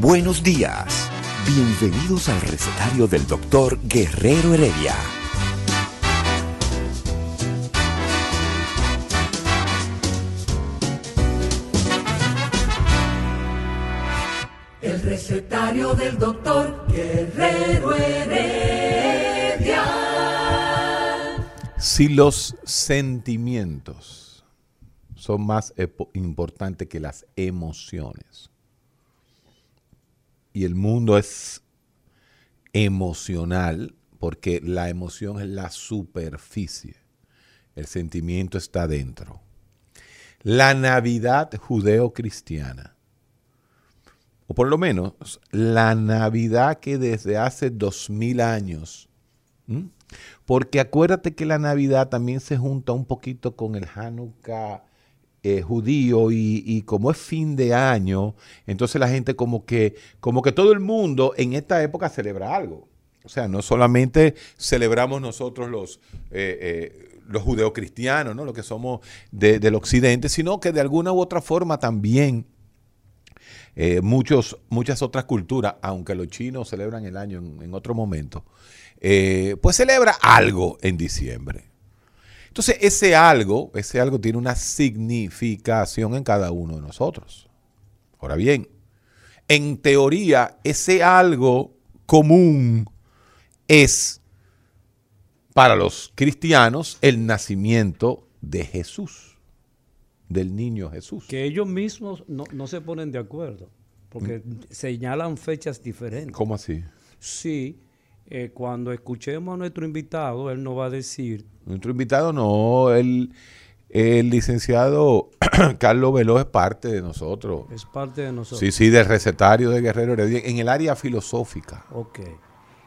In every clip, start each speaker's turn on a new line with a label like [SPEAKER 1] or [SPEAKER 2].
[SPEAKER 1] Buenos días. Bienvenidos al recetario del doctor Guerrero Heredia.
[SPEAKER 2] El recetario del doctor Guerrero Heredia.
[SPEAKER 3] Si los sentimientos son más epo- importantes que las emociones y el mundo es emocional porque la emoción es la superficie, el sentimiento está dentro. La Navidad judeo-cristiana, o por lo menos la Navidad que desde hace dos mil años ¿Mm? Porque acuérdate que la Navidad también se junta un poquito con el Hanukkah eh, judío y, y como es fin de año, entonces la gente como que, como que todo el mundo en esta época celebra algo. O sea, no solamente celebramos nosotros los, eh, eh, los judeocristianos, ¿no? los que somos de- del occidente, sino que de alguna u otra forma también eh, muchos, muchas otras culturas, aunque los chinos celebran el año en, en otro momento, eh, pues celebra algo en diciembre. Entonces, ese algo, ese algo tiene una significación en cada uno de nosotros. Ahora bien, en teoría, ese algo común es para los cristianos el nacimiento de Jesús, del niño Jesús.
[SPEAKER 4] que ellos mismos no, no se ponen de acuerdo, porque señalan fechas diferentes.
[SPEAKER 3] ¿Cómo así?
[SPEAKER 4] Sí, eh, cuando escuchemos a nuestro invitado, él nos va a decir,
[SPEAKER 3] Nuestro invitado no, el, el licenciado Carlos Veloz es parte de nosotros.
[SPEAKER 4] es parte de nosotros.
[SPEAKER 3] Sí, sí, del recetario de Guerrero Heredia, en el área filosófica.
[SPEAKER 4] Ok.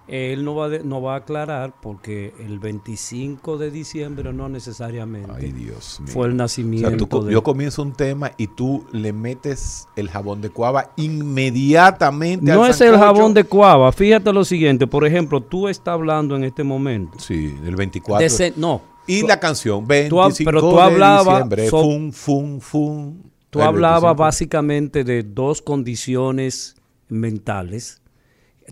[SPEAKER 4] Él no va, de- no va a aclarar porque el 25 de diciembre no necesariamente
[SPEAKER 3] Ay, Dios mío.
[SPEAKER 4] fue el
[SPEAKER 3] O
[SPEAKER 4] nacimiento
[SPEAKER 3] sea, tú co-
[SPEAKER 4] de...
[SPEAKER 3] yo comienzo un tema y tú le metes el jabón de cuava inmediatamente al
[SPEAKER 4] no es el
[SPEAKER 3] sancocho.
[SPEAKER 4] jabón de cuava. Fíjate lo siguiente. Por ejemplo, tú estás hablando en este momento.
[SPEAKER 3] Sí, el
[SPEAKER 4] de
[SPEAKER 3] 24.
[SPEAKER 4] se- no.
[SPEAKER 3] y
[SPEAKER 4] tú-
[SPEAKER 3] la canción
[SPEAKER 4] tú hab-
[SPEAKER 3] 25
[SPEAKER 4] pero tú
[SPEAKER 3] de
[SPEAKER 4] hablabas
[SPEAKER 3] diciembre,
[SPEAKER 4] so-
[SPEAKER 3] fun, fun, fun.
[SPEAKER 4] Tú
[SPEAKER 3] El
[SPEAKER 4] hablabas
[SPEAKER 3] 25.
[SPEAKER 4] básicamente de dos condiciones mentales.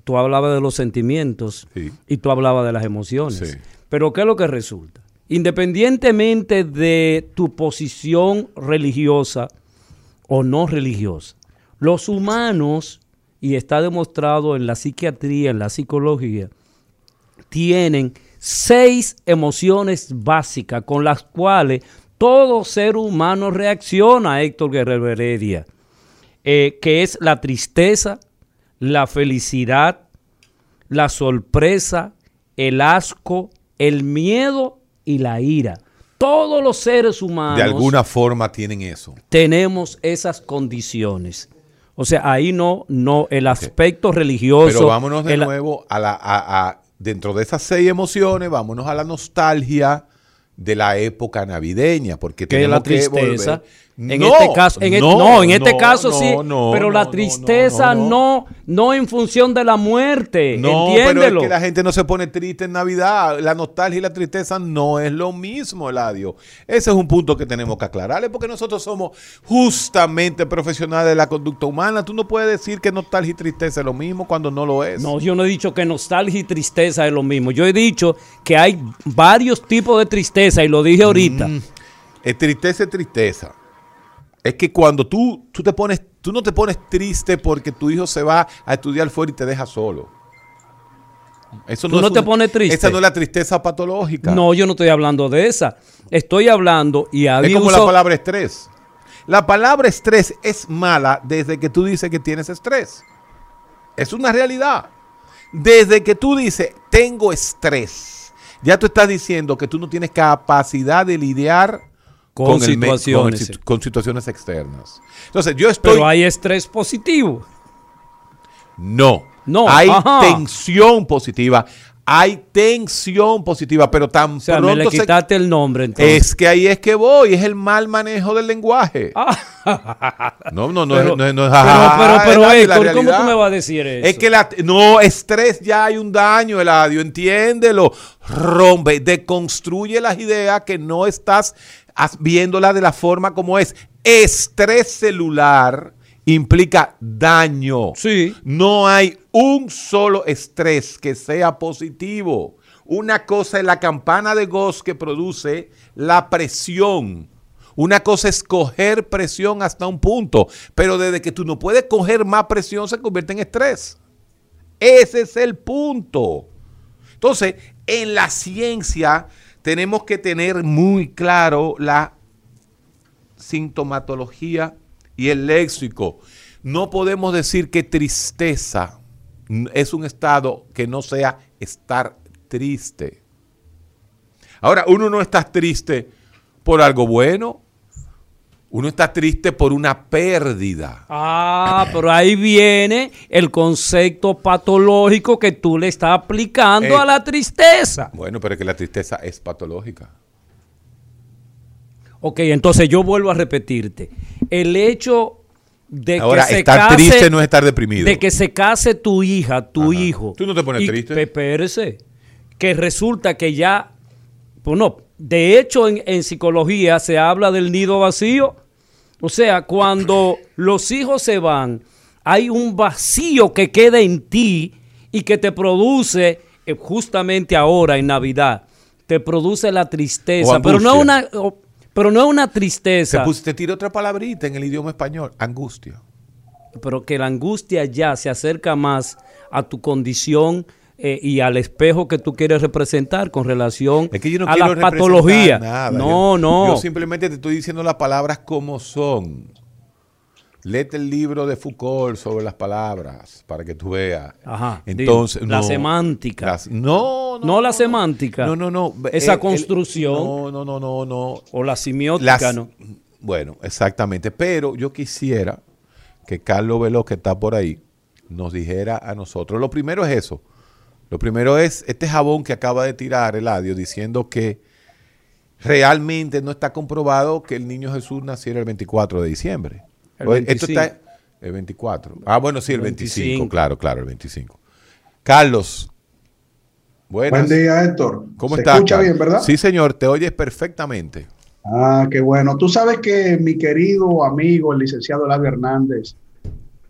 [SPEAKER 4] Tú hablabas de los sentimientos
[SPEAKER 3] Sí.
[SPEAKER 4] y tú hablabas de las emociones.
[SPEAKER 3] Sí.
[SPEAKER 4] Pero ¿qué es lo que resulta? Independientemente de tu posición religiosa o no religiosa, los humanos, y está demostrado en la psiquiatría, en la psicología, tienen seis emociones básicas con las cuales todo ser humano reacciona, Héctor Guerrero Heredia, eh, que es la tristeza, la felicidad, la sorpresa, el asco, el miedo y la ira. Todos los seres humanos
[SPEAKER 3] De alguna forma tienen eso.
[SPEAKER 4] tenemos esas condiciones. O sea, ahí no, no, el aspecto religioso.
[SPEAKER 3] Pero vámonos de
[SPEAKER 4] el-
[SPEAKER 3] nuevo a la a- a- dentro de esas seis emociones, vámonos a la nostalgia de la época navideña, porque
[SPEAKER 4] que la
[SPEAKER 3] tenemos que
[SPEAKER 4] tristeza.
[SPEAKER 3] volver-
[SPEAKER 4] en
[SPEAKER 3] No,
[SPEAKER 4] este caso, en e- no, en este
[SPEAKER 3] no,
[SPEAKER 4] caso sí,
[SPEAKER 3] no, no,
[SPEAKER 4] pero
[SPEAKER 3] no,
[SPEAKER 4] la
[SPEAKER 3] no,
[SPEAKER 4] tristeza no no, en función de la muerte,
[SPEAKER 3] No, pero
[SPEAKER 4] entiéndelo.
[SPEAKER 3] es que la gente no se pone triste en Navidad. La nostalgia y la tristeza no es lo mismo, Eladio. Ese es un punto que tenemos que aclararle, porque nosotros somos justamente profesionales de la conducta humana. Tú no puedes decir que nostalgia y tristeza es lo mismo cuando no lo es.
[SPEAKER 4] No, yo no he dicho que nostalgia y tristeza es lo mismo. Yo he dicho que hay varios tipos de tristeza y lo dije ahorita.
[SPEAKER 3] Mm, Es tristeza es tristeza. Es que cuando tú, tú te pones, tú no te pones triste porque tu hijo se va a estudiar fuera y te deja solo. Eso
[SPEAKER 4] Tú no te pones triste.
[SPEAKER 3] Esa no es la tristeza patológica.
[SPEAKER 4] No, yo no estoy hablando de esa. Estoy hablando y
[SPEAKER 3] es
[SPEAKER 4] había
[SPEAKER 3] como
[SPEAKER 4] uso-
[SPEAKER 3] la palabra estrés. La palabra estrés es mala desde que tú dices que tienes estrés. Es una realidad. Desde que tú dices, tengo estrés, Ya tú estás diciendo que tú no tienes capacidad de lidiar
[SPEAKER 4] Con
[SPEAKER 3] el me- con el
[SPEAKER 4] situaciones.
[SPEAKER 3] situ- con situaciones externas. Entonces, yo estoy.
[SPEAKER 4] Pero hay estrés positivo.
[SPEAKER 3] No.
[SPEAKER 4] No,
[SPEAKER 3] Hay
[SPEAKER 4] ajá.
[SPEAKER 3] tensión positiva. Hay tensión positiva, pero tan
[SPEAKER 4] O sea, me le
[SPEAKER 3] pronto se-
[SPEAKER 4] quitaste el nombre entonces.
[SPEAKER 3] Es que ahí es que voy, es el mal manejo del lenguaje.
[SPEAKER 4] Ah.
[SPEAKER 3] No, no, no,
[SPEAKER 4] Pero-
[SPEAKER 3] es- no, es- no es-
[SPEAKER 4] Pero, pero,
[SPEAKER 3] ajá,
[SPEAKER 4] pero,
[SPEAKER 3] Ah, es la-
[SPEAKER 4] Héctor,
[SPEAKER 3] la
[SPEAKER 4] ¿cómo tú
[SPEAKER 3] realidad.
[SPEAKER 4] me vas a decir eso?
[SPEAKER 3] Es que la, no, estrés ya hay un daño, Eladio, entiéndelo. Rompe, deconstruye las ideas que no estás as- viéndolas de la forma como es. Estrés celular implica daño.
[SPEAKER 4] Sí.
[SPEAKER 3] No hay un solo estrés que sea positivo. Una cosa es la campana de Gauss que produce la presión. Una cosa es coger presión hasta un punto, pero desde que tú no puedes coger más presión se convierte en estrés. Ese es el punto. Entonces, en la ciencia tenemos que tener muy claro la sintomatología y el léxico. No podemos decir que tristeza n- es un estado que no sea estar triste. Ahora, uno no está triste por algo bueno, uno está triste por una pérdida.
[SPEAKER 4] Ah, pero ahí viene el concepto patológico que tú le estás aplicando
[SPEAKER 3] Eh.
[SPEAKER 4] a la tristeza.
[SPEAKER 3] Bueno, pero es que la tristeza es patológica.
[SPEAKER 4] Ok, entonces yo vuelvo a repetirte. El hecho de
[SPEAKER 3] Ahora,
[SPEAKER 4] que se
[SPEAKER 3] estar
[SPEAKER 4] case,
[SPEAKER 3] triste no es estar deprimido.
[SPEAKER 4] De que se case tu hija, tu
[SPEAKER 3] Ajá.
[SPEAKER 4] hijo.
[SPEAKER 3] ¿Tú no te pones
[SPEAKER 4] y-
[SPEAKER 3] triste?
[SPEAKER 4] pe- Espérese. Que resulta que ya. Pues no. De hecho, en, en psicología se habla del nido vacío. O sea, cuando los hijos se van, hay un vacío que queda en ti y que te produce, eh, justamente ahora en Navidad, te produce la tristeza. Pero no es una.
[SPEAKER 3] angustia.
[SPEAKER 4] o- pero no es una
[SPEAKER 3] Te,
[SPEAKER 4] tristeza,
[SPEAKER 3] puse- te tiré otra palabrita en el idioma español, angustia.
[SPEAKER 4] pero que la angustia ya se acerca más a tu condición eh, y al espejo que tú quieres representar con relación
[SPEAKER 3] Es que yo no
[SPEAKER 4] a
[SPEAKER 3] quiero
[SPEAKER 4] la
[SPEAKER 3] representar
[SPEAKER 4] patología.
[SPEAKER 3] nada.
[SPEAKER 4] No,
[SPEAKER 3] Yo-
[SPEAKER 4] no.
[SPEAKER 3] Yo simplemente te estoy diciendo las palabras como son. Léete el libro de Foucault sobre las palabras para que tú veas.
[SPEAKER 4] Ajá,
[SPEAKER 3] Entonces,
[SPEAKER 4] digo, la semántica.
[SPEAKER 3] Las- no, no,
[SPEAKER 4] No la semántica.
[SPEAKER 3] No, no, no.
[SPEAKER 4] Esa
[SPEAKER 3] Eh, el-
[SPEAKER 4] construcción.
[SPEAKER 3] no, no, no, no, no.
[SPEAKER 4] o la semiótica,
[SPEAKER 3] Las-
[SPEAKER 4] ¿no?
[SPEAKER 3] Bueno, exactamente. Pero yo quisiera que Carlos Veloz, que está por ahí, nos dijera a nosotros. Lo primero es eso. Lo primero es este jabón que acaba de tirar Eladio diciendo que realmente no está comprobado que el niño Jesús naciera el 24 de diciembre.
[SPEAKER 4] El
[SPEAKER 3] Oye, Esto
[SPEAKER 4] 25.
[SPEAKER 3] está el 24. Ah, bueno, sí, el 25,
[SPEAKER 4] 25.
[SPEAKER 3] claro, claro, el 25. Carlos, buenas.
[SPEAKER 5] Buen día, Héctor.
[SPEAKER 3] ¿Cómo
[SPEAKER 5] ¿Se
[SPEAKER 3] estás?
[SPEAKER 5] escucha
[SPEAKER 3] Carlos?
[SPEAKER 5] bien, verdad?
[SPEAKER 3] Sí, señor, te oyes perfectamente.
[SPEAKER 5] Ah, qué bueno. Tú sabes que mi querido amigo, el licenciado Eladio Hernández,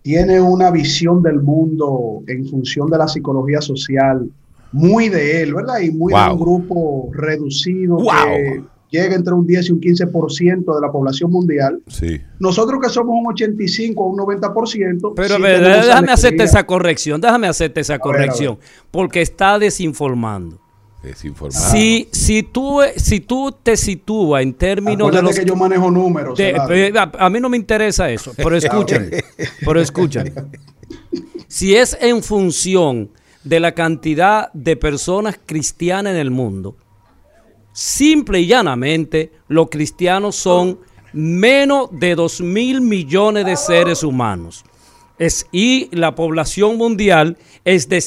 [SPEAKER 5] tiene una visión del mundo en función de la psicología social muy de él, ¿verdad? Y muy de
[SPEAKER 3] Wow.
[SPEAKER 5] un grupo reducido que
[SPEAKER 3] Wow.
[SPEAKER 5] llega entre un 10 y un 15% de la población mundial.
[SPEAKER 3] Sí.
[SPEAKER 5] Nosotros que somos un 85 o un 90%.
[SPEAKER 4] Pero
[SPEAKER 5] sí
[SPEAKER 4] pero,
[SPEAKER 5] tenemos esa
[SPEAKER 4] déjame hacerte
[SPEAKER 5] alegría.
[SPEAKER 4] esa corrección, déjame hacerte esa
[SPEAKER 5] ver, a ver.
[SPEAKER 4] corrección, porque está desinformando.
[SPEAKER 3] Desinformado.
[SPEAKER 4] Si, si, tú, si tú te sitúas en términos de
[SPEAKER 5] Acuérdate
[SPEAKER 4] los...
[SPEAKER 5] que yo manejo números.
[SPEAKER 4] Te-
[SPEAKER 5] Eladio.
[SPEAKER 4] pe- a, a mí no me interesa eso, pero escúchame, pero escúchame. Si es en función de la cantidad de personas cristianas en el mundo, simple y llanamente, los cristianos son menos de 2 mil millones de seres humanos. Es, y la población mundial es de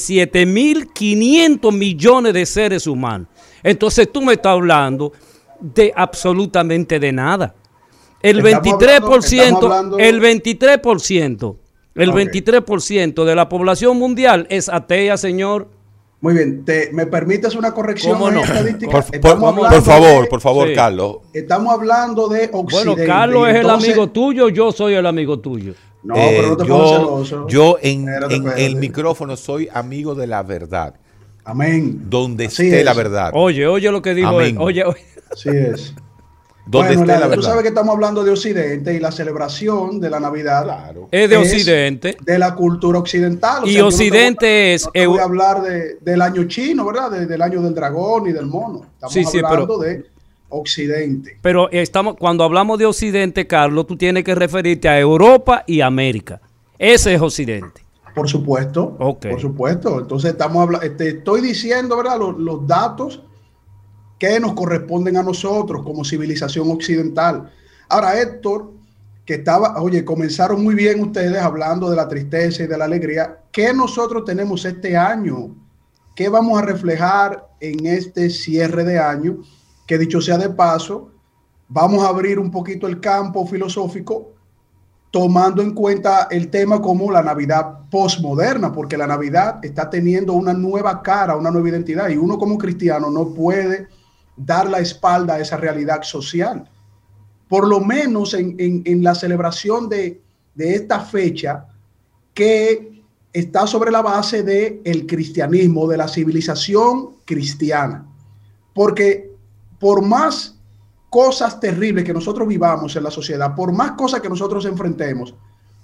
[SPEAKER 4] 7.500 millones de seres humanos. Entonces tú me estás hablando de absolutamente de nada. El
[SPEAKER 5] Estamos
[SPEAKER 4] 23%,
[SPEAKER 5] hablando- estamos hablando-
[SPEAKER 4] el 23%, el
[SPEAKER 5] Ok.
[SPEAKER 4] 23% de la población mundial es atea, señor.
[SPEAKER 5] Muy bien, te, ¿me permites una corrección
[SPEAKER 4] ¿Cómo no?
[SPEAKER 5] estadística?
[SPEAKER 3] Por,
[SPEAKER 5] Estamos
[SPEAKER 3] por-
[SPEAKER 5] hablando
[SPEAKER 3] por favor,
[SPEAKER 5] de-
[SPEAKER 3] por favor,
[SPEAKER 4] Sí.
[SPEAKER 3] Carlos.
[SPEAKER 5] Estamos hablando de Occidente.
[SPEAKER 4] Bueno, Carlos
[SPEAKER 5] y
[SPEAKER 4] es el
[SPEAKER 5] entonces-
[SPEAKER 4] amigo tuyo, yo soy el amigo tuyo.
[SPEAKER 5] No,
[SPEAKER 3] Eh,
[SPEAKER 5] pero no te pongas
[SPEAKER 3] yo,
[SPEAKER 5] celoso.
[SPEAKER 3] yo en,
[SPEAKER 5] Espérate,
[SPEAKER 3] en
[SPEAKER 5] espérate.
[SPEAKER 3] el micrófono soy amigo de la verdad.
[SPEAKER 5] Amén.
[SPEAKER 3] Donde
[SPEAKER 5] Así
[SPEAKER 3] esté
[SPEAKER 5] es,
[SPEAKER 3] la verdad.
[SPEAKER 4] Oye, oye lo que dijo
[SPEAKER 3] Amén.
[SPEAKER 4] él. Oye, oye.
[SPEAKER 5] Así es.
[SPEAKER 3] Donde
[SPEAKER 5] Bueno,
[SPEAKER 3] esté la
[SPEAKER 5] Leandro, Tú sabes
[SPEAKER 3] verdad.
[SPEAKER 5] que estamos hablando de Occidente y la celebración de la Navidad.
[SPEAKER 3] Claro.
[SPEAKER 4] Es de Occidente.
[SPEAKER 5] De la cultura occidental.
[SPEAKER 4] Y
[SPEAKER 5] yo no te
[SPEAKER 4] Occidente
[SPEAKER 5] voy-
[SPEAKER 4] es
[SPEAKER 5] No te voy
[SPEAKER 4] Eu-
[SPEAKER 5] a hablar de- del año chino, ¿verdad? De- del año del dragón y del mono. Estamos
[SPEAKER 4] Sí, sí, pero-
[SPEAKER 5] hablando de Occidente.
[SPEAKER 4] Pero estamos, cuando hablamos de Occidente, Carlos, tú tienes que referirte a Europa y América. Ese es Occidente.
[SPEAKER 5] Por supuesto.
[SPEAKER 4] Ok.
[SPEAKER 5] este, Por supuesto. Entonces estamos hablando, te estoy diciendo, ¿verdad? Los, los datos que nos corresponden a nosotros como civilización occidental. Ahora, Héctor, que estaba, oye, comenzaron muy bien ustedes hablando de la tristeza y de la alegría, ¿qué nosotros tenemos este año? ¿Qué vamos a reflejar en este cierre de año? Que dicho sea de paso, vamos a abrir un poquito el campo filosófico tomando en cuenta el tema como la Navidad postmoderna, porque la Navidad está teniendo una nueva cara, una nueva identidad, y uno como cristiano no puede dar la espalda a esa realidad social. Por lo menos en, en, en la celebración de, de, esta fecha que está sobre la base del el cristianismo, de la civilización cristiana. Porque por más cosas terribles que nosotros vivamos en la sociedad, por más cosas que nosotros enfrentemos,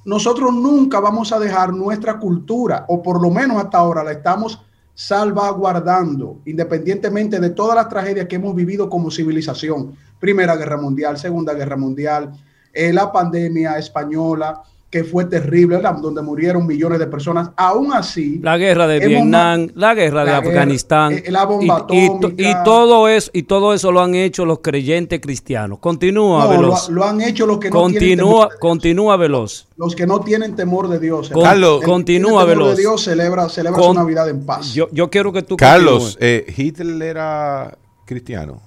[SPEAKER 5] nosotros nunca vamos a dejar nuestra cultura, o por lo menos hasta ahora la estamos salvaguardando, independientemente de todas las tragedias que hemos vivido como civilización. Primera Guerra Mundial, Segunda Guerra Mundial, eh, la pandemia española, que fue terrible, ¿verdad? donde murieron millones de personas. Aún así.
[SPEAKER 4] La guerra de Vietnam, la guerra de la Afganistán.
[SPEAKER 5] Guerra, eh, la bomba
[SPEAKER 4] y, y, y, todo eso, y todo eso lo han hecho los creyentes cristianos. Continúa, no, Veloz.
[SPEAKER 5] Lo, lo, han hecho los que
[SPEAKER 4] continúa,
[SPEAKER 5] no tienen
[SPEAKER 4] Continúa, Veloz.
[SPEAKER 5] Los que no tienen temor de Dios.
[SPEAKER 4] Con, Carlos, el, continúa, Veloz.
[SPEAKER 5] De Dios celebra, celebra con, su Navidad en paz.
[SPEAKER 4] Yo, yo quiero que tú.
[SPEAKER 3] Carlos, eh, Hitler era cristiano.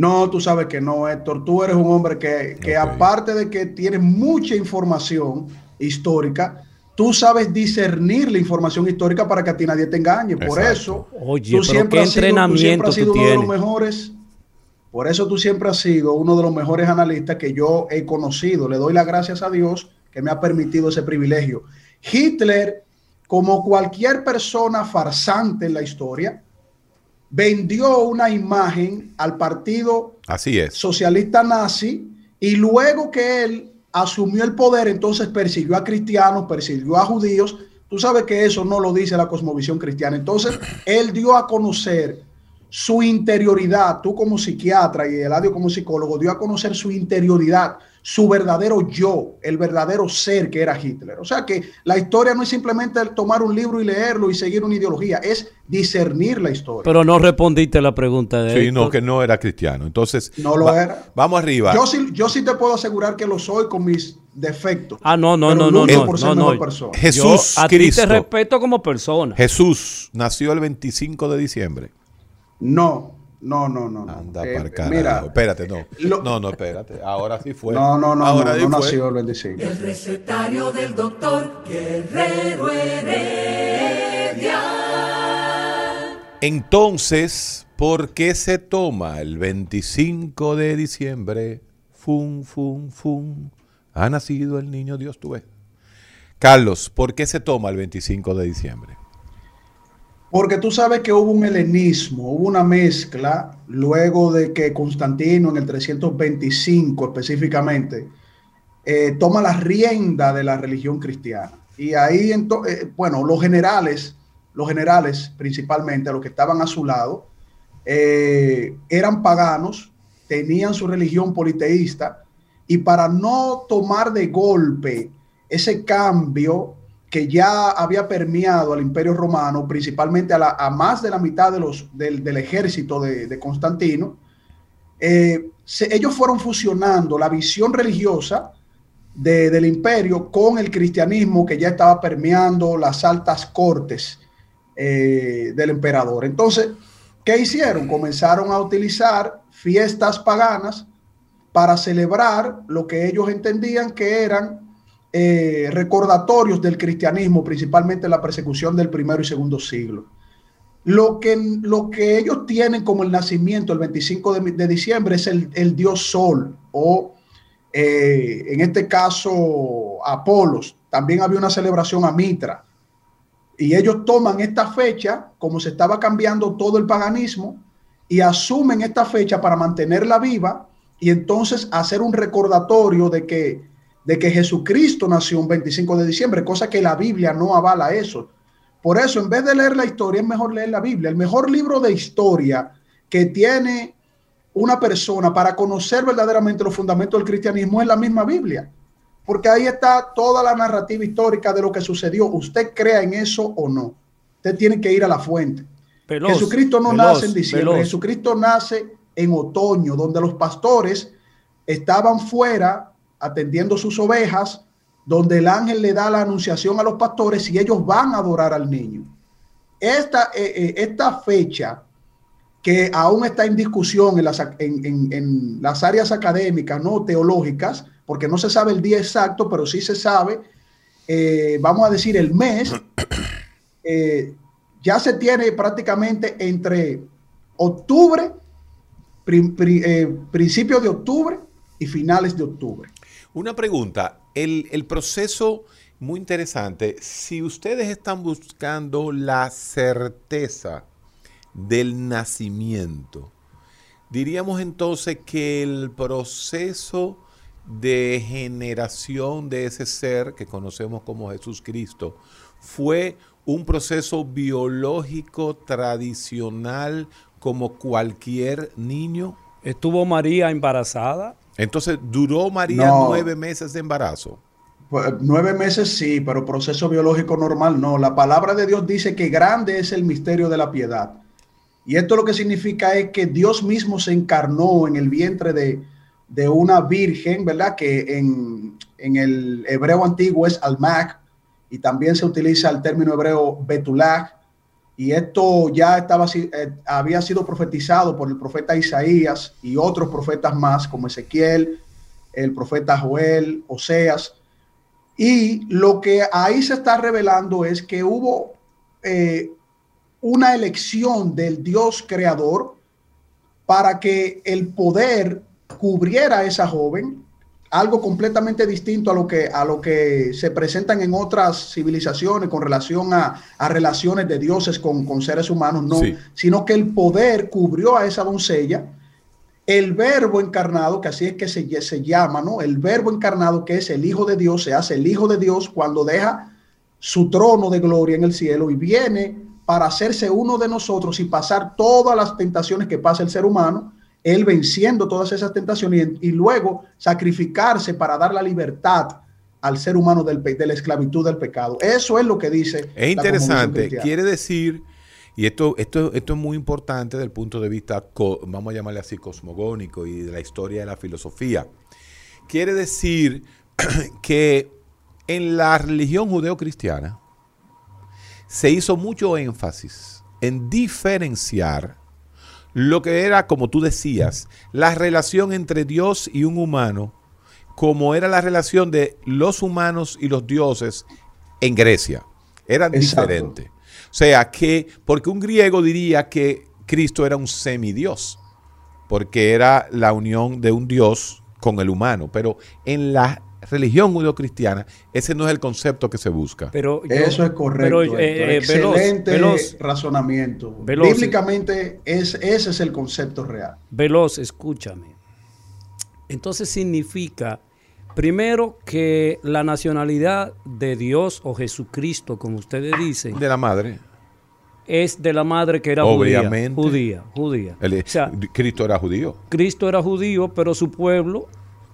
[SPEAKER 5] No, tú sabes que no, Héctor. Tú eres un hombre que, que okay. aparte de que tienes mucha información histórica, tú sabes discernir la información histórica para que a ti nadie te engañe. Exacto. Por eso,
[SPEAKER 4] Oye, tú, siempre has sido,
[SPEAKER 5] tú siempre has sido
[SPEAKER 4] tú
[SPEAKER 5] uno tienes. de los mejores. Por eso tú siempre has sido uno de los mejores analistas que yo he conocido. Le doy las gracias a Dios que me ha permitido ese privilegio. Hitler, como cualquier persona farsante en la historia, vendió una imagen al partido
[SPEAKER 3] Así es.
[SPEAKER 5] socialista nazi y luego que él asumió el poder, entonces persiguió a cristianos, persiguió a judíos. Tú sabes que eso no lo dice la cosmovisión cristiana. Entonces, él dio a conocer su interioridad, tú como psiquiatra y Eladio como psicólogo, dio a conocer su interioridad, su verdadero yo, el verdadero ser que era Hitler. O sea que la historia no es simplemente tomar un libro y leerlo y seguir una ideología, es discernir la historia.
[SPEAKER 4] Pero no respondiste la pregunta de
[SPEAKER 3] Sí, Héctor. no, que no era cristiano. Entonces,
[SPEAKER 5] no lo va, era.
[SPEAKER 3] Vamos arriba.
[SPEAKER 5] Yo sí, yo sí te puedo asegurar que lo soy con mis defectos.
[SPEAKER 4] Ah, no, no, no, no, no, no, no.
[SPEAKER 3] Jesús
[SPEAKER 4] yo, a
[SPEAKER 3] Cristo.
[SPEAKER 4] Ti te respeto como persona.
[SPEAKER 3] Jesús nació el 25 de diciembre.
[SPEAKER 5] No, no, no, no.
[SPEAKER 3] Anda eh, para carajo. Mira, espérate, no. Lo, no, no, espérate. Ahora sí fue.
[SPEAKER 5] No, no, no.
[SPEAKER 3] Ahora
[SPEAKER 5] no,
[SPEAKER 3] sí
[SPEAKER 5] no nació el 25.
[SPEAKER 2] El recetario del doctor Guerrero Heredia.
[SPEAKER 3] Entonces, ¿por qué se toma el 25 de diciembre? Fum, fum, fum. Ha nacido el niño Dios, tú ves. Carlos, ¿por qué se toma el 25 de diciembre?
[SPEAKER 5] Porque tú sabes que hubo un helenismo, hubo una mezcla luego de que Constantino en el 325 específicamente eh, toma la rienda de la religión cristiana. Y ahí, eh, bueno, los generales, los generales principalmente, los que estaban a su lado, eh, eran paganos, tenían su religión politeísta, y para no tomar de golpe ese cambio que ya había permeado al imperio romano, principalmente a, la, a más de la mitad de los, del, del ejército de, de Constantino, eh, se, ellos fueron fusionando la visión religiosa de, del imperio con el cristianismo que ya estaba permeando las altas cortes eh, del emperador. Entonces, ¿qué hicieron? Comenzaron a utilizar fiestas paganas para celebrar lo que ellos entendían que eran eh, recordatorios del cristianismo, principalmente la persecución del primero y segundo siglo. Lo que, lo que ellos tienen como el nacimiento el 25 de, de diciembre es el, el, dios Sol o eh, en este caso Apolos. También había una celebración a Mitra. Y ellos toman esta fecha, como se estaba cambiando todo el paganismo, y asumen esta fecha para mantenerla viva y entonces hacer un recordatorio de que de que Jesucristo nació un 25 de diciembre, cosa que la Biblia no avala eso. Por eso, en vez de leer la historia, es mejor leer la Biblia. El mejor libro de historia que tiene una persona para conocer verdaderamente los fundamentos del cristianismo es la misma Biblia. Porque ahí está toda la narrativa histórica de lo que sucedió. Usted crea en eso o no. Usted tiene que ir a la fuente.
[SPEAKER 4] Veloz,
[SPEAKER 5] Jesucristo no
[SPEAKER 4] veloz,
[SPEAKER 5] nace en diciembre,
[SPEAKER 4] veloz.
[SPEAKER 5] Jesucristo nace en otoño, donde los pastores estaban fuera atendiendo sus ovejas, donde el ángel le da la anunciación a los pastores y ellos van a adorar al niño. Esta, eh, eh, esta fecha que aún está en discusión en las, ac- en- en- en las áreas académicas, no teológicas, porque no se sabe el día exacto, pero sí se sabe, eh, vamos a decir, el mes eh, ya se tiene prácticamente entre octubre, prim- pri- eh, principios de octubre y finales de octubre.
[SPEAKER 3] Una pregunta, el, el proceso muy interesante, si ustedes están buscando la certeza del nacimiento, diríamos entonces que el proceso de generación de ese ser que conocemos como Jesús Cristo fue un proceso biológico tradicional como cualquier niño.
[SPEAKER 4] Estuvo María embarazada.
[SPEAKER 3] Entonces, ¿duró María
[SPEAKER 5] No.
[SPEAKER 3] nueve meses de embarazo?
[SPEAKER 5] Pues, Nueve meses sí, pero proceso biológico normal no. La palabra de Dios dice que grande es el misterio de la piedad. Y esto lo que significa es que Dios mismo se encarnó en el vientre de, de una virgen, ¿verdad? Que en, en el hebreo antiguo es almac y también se utiliza el término hebreo betulag. Y esto ya estaba, si- eh, había sido profetizado por el profeta Isaías y otros profetas más como Ezequiel, el profeta Joel, Oseas. Y lo que ahí se está revelando es que hubo eh, una elección del Dios creador para que el poder cubriera a esa joven, algo completamente distinto a lo que, a lo que se presentan en otras civilizaciones con relación a, a relaciones de dioses con, con seres humanos, no,
[SPEAKER 3] Sí.
[SPEAKER 5] sino que el poder cubrió a esa doncella el verbo encarnado, que así es que se, lle- se llama, ¿no? El verbo encarnado que es el Hijo de Dios, se hace el Hijo de Dios cuando deja su trono de gloria en el cielo y viene para hacerse uno de nosotros y pasar todas las tentaciones que pasa el ser humano, él venciendo todas esas tentaciones y, y luego sacrificarse para dar la libertad al ser humano del pe- de la esclavitud del pecado. Eso es lo que dice. la
[SPEAKER 3] Es
[SPEAKER 5] Convención
[SPEAKER 3] interesante.
[SPEAKER 5] Cristiana.
[SPEAKER 3] Quiere decir, y esto, esto, esto es muy importante desde el punto de vista, co- vamos a llamarle así, cosmogónico y de la historia de la filosofía. Quiere decir que en la religión judeocristiana se hizo mucho énfasis en diferenciar lo que era, como tú decías, la relación entre Dios y un humano, como era la relación de los humanos y los dioses en Grecia. Eran
[SPEAKER 5] Exacto.
[SPEAKER 3] diferentes. O sea, que, porque un griego diría que Cristo era un semidios, porque era la unión de un dios con el humano, pero en la religión judeocristiana ese no es el concepto que se busca.
[SPEAKER 4] Pero yo-
[SPEAKER 5] Eso es correcto.
[SPEAKER 4] pero,
[SPEAKER 5] Héctor.
[SPEAKER 4] eh, eh, Veloz,
[SPEAKER 5] Excelente
[SPEAKER 4] Veloz,
[SPEAKER 5] razonamiento.
[SPEAKER 4] Veloz.
[SPEAKER 5] Bíblicamente es, ese es el concepto real.
[SPEAKER 4] Veloz, escúchame. Entonces significa, primero, que la nacionalidad de Dios o Jesucristo, como ustedes dicen,
[SPEAKER 3] De la madre.
[SPEAKER 4] es de la madre que era
[SPEAKER 3] Obviamente.
[SPEAKER 4] judía. Judía, judía.
[SPEAKER 3] El-
[SPEAKER 4] O sea,
[SPEAKER 3] Cristo era judío.
[SPEAKER 4] Cristo era judío, pero su pueblo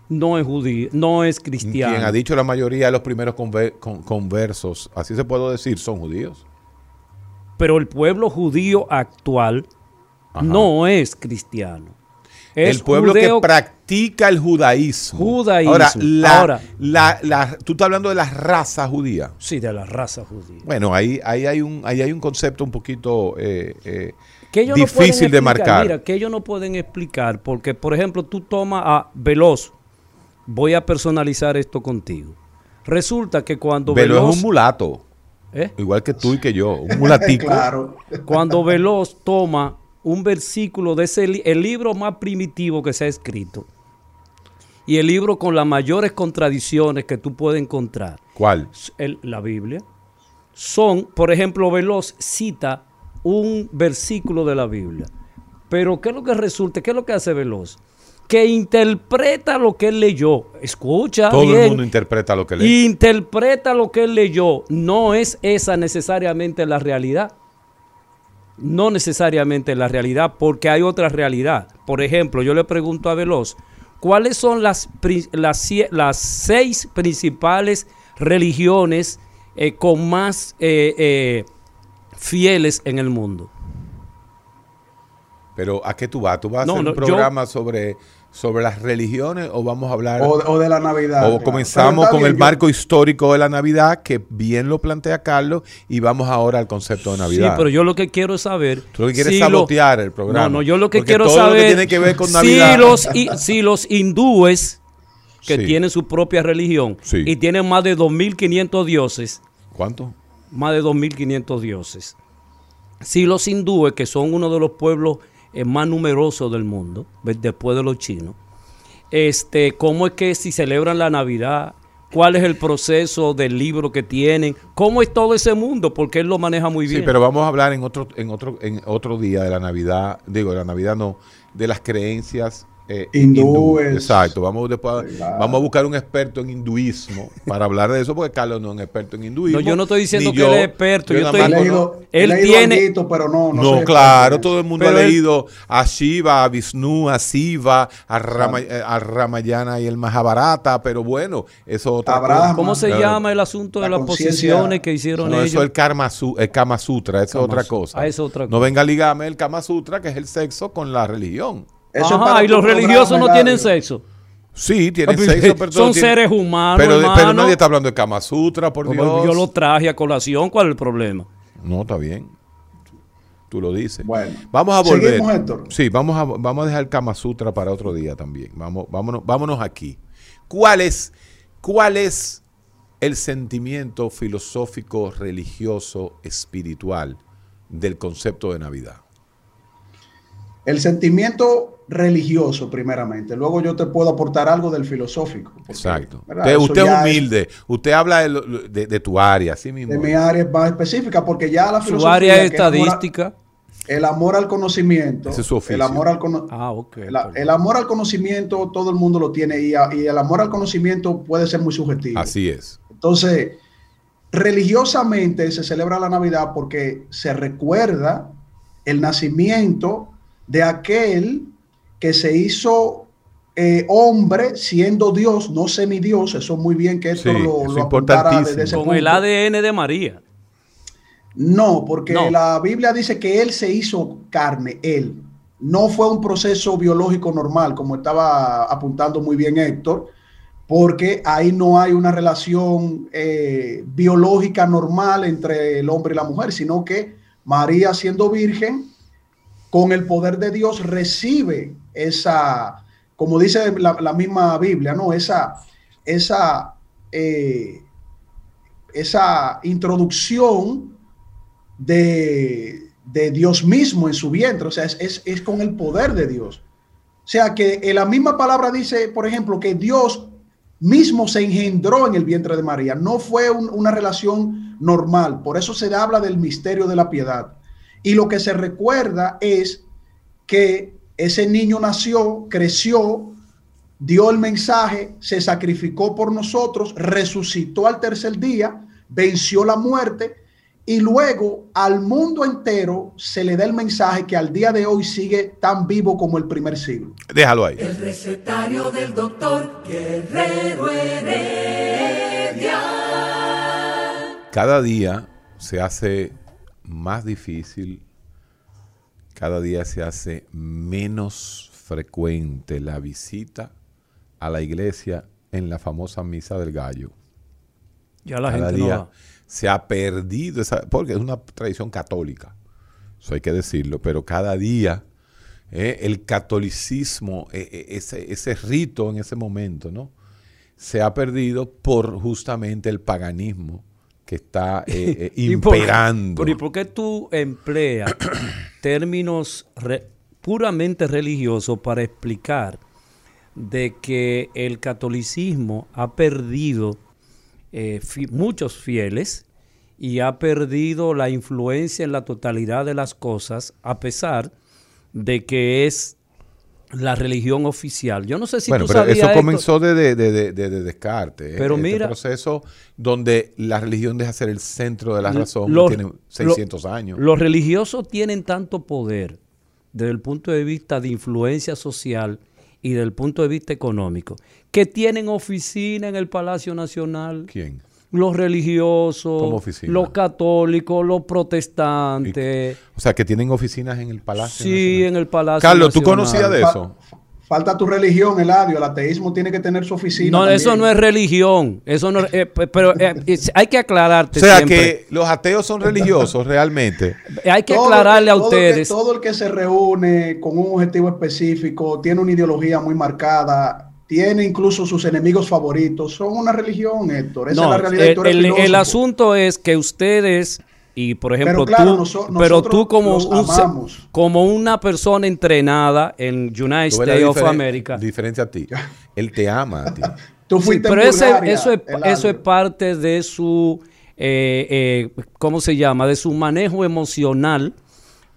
[SPEAKER 4] no es judío, no es cristiano.
[SPEAKER 3] Quien ha dicho la mayoría de los primeros conver- con- conversos, así se puede decir, son judíos.
[SPEAKER 4] Pero el pueblo judío actual
[SPEAKER 3] Ajá.
[SPEAKER 4] no es cristiano. Es
[SPEAKER 3] el pueblo
[SPEAKER 4] judeo-
[SPEAKER 3] que practica el judaísmo.
[SPEAKER 4] Judaísmo.
[SPEAKER 3] Ahora, la-
[SPEAKER 4] Ahora.
[SPEAKER 3] la- la- tú estás hablando de la raza judía.
[SPEAKER 4] Sí, de la raza judía.
[SPEAKER 3] Bueno, ahí, ahí, hay, un, ahí hay un concepto un poquito eh, eh,
[SPEAKER 4] que ellos no pueden
[SPEAKER 3] difícil de
[SPEAKER 4] explicar,
[SPEAKER 3] marcar.
[SPEAKER 4] Mira, que ellos no pueden explicar, porque por ejemplo tú tomas a Veloz, voy a personalizar esto contigo. Resulta que cuando
[SPEAKER 3] Velo
[SPEAKER 4] Veloz,
[SPEAKER 3] es un mulato,
[SPEAKER 4] ¿eh?
[SPEAKER 3] igual que tú y que yo, un mulatico.
[SPEAKER 5] Claro.
[SPEAKER 4] cuando Veloz toma un versículo de ese li- el libro más primitivo que se ha escrito y el libro con las mayores contradicciones que tú puedes encontrar,
[SPEAKER 3] ¿Cuál?
[SPEAKER 4] s- el- la Biblia, son, por ejemplo, Veloz cita un versículo de la Biblia. Pero ¿qué es lo que resulta? ¿Qué es lo que hace Veloz? Que interpreta lo que él leyó. Escucha.
[SPEAKER 3] Todo el
[SPEAKER 4] bien.
[SPEAKER 3] mundo interpreta lo que lee.
[SPEAKER 4] Interpreta lo que él leyó. No es esa necesariamente la realidad. No necesariamente la realidad, porque hay otra realidad. Por ejemplo, yo le pregunto a Veloz, ¿cuáles son las, pri- las, sie- las seis principales religiones eh, con más eh, eh, fieles en el mundo?
[SPEAKER 3] Pero ¿a qué tú vas? ¿Tú vas a
[SPEAKER 4] No,
[SPEAKER 3] hacer
[SPEAKER 4] no,
[SPEAKER 3] un
[SPEAKER 4] yo-
[SPEAKER 3] programa sobre, sobre las religiones o vamos a hablar
[SPEAKER 5] O, o de la
[SPEAKER 3] o
[SPEAKER 5] Navidad. claro. Pero
[SPEAKER 3] comenzamos
[SPEAKER 5] está
[SPEAKER 3] con
[SPEAKER 5] bien,
[SPEAKER 3] el
[SPEAKER 5] yo-
[SPEAKER 3] marco histórico de la Navidad que bien lo plantea Carlos y vamos ahora al concepto de Navidad?
[SPEAKER 4] Sí, pero yo lo que quiero es saber.
[SPEAKER 3] Tú lo que quieres
[SPEAKER 4] si
[SPEAKER 3] es sabotear el programa.
[SPEAKER 4] No, no, yo lo que
[SPEAKER 3] Porque
[SPEAKER 4] quiero
[SPEAKER 3] todo lo que
[SPEAKER 4] saber.
[SPEAKER 3] tiene que ver con
[SPEAKER 4] Si
[SPEAKER 3] Navidad.
[SPEAKER 4] los, hi- si los hindúes, que
[SPEAKER 3] Sí.
[SPEAKER 4] tienen su propia religión
[SPEAKER 3] Sí.
[SPEAKER 4] y tienen más de 2.500 dioses,
[SPEAKER 3] ¿Cuánto?
[SPEAKER 4] más de 2.500 dioses. Si los hindúes, que son uno de los pueblos eh, más numerosos del mundo, ve- después de los chinos, este, ¿cómo es que si celebran la Navidad? ¿Cuál es el proceso del libro que tienen? ¿Cómo es todo ese mundo? Porque él lo maneja muy bien.
[SPEAKER 3] Sí, pero vamos a hablar en otro, en otro, en otro día de la Navidad, digo, de la Navidad no, de las creencias eh,
[SPEAKER 5] Hindúes.
[SPEAKER 3] hindú. Exacto. Vamos después, a-
[SPEAKER 5] Claro.
[SPEAKER 3] vamos a buscar un experto en hinduismo para hablar de eso, porque Carlos no es un experto en hinduismo.
[SPEAKER 4] No, yo no estoy diciendo
[SPEAKER 3] ni
[SPEAKER 4] que él es experto, yo
[SPEAKER 3] nada
[SPEAKER 5] He
[SPEAKER 4] estoy-
[SPEAKER 3] más conozco-
[SPEAKER 5] leído,
[SPEAKER 4] Él
[SPEAKER 5] él tiene.
[SPEAKER 4] tiene-
[SPEAKER 5] pero no, no,
[SPEAKER 3] No,
[SPEAKER 5] soy experto
[SPEAKER 3] claro,
[SPEAKER 5] en
[SPEAKER 3] todo el mundo
[SPEAKER 4] Pero
[SPEAKER 3] ha
[SPEAKER 4] él-
[SPEAKER 3] leído a Shiva, a Vishnu, a Siva, a, Rama- eh, a Ramayana y el Mahabharata, pero bueno, eso es otra
[SPEAKER 5] A
[SPEAKER 3] cosa.
[SPEAKER 5] Brahma.
[SPEAKER 4] ¿Cómo se
[SPEAKER 3] Claro.
[SPEAKER 4] llama el asunto de
[SPEAKER 5] La
[SPEAKER 4] las
[SPEAKER 5] conciencia-
[SPEAKER 4] posiciones que hicieron
[SPEAKER 3] No,
[SPEAKER 4] ellos?
[SPEAKER 3] eso es el Karma, Su- el Kama Sutra, eso
[SPEAKER 4] Kama
[SPEAKER 3] es otra
[SPEAKER 4] Su-
[SPEAKER 3] cosa.
[SPEAKER 4] Ah, eso es otra
[SPEAKER 3] No
[SPEAKER 4] cosa.
[SPEAKER 3] venga a ligarme el Kama Sutra, que es el sexo con la religión.
[SPEAKER 5] eso. Eso es
[SPEAKER 4] Ajá,
[SPEAKER 5] para
[SPEAKER 4] y los
[SPEAKER 5] tu programa,
[SPEAKER 4] religiosos no tienen
[SPEAKER 5] Eladio.
[SPEAKER 4] sexo.
[SPEAKER 3] Sí, tienen
[SPEAKER 4] Pero,
[SPEAKER 3] sexo, pero
[SPEAKER 4] son
[SPEAKER 3] todo tiene-
[SPEAKER 4] seres humanos,
[SPEAKER 3] Pero, de- pero
[SPEAKER 4] hermano.
[SPEAKER 3] nadie está hablando de Kama Sutra, por Dios.
[SPEAKER 4] Yo lo traje a colación, ¿cuál es el problema?
[SPEAKER 3] No, está bien. Tú lo dices.
[SPEAKER 5] Bueno.
[SPEAKER 3] vamos a volver.
[SPEAKER 5] Seguimos, Héctor.
[SPEAKER 3] Sí, vamos a, vamos a dejar Kama Sutra para otro día también. Vamos, vámonos, vámonos aquí. ¿Cuál es, ¿Cuál es el sentimiento filosófico, religioso, espiritual del concepto de Navidad?
[SPEAKER 5] El sentimiento religioso, primeramente. Luego yo te puedo aportar algo del filosófico. porque,
[SPEAKER 3] Exacto.
[SPEAKER 5] ¿verdad?
[SPEAKER 3] Usted,
[SPEAKER 5] Eso
[SPEAKER 3] usted es
[SPEAKER 5] ya
[SPEAKER 3] humilde. Usted habla de, lo- de- de tu área, así mismo.
[SPEAKER 5] De mi área más específica, porque ya la
[SPEAKER 4] Su
[SPEAKER 5] filosofía.
[SPEAKER 4] área
[SPEAKER 5] que es amor a-
[SPEAKER 4] estadística.
[SPEAKER 5] El amor al conocimiento.
[SPEAKER 3] Ese es su oficio.
[SPEAKER 5] El amor al cono-
[SPEAKER 4] Ah, ok.
[SPEAKER 5] el, el amor al conocimiento, todo el mundo lo tiene. Y, a- y el amor al conocimiento puede ser muy subjetivo.
[SPEAKER 3] Así es.
[SPEAKER 5] Entonces, religiosamente se celebra la Navidad porque se recuerda el nacimiento de aquel que se hizo eh, hombre siendo Dios, no semidios. Eso muy bien que esto
[SPEAKER 3] Sí,
[SPEAKER 5] lo,
[SPEAKER 3] eso
[SPEAKER 5] lo apuntara
[SPEAKER 3] importantísimo.
[SPEAKER 5] desde ese
[SPEAKER 4] Con
[SPEAKER 5] punto.
[SPEAKER 4] el ADN de María.
[SPEAKER 5] No, porque
[SPEAKER 4] No.
[SPEAKER 5] la Biblia dice que él se hizo carne, él. No fue un proceso biológico normal, como estaba apuntando muy bien Héctor, porque ahí no hay una relación eh, biológica normal entre el hombre y la mujer, sino que María siendo virgen, con el poder de Dios recibe esa, como dice la, la misma Biblia, ¿no? Esa, esa, eh, esa introducción de, de Dios mismo en su vientre, o sea, es, es- es con el poder de Dios. O sea, que en la misma palabra dice, por ejemplo, que Dios mismo se engendró en el vientre de María, no fue un- una relación normal, por eso se habla del misterio de la piedad. Y lo que se recuerda es que ese niño nació, creció, dio el mensaje, se sacrificó por nosotros, resucitó al tercer día, venció la muerte y luego al mundo entero se le da el mensaje que al día de hoy sigue tan vivo como el primer siglo.
[SPEAKER 3] Déjalo ahí.
[SPEAKER 2] El recetario del doctor Guerrero Heredia.
[SPEAKER 3] Cada día se hace más difícil, cada día se hace menos frecuente la visita a la iglesia en la famosa misa del gallo.
[SPEAKER 4] Ya la
[SPEAKER 3] Cada
[SPEAKER 4] gente
[SPEAKER 3] día
[SPEAKER 4] no va.
[SPEAKER 3] se ha perdido esa, porque es una tradición católica, eso hay que decirlo, pero cada día eh, el catolicismo, eh, eh, ese, ese rito en ese momento, ¿no? Se ha perdido por justamente el paganismo que está eh, eh,
[SPEAKER 4] ¿Y por-
[SPEAKER 3] imperando.
[SPEAKER 4] pero ¿Y por qué tú empleas términos re- puramente religiosos para explicar de que el catolicismo ha perdido eh, fi- muchos fieles y ha perdido la influencia en la totalidad de las cosas, a pesar de que es la religión oficial? Yo no sé si
[SPEAKER 3] bueno,
[SPEAKER 4] tú
[SPEAKER 3] pero
[SPEAKER 4] sabías
[SPEAKER 3] eso
[SPEAKER 4] esto.
[SPEAKER 3] comenzó desde de, de- de- de Descartes. eh,
[SPEAKER 4] Pero
[SPEAKER 3] este
[SPEAKER 4] mira-
[SPEAKER 3] proceso donde la religión deja ser el centro de la razón,
[SPEAKER 4] Los-
[SPEAKER 3] tiene
[SPEAKER 4] lo-
[SPEAKER 3] 600 años.
[SPEAKER 4] Los religiosos tienen tanto poder desde el punto de vista de influencia social y del punto de vista económico, que tienen oficina en el Palacio Nacional,
[SPEAKER 3] ¿Quién?
[SPEAKER 4] los religiosos,
[SPEAKER 3] Como oficina.
[SPEAKER 4] los católicos, los protestantes.
[SPEAKER 3] O sea, que tienen oficinas en el Palacio.
[SPEAKER 4] sí,
[SPEAKER 3] Nacional.
[SPEAKER 4] en el Palacio.
[SPEAKER 3] Carlos, ¿tú
[SPEAKER 4] Nacional.
[SPEAKER 3] conocías de
[SPEAKER 5] Fa-
[SPEAKER 3] eso?
[SPEAKER 5] Falta tu religión, Eladio. El ateísmo tiene que tener su oficina.
[SPEAKER 4] No,
[SPEAKER 5] también.
[SPEAKER 4] eso no es religión. Eso no, eh, p- pero eh, es- hay que
[SPEAKER 3] O
[SPEAKER 4] aclararte
[SPEAKER 3] sea,
[SPEAKER 4] siempre.
[SPEAKER 3] que los ateos son religiosos realmente.
[SPEAKER 4] hay que
[SPEAKER 5] Todo el
[SPEAKER 4] aclararle a
[SPEAKER 5] todo el que-
[SPEAKER 4] ustedes.
[SPEAKER 5] todo el que se reúne con un objetivo específico, tiene una ideología muy marcada, tiene incluso sus enemigos favoritos. Son una religión, Héctor. Esa
[SPEAKER 4] No,
[SPEAKER 5] es la realidad.
[SPEAKER 4] el,
[SPEAKER 5] Héctor, es
[SPEAKER 4] el- el
[SPEAKER 5] filósofo.
[SPEAKER 4] asunto es que ustedes y por ejemplo
[SPEAKER 5] Pero claro,
[SPEAKER 4] tú,
[SPEAKER 5] noso-
[SPEAKER 4] pero
[SPEAKER 5] nosotros
[SPEAKER 4] tú como
[SPEAKER 5] los
[SPEAKER 4] un se-
[SPEAKER 5] amamos.
[SPEAKER 4] como una persona entrenada en United
[SPEAKER 3] Tú ves la
[SPEAKER 4] States of
[SPEAKER 3] diferen-
[SPEAKER 4] America.
[SPEAKER 3] Diferencia a ti. Él te ama a ti.
[SPEAKER 5] Tú
[SPEAKER 4] Sí,
[SPEAKER 5] fuiste en
[SPEAKER 4] pero ese-
[SPEAKER 5] Bulgaria,
[SPEAKER 4] eso es
[SPEAKER 5] Eladio.
[SPEAKER 4] eso es parte de su eh, eh, cómo se llama de su manejo emocional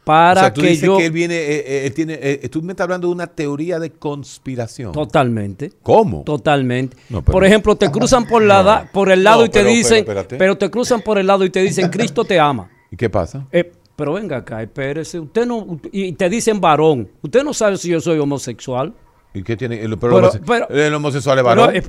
[SPEAKER 4] para
[SPEAKER 3] o sea, tú
[SPEAKER 4] que
[SPEAKER 3] dices
[SPEAKER 4] yo
[SPEAKER 3] que él viene, eh, eh, él tiene, eh, tú me estás hablando de una teoría de conspiración.
[SPEAKER 4] totalmente
[SPEAKER 3] ¿Cómo?
[SPEAKER 4] Totalmente.
[SPEAKER 3] No, pero-
[SPEAKER 4] por ejemplo, te cruzan por, la da- por el lado
[SPEAKER 3] No,
[SPEAKER 4] y te
[SPEAKER 3] pero- pero
[SPEAKER 4] dicen, pero,
[SPEAKER 3] espérate.
[SPEAKER 4] te cruzan por el lado y te dicen, Cristo te ama.
[SPEAKER 3] ¿Y qué pasa?
[SPEAKER 4] Eh, pero venga acá, espérese, usted no, y te dicen varón, usted no sabe si yo soy homosexual.
[SPEAKER 3] ¿Y qué tiene? El, pero
[SPEAKER 4] Pero-
[SPEAKER 3] el homose-
[SPEAKER 4] pero-
[SPEAKER 3] el homosexual es
[SPEAKER 4] pero,
[SPEAKER 3] varón.
[SPEAKER 4] eh,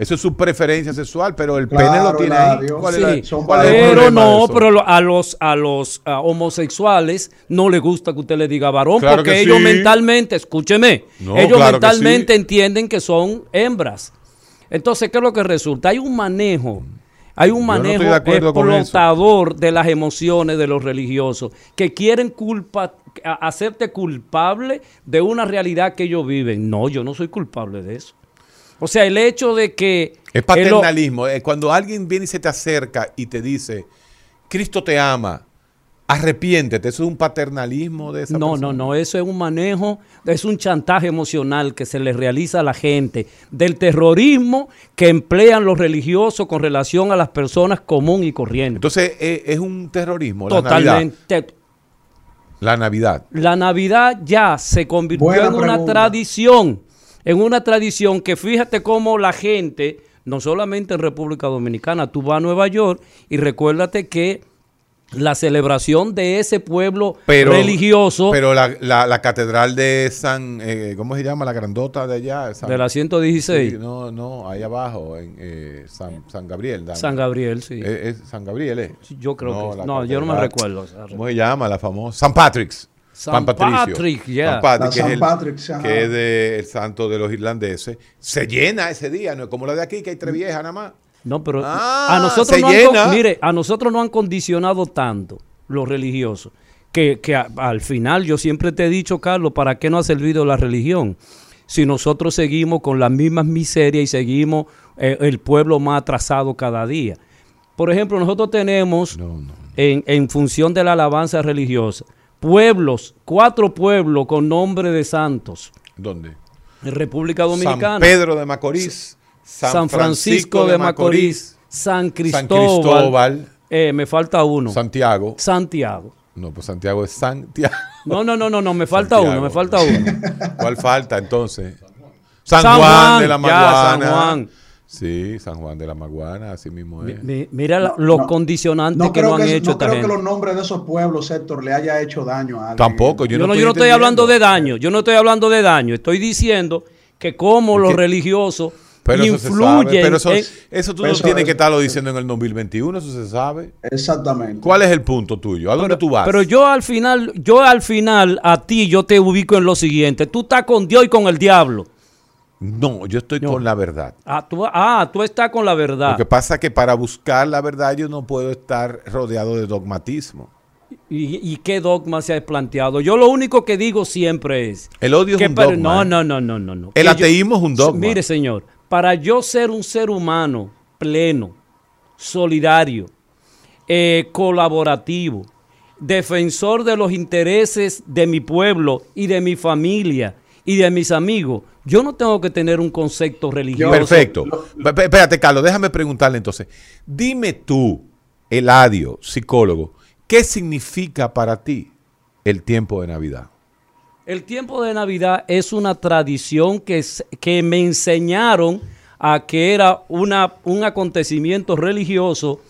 [SPEAKER 3] eso es su preferencia sexual, pero el
[SPEAKER 5] Claro,
[SPEAKER 3] pene lo tiene ahí.
[SPEAKER 5] Eladio.
[SPEAKER 3] ¿Cuál es
[SPEAKER 4] Sí,
[SPEAKER 3] la-
[SPEAKER 5] son
[SPEAKER 3] cuál es
[SPEAKER 5] varones.
[SPEAKER 3] el
[SPEAKER 4] pero
[SPEAKER 3] problema de
[SPEAKER 4] no,
[SPEAKER 3] eso?
[SPEAKER 4] pero lo- a los, a los ah, homosexuales no les gusta que usted le diga varón
[SPEAKER 3] Claro
[SPEAKER 4] porque
[SPEAKER 3] que
[SPEAKER 4] ellos
[SPEAKER 3] sí.
[SPEAKER 4] mentalmente, escúcheme,
[SPEAKER 3] No,
[SPEAKER 4] ellos
[SPEAKER 3] claro que
[SPEAKER 4] mentalmente
[SPEAKER 3] sí.
[SPEAKER 4] entienden que son hembras. Entonces, ¿qué es lo que resulta? Hay un manejo, hay un
[SPEAKER 3] Yo no estoy
[SPEAKER 4] manejo
[SPEAKER 3] de acuerdo con eso.
[SPEAKER 4] explotador de las emociones de los religiosos que quieren culpa, a- hacerte culpable de una realidad que ellos viven. No, yo no soy culpable de eso. O sea, el hecho de que...
[SPEAKER 3] Es
[SPEAKER 4] el o-
[SPEAKER 3] paternalismo. eh, Cuando alguien viene y se te acerca y te dice, Cristo te ama, arrepiéntete. Eso es un paternalismo de esa
[SPEAKER 4] No,
[SPEAKER 3] persona.
[SPEAKER 4] no, no, eso es un manejo, es un chantaje emocional que se le realiza a la gente del terrorismo que emplean los religiosos con relación a las personas común y corriente.
[SPEAKER 3] Entonces eh, es un terrorismo.
[SPEAKER 4] Totalmente.
[SPEAKER 3] La Navidad.
[SPEAKER 4] La Navidad ya se convirtió
[SPEAKER 5] Buena
[SPEAKER 4] en una
[SPEAKER 5] pregunta.
[SPEAKER 4] tradición, en una tradición que fíjate cómo la gente, no solamente en República Dominicana, tú vas a Nueva York y recuérdate que la celebración de ese pueblo
[SPEAKER 3] Pero,
[SPEAKER 4] religioso
[SPEAKER 3] Pero la, la- la catedral de San. eh, ¿Cómo se llama? La grandota de allá. San-
[SPEAKER 4] de la 116.
[SPEAKER 3] Sí, No, no, ahí abajo, en eh, San, San Gabriel. Dan-
[SPEAKER 4] San Gabriel, sí.
[SPEAKER 3] Eh, es San Gabriel, ¿eh?
[SPEAKER 4] Sí, yo creo que-
[SPEAKER 3] la
[SPEAKER 4] no, yo no me
[SPEAKER 3] catedral.
[SPEAKER 4] recuerdo, o sea,
[SPEAKER 3] ¿Cómo se llama la famosa? San Patrick's.
[SPEAKER 4] San Patrick, yeah.
[SPEAKER 3] San
[SPEAKER 5] La
[SPEAKER 3] Patrick, que,
[SPEAKER 5] San
[SPEAKER 3] es el,
[SPEAKER 5] Patrick's, ajá.
[SPEAKER 3] que es de- el santo de los irlandeses. Se llena ese día, no es como la de aquí, que hay tres viejas nada más.
[SPEAKER 4] No, pero
[SPEAKER 3] Ah,
[SPEAKER 4] a nosotros
[SPEAKER 3] se
[SPEAKER 4] no han,
[SPEAKER 3] llena.
[SPEAKER 4] con- mire, a nosotros no han condicionado tanto los religiosos que, que a- al final yo siempre te he dicho, Carlos, ¿para qué no ha servido la religión? Si nosotros seguimos con las mismas miserias y seguimos eh, el pueblo más atrasado cada día. Por ejemplo, nosotros tenemos En, en función de la alabanza religiosa pueblos, cuatro pueblos con nombre de santos
[SPEAKER 3] ¿Dónde?
[SPEAKER 4] en República Dominicana.
[SPEAKER 3] San Pedro de Macorís.
[SPEAKER 4] San, Francisco, de Macorís, San Cristóbal,
[SPEAKER 3] Cristóbal.
[SPEAKER 4] eh, me falta uno,
[SPEAKER 3] Santiago.
[SPEAKER 4] Santiago.
[SPEAKER 3] No, pues Santiago es Santiago.
[SPEAKER 4] No, no, no, no, no, me falta
[SPEAKER 3] Santiago.
[SPEAKER 4] uno, me falta uno.
[SPEAKER 3] ¿Cuál falta entonces? San Juan,
[SPEAKER 4] San Juan,
[SPEAKER 3] de la
[SPEAKER 4] ya, San
[SPEAKER 3] Maguana.
[SPEAKER 4] Juan.
[SPEAKER 3] Sí, San Juan de la Maguana, así mismo
[SPEAKER 4] Mi-
[SPEAKER 3] es.
[SPEAKER 4] mi- Mira la- los
[SPEAKER 5] No,
[SPEAKER 4] condicionantes
[SPEAKER 5] No
[SPEAKER 4] que
[SPEAKER 5] creo,
[SPEAKER 4] no han
[SPEAKER 5] que,
[SPEAKER 4] hecho
[SPEAKER 5] no
[SPEAKER 4] esta
[SPEAKER 5] creo que
[SPEAKER 4] gente.
[SPEAKER 5] los nombres de esos pueblos, Héctor, le haya hecho daño a alguien.
[SPEAKER 3] Tampoco,
[SPEAKER 4] Yo
[SPEAKER 3] yo,
[SPEAKER 4] no,
[SPEAKER 3] no
[SPEAKER 4] yo no estoy hablando de
[SPEAKER 3] entendiendo.
[SPEAKER 4] daño, yo no estoy hablando de daño, estoy diciendo que como
[SPEAKER 3] Es
[SPEAKER 4] los
[SPEAKER 3] que-
[SPEAKER 4] religiosos
[SPEAKER 3] Pero eso se
[SPEAKER 4] influyen eh.
[SPEAKER 3] sabe, pero eso,
[SPEAKER 4] en-
[SPEAKER 3] eso tú
[SPEAKER 5] Pero
[SPEAKER 3] no
[SPEAKER 5] eso-
[SPEAKER 3] tienes que estarlo diciendo en el 2021, eso se sabe.
[SPEAKER 5] Exactamente.
[SPEAKER 3] ¿Cuál es el punto tuyo? ¿A dónde tú vas?
[SPEAKER 4] Pero yo al final, yo al final a ti yo te ubico en lo siguiente, tú estás con Dios y con el diablo.
[SPEAKER 3] No, yo estoy con la verdad.
[SPEAKER 4] Ah, tú, ah, tú estás con la verdad.
[SPEAKER 3] Lo que pasa es que para buscar la verdad yo no puedo estar rodeado de dogmatismo.
[SPEAKER 4] ¿Y, y qué dogma se ha planteado? Yo lo único que digo siempre es...
[SPEAKER 3] El odio es
[SPEAKER 4] que
[SPEAKER 3] un
[SPEAKER 4] para-
[SPEAKER 3] dogma,
[SPEAKER 4] No,
[SPEAKER 3] ¿eh?
[SPEAKER 4] no, no, no, no, no.
[SPEAKER 3] El
[SPEAKER 4] Que yo-
[SPEAKER 3] ateísmo es un dogma.
[SPEAKER 4] Mire, señor, para yo ser un ser humano pleno, solidario, eh, colaborativo, defensor de los intereses de mi pueblo y de mi familia y de mis amigos, yo no tengo que tener un concepto religioso.
[SPEAKER 3] Perfecto. Pe- pe- Espérate, Carlos, déjame preguntarle entonces. Dime tú, Eladio, psicólogo, ¿qué significa para ti el tiempo de Navidad?
[SPEAKER 4] El tiempo de Navidad es una tradición que, es- que me enseñaron a que era una, un acontecimiento religioso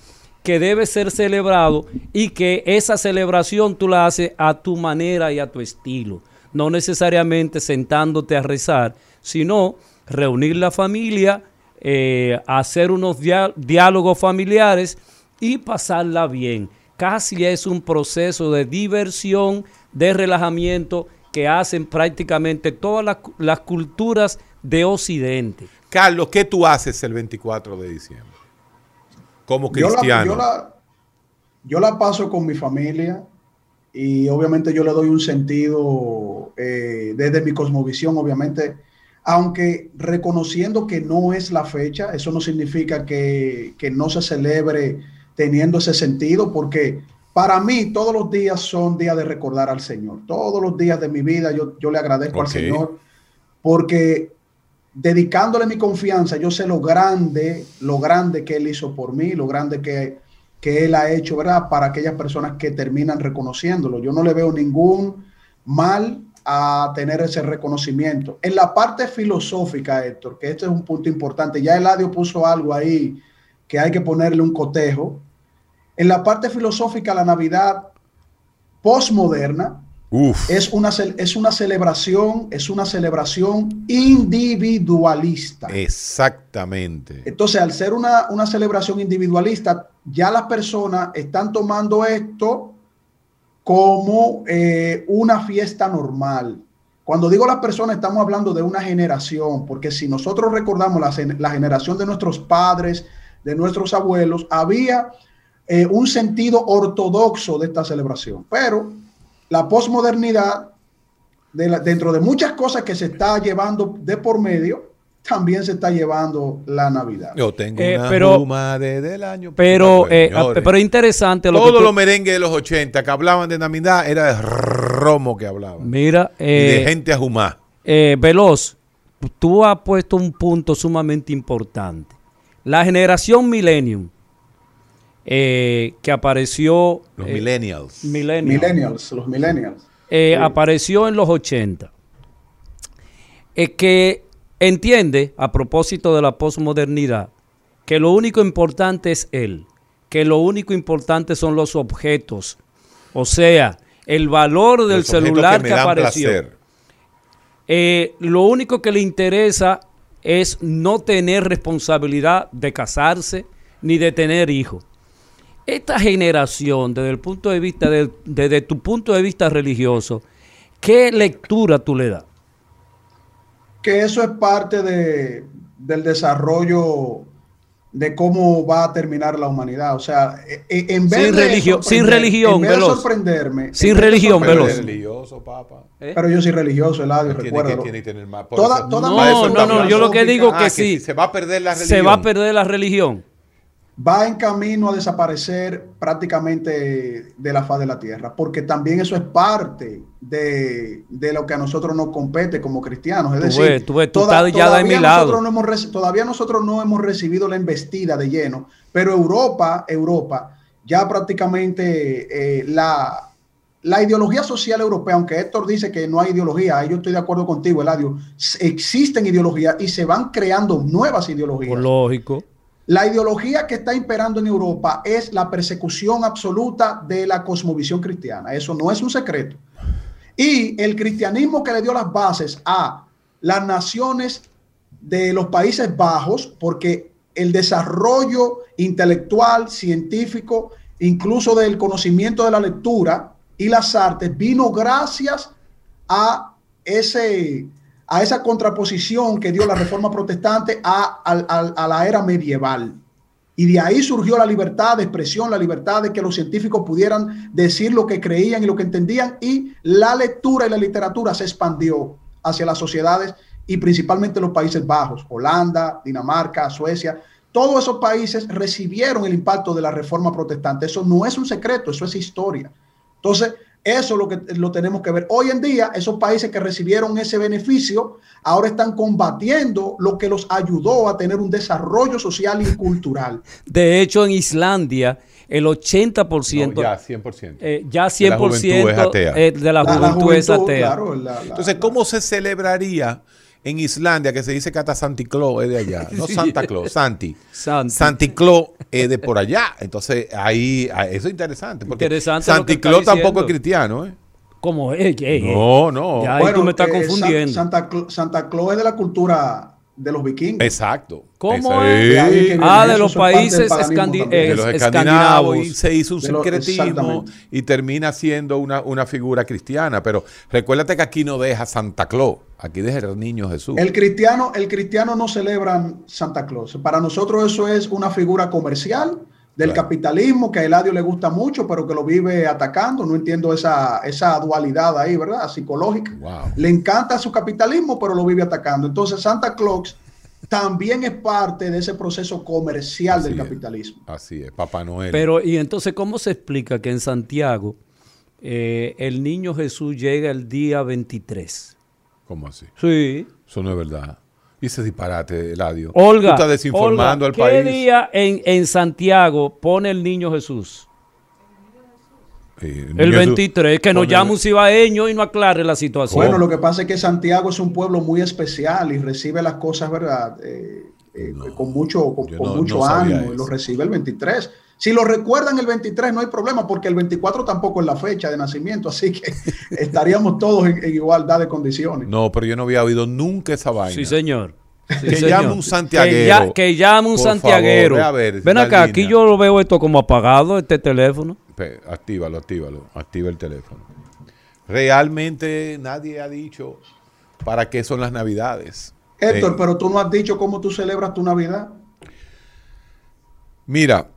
[SPEAKER 4] que debe ser celebrado y que esa celebración tú la haces a tu manera y a tu estilo. No necesariamente sentándote a rezar, sino reunir la familia, eh, hacer unos dia- diálogos familiares y pasarla bien. Casi es un proceso de diversión, de relajamiento que hacen prácticamente todas las, cu- las culturas de Occidente.
[SPEAKER 3] Carlos, ¿qué tú haces el 24 de diciembre? Como
[SPEAKER 5] Yo la-
[SPEAKER 3] cristiano.
[SPEAKER 5] Yo la, yo la paso con mi familia y obviamente yo le doy un sentido eh, desde mi cosmovisión, obviamente, aunque reconociendo que no es la fecha, eso no significa que, que no se celebre teniendo ese sentido, porque para mí todos los días son días de recordar al Señor. Todos los días de mi vida yo, yo le agradezco
[SPEAKER 3] Ok.
[SPEAKER 5] al Señor porque dedicándole mi confianza, yo sé lo grande, lo grande que Él hizo por mí, lo grande que, que Él ha hecho, ¿verdad? Para aquellas personas que terminan reconociéndolo. Yo no le veo ningún mal a tener ese reconocimiento. En la parte filosófica, Héctor, que este es un punto importante, ya Eladio puso algo ahí que hay que ponerle un cotejo. En la parte filosófica, la Navidad postmoderna,
[SPEAKER 3] Uf,
[SPEAKER 5] es una, cel- es una celebración, es una celebración individualista.
[SPEAKER 3] exactamente.
[SPEAKER 5] Entonces, al ser una, una celebración individualista, ya las personas están tomando esto como eh, una fiesta normal. Cuando digo las personas, estamos hablando de una generación, porque si nosotros recordamos la, gen- la generación de nuestros padres, de nuestros abuelos, había eh, un sentido ortodoxo de esta celebración. Pero la posmodernidad, de la- dentro de muchas cosas que se está llevando de por medio, también se está llevando la Navidad.
[SPEAKER 3] Yo tengo
[SPEAKER 4] Eh,
[SPEAKER 3] una
[SPEAKER 4] pero-
[SPEAKER 3] pluma de- del año.
[SPEAKER 4] Pero,
[SPEAKER 3] Puta,
[SPEAKER 4] eh,
[SPEAKER 3] señores.
[SPEAKER 4] pero interesante lo que
[SPEAKER 3] Todos
[SPEAKER 4] tú-
[SPEAKER 3] los merengues de los 80 que hablaban de Navidad era de romo que hablaban.
[SPEAKER 4] Mira,
[SPEAKER 3] y
[SPEAKER 4] eh,
[SPEAKER 3] de gente a jumar.
[SPEAKER 4] Eh, Veloz, tú has puesto un punto sumamente importante. La generación Millennium, eh, que apareció...
[SPEAKER 3] Los
[SPEAKER 4] eh,
[SPEAKER 3] millennials.
[SPEAKER 4] millennium,
[SPEAKER 5] Millennials, los millennials.
[SPEAKER 4] eh,
[SPEAKER 5] Sí.
[SPEAKER 4] apareció en los 80. Es que entiende, a propósito de la posmodernidad, que lo único importante es él, que lo único importante son los objetos. O sea, el valor del
[SPEAKER 3] Los objetos
[SPEAKER 4] celular
[SPEAKER 3] me
[SPEAKER 4] que,
[SPEAKER 3] dan
[SPEAKER 4] apareció.
[SPEAKER 3] placer.
[SPEAKER 4] Eh, lo único que le interesa es no tener responsabilidad de casarse ni de tener hijos. Esta generación, desde el punto de vista, del- desde tu punto de vista religioso, ¿qué lectura tú le das?
[SPEAKER 5] que eso es parte de, del desarrollo de cómo va a terminar la humanidad. O sea, e- e- en vez
[SPEAKER 4] Sin
[SPEAKER 5] de
[SPEAKER 4] religión- sin
[SPEAKER 5] sorprender-
[SPEAKER 4] religión,
[SPEAKER 5] en vez de
[SPEAKER 4] veloz.
[SPEAKER 5] sorprenderme.
[SPEAKER 4] Sin
[SPEAKER 5] en vez de
[SPEAKER 4] religión,
[SPEAKER 3] Pero
[SPEAKER 4] veloz. ¿Eh?
[SPEAKER 3] es
[SPEAKER 5] sorprenderme-
[SPEAKER 3] religioso, papá.
[SPEAKER 5] Pero yo soy religioso, Eladio,
[SPEAKER 3] Tiene que,
[SPEAKER 5] recuerdo.
[SPEAKER 3] tiene que tener más.
[SPEAKER 5] Toda-
[SPEAKER 3] eso-
[SPEAKER 5] toda
[SPEAKER 4] No,
[SPEAKER 3] para eso
[SPEAKER 4] no,
[SPEAKER 3] está
[SPEAKER 4] no,
[SPEAKER 3] hablando.
[SPEAKER 4] yo lo que digo
[SPEAKER 3] Ah,
[SPEAKER 4] que
[SPEAKER 3] si
[SPEAKER 4] sí,
[SPEAKER 3] se va a perder la religión.
[SPEAKER 4] se va a perder la religión.
[SPEAKER 5] Va en camino a desaparecer prácticamente de la faz de la tierra, porque también eso es parte de, de lo que a nosotros nos compete como cristianos. Es
[SPEAKER 4] Tú
[SPEAKER 5] decir,
[SPEAKER 4] ves, tú ves, tú estás ya de
[SPEAKER 5] todavía
[SPEAKER 4] mi lado.
[SPEAKER 5] nosotros no hemos reci- todavía nosotros no hemos recibido la embestida de lleno, pero Europa, Europa, ya prácticamente eh, la, la ideología social europea, aunque Héctor dice que no hay ideología, ahí yo estoy de acuerdo contigo, Eladio, s- existen ideologías y se van creando nuevas ideologías.
[SPEAKER 4] Por lógico.
[SPEAKER 5] La ideología que está imperando en Europa es la persecución absoluta de la cosmovisión cristiana. Eso no es un secreto. Y el cristianismo que le dio las bases a las naciones de los Países Bajos, porque el desarrollo intelectual, científico, incluso del conocimiento de la lectura y las artes, vino gracias a ese a esa contraposición que dio la reforma protestante a, al- al- a la era medieval. Y de ahí surgió la libertad de expresión, la libertad de que los científicos pudieran decir lo que creían y lo que entendían, y la lectura y la literatura se expandió hacia las sociedades y principalmente los Países Bajos, Holanda, Dinamarca, Suecia. Todos esos países recibieron el impacto de la reforma protestante. Eso no es un secreto, eso es historia. Entonces, eso es lo que lo tenemos que ver. Hoy en día, esos países que recibieron ese beneficio ahora están combatiendo lo que los ayudó a tener un desarrollo social y cultural.
[SPEAKER 4] De hecho, en Islandia, el 80%,
[SPEAKER 3] No,
[SPEAKER 4] ya,
[SPEAKER 3] ya, 100%.
[SPEAKER 4] eh, ya
[SPEAKER 3] De la
[SPEAKER 4] 100%
[SPEAKER 3] juventud es atea.
[SPEAKER 4] eh, de la, juventud, es atea.
[SPEAKER 5] claro, la- la-
[SPEAKER 3] Entonces,
[SPEAKER 5] la-
[SPEAKER 3] ¿cómo se celebraría en Islandia, que se dice que hasta Santi Claus es de allá? No Santa Claus, Santi.
[SPEAKER 4] Santi.
[SPEAKER 3] Santi Claus es de por allá. Entonces, ahí, ah, eso es interesante. Porque
[SPEAKER 4] Interesante lo que
[SPEAKER 3] Santi
[SPEAKER 4] está
[SPEAKER 3] Claus tampoco
[SPEAKER 4] diciendo.
[SPEAKER 3] es cristiano, ¿eh?
[SPEAKER 4] Como, eh, eh, eh.
[SPEAKER 3] No, no.
[SPEAKER 4] Ya. Ahí tú me estás
[SPEAKER 5] eh, San-
[SPEAKER 4] confundiendo.
[SPEAKER 5] Santa, Cla- Santa Claus es de la cultura de los vikingos.
[SPEAKER 3] Exacto.
[SPEAKER 4] ¿Cómo
[SPEAKER 3] Esa-
[SPEAKER 4] es?
[SPEAKER 3] Sí.
[SPEAKER 5] De ahí que viene
[SPEAKER 4] Ah, de
[SPEAKER 5] eso,
[SPEAKER 4] los
[SPEAKER 5] eso es parte del
[SPEAKER 4] países
[SPEAKER 5] paganismo
[SPEAKER 4] escandi-
[SPEAKER 5] también.
[SPEAKER 3] de
[SPEAKER 4] es-
[SPEAKER 3] los
[SPEAKER 4] escandinavos.
[SPEAKER 3] escandinavos y se hizo un
[SPEAKER 5] De los-
[SPEAKER 3] sincretismo
[SPEAKER 5] exactamente.
[SPEAKER 3] y termina siendo una, una figura cristiana. Pero recuérdate que aquí no deja Santa Claus, aquí deja el niño Jesús.
[SPEAKER 5] El cristiano, el cristiano no celebra Santa Claus. Para nosotros eso es una figura comercial del
[SPEAKER 3] Claro.
[SPEAKER 5] capitalismo que a Eladio le gusta mucho, pero que lo vive atacando. No entiendo esa, esa dualidad ahí, ¿verdad? Psicológica.
[SPEAKER 3] Wow.
[SPEAKER 5] Le encanta su capitalismo, pero lo vive atacando. Entonces Santa Claus también es parte de ese proceso comercial
[SPEAKER 3] Así
[SPEAKER 5] del
[SPEAKER 3] es.
[SPEAKER 5] capitalismo.
[SPEAKER 3] Así es, Papá Noel.
[SPEAKER 4] Pero, ¿y entonces cómo se explica que en Santiago eh, el niño Jesús llega el día 23?
[SPEAKER 3] ¿Cómo así?
[SPEAKER 4] Sí.
[SPEAKER 3] Eso no es verdad. Y ese disparate, Eladio.
[SPEAKER 4] Olga,
[SPEAKER 3] Tú estás desinformando
[SPEAKER 4] Olga,
[SPEAKER 3] al país.
[SPEAKER 4] ¿qué día en, en Santiago pone el niño Jesús?
[SPEAKER 3] Eh,
[SPEAKER 4] El
[SPEAKER 3] niño Jesús,
[SPEAKER 4] 23, que nos
[SPEAKER 3] ponle-
[SPEAKER 4] llame un cibaeño y no aclare la situación.
[SPEAKER 5] Bueno, lo que pasa es que Santiago es un pueblo muy especial y recibe las cosas, ¿verdad? Eh, eh,
[SPEAKER 3] No,
[SPEAKER 5] con mucho, con,
[SPEAKER 3] yo
[SPEAKER 5] con
[SPEAKER 3] no-
[SPEAKER 5] mucho
[SPEAKER 3] no sabía
[SPEAKER 5] ánimo, y lo
[SPEAKER 3] eso.
[SPEAKER 5] recibe el 23. Si lo recuerdan el 23, no hay problema, porque el 24 tampoco es la fecha de nacimiento, así que estaríamos todos en, en igualdad de condiciones.
[SPEAKER 3] No, pero yo no había oído nunca esa vaina.
[SPEAKER 4] Sí, señor. Sí,
[SPEAKER 3] Que
[SPEAKER 4] señor.
[SPEAKER 3] llame un santiaguero.
[SPEAKER 4] Que, ya- que llame un
[SPEAKER 3] Por
[SPEAKER 4] santiaguero.
[SPEAKER 3] favor, ve a ver
[SPEAKER 4] Ven
[SPEAKER 3] la
[SPEAKER 4] acá,
[SPEAKER 3] línea.
[SPEAKER 4] aquí yo lo veo esto como apagado, este teléfono.
[SPEAKER 3] Pe- Actívalo, actívalo. Activa el teléfono. Realmente nadie ha dicho para qué son las navidades.
[SPEAKER 5] Héctor,
[SPEAKER 3] Eh,
[SPEAKER 5] pero tú no has dicho cómo tú celebras tu Navidad.
[SPEAKER 3] Mira,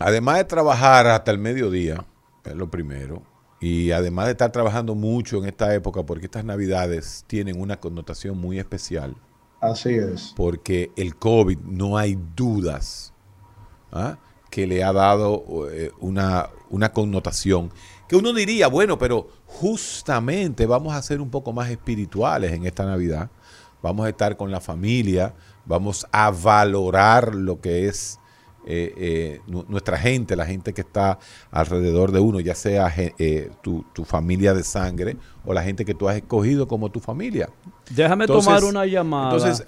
[SPEAKER 3] además de trabajar hasta el mediodía, es lo primero, y además de estar trabajando mucho en esta época, porque estas navidades tienen una connotación muy especial,
[SPEAKER 5] Así es.
[SPEAKER 3] porque el COVID no hay dudas ¿ah? que le ha dado eh, una, una connotación que uno diría, bueno, pero justamente vamos a ser un poco más espirituales en esta Navidad, vamos a estar con la familia, vamos a valorar lo que es eh, eh, nu- nuestra gente, la gente que está alrededor de uno, ya sea gen- eh, tu, tu familia de sangre o la gente que tú has escogido como tu familia.
[SPEAKER 4] Déjame
[SPEAKER 3] Entonces-
[SPEAKER 4] tomar una llamada.
[SPEAKER 3] Entonces,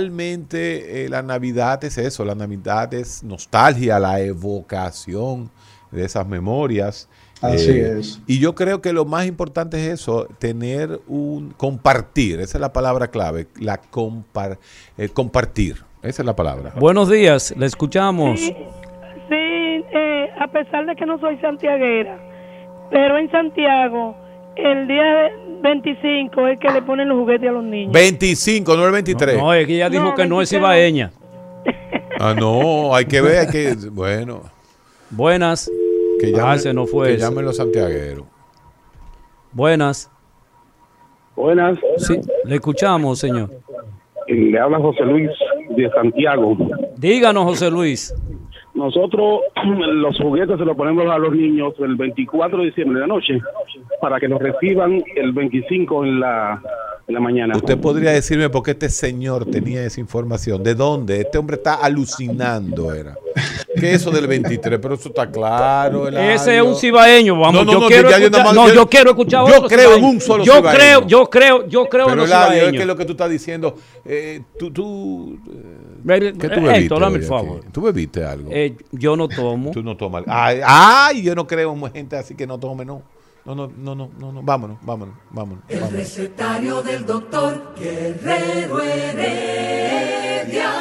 [SPEAKER 3] realmente eh, la Navidad es eso, la Navidad es nostalgia, la evocación de esas memorias. Eh,
[SPEAKER 5] Así es.
[SPEAKER 3] Y yo creo que lo más importante es eso, tener un compartir, esa es la palabra clave, la compar- eh, compartir, esa es la palabra.
[SPEAKER 4] Buenos días, le escuchamos.
[SPEAKER 6] Sí, sí, eh, a pesar de que no soy santiaguera, pero en Santiago, el día de- 25 es que le ponen los juguetes a los niños.
[SPEAKER 3] 25, no el 23.
[SPEAKER 4] No, es que ella dijo
[SPEAKER 6] No,
[SPEAKER 4] que no es
[SPEAKER 6] 23.
[SPEAKER 4] cibaeña.
[SPEAKER 3] Ah, no, hay que ver, hay que bueno,
[SPEAKER 4] Buenas,
[SPEAKER 3] que
[SPEAKER 4] Ah,
[SPEAKER 3] llamen,
[SPEAKER 4] ese no fue
[SPEAKER 3] que
[SPEAKER 4] ese.
[SPEAKER 3] llamen los santiagueros.
[SPEAKER 4] buenas.
[SPEAKER 7] Buenas,
[SPEAKER 4] Sí, le escuchamos, señor.
[SPEAKER 7] Eh, le habla José Luis de Santiago.
[SPEAKER 4] Díganos, José Luis.
[SPEAKER 7] Nosotros los juguetes se los ponemos a los niños el 24 de diciembre de la noche para que los reciban el 25 en la, en la mañana.
[SPEAKER 3] Usted podría decirme por qué este señor tenía esa información. ¿De dónde? Este hombre está alucinando, era. ¿Qué es eso del 23? Pero eso está claro. Eladio.
[SPEAKER 4] Ese es un cibaeño, vamos.
[SPEAKER 3] No, no,
[SPEAKER 4] yo,
[SPEAKER 3] no,
[SPEAKER 4] quiero
[SPEAKER 3] ya yo
[SPEAKER 4] escuchar,
[SPEAKER 3] nada más-
[SPEAKER 4] no,
[SPEAKER 3] yo-
[SPEAKER 4] yo quiero escuchar
[SPEAKER 3] yo
[SPEAKER 4] otro
[SPEAKER 3] creo en
[SPEAKER 4] cibaeño.
[SPEAKER 3] un solo
[SPEAKER 4] Yo
[SPEAKER 3] cibaeño.
[SPEAKER 4] creo, yo creo, yo creo en
[SPEAKER 3] Pero
[SPEAKER 4] los
[SPEAKER 3] Eladio, es
[SPEAKER 4] cibaeños.
[SPEAKER 3] que lo que tú estás diciendo. eh, tú, tú, eh, ¿Qué tú
[SPEAKER 4] Eh,
[SPEAKER 3] bebiste?
[SPEAKER 4] Héctor, dame el
[SPEAKER 3] hoy aquí?
[SPEAKER 4] favor.
[SPEAKER 3] ¿Tú bebiste algo?
[SPEAKER 4] Eh, yo no tomo.
[SPEAKER 3] Tú no tomas. Ay, ay, yo no creo en gente así que no tome, no. No, no, no, no, no, no. Vámonos, vámonos, vámonos.
[SPEAKER 2] El
[SPEAKER 3] vámonos.
[SPEAKER 2] recetario del doctor Guerrero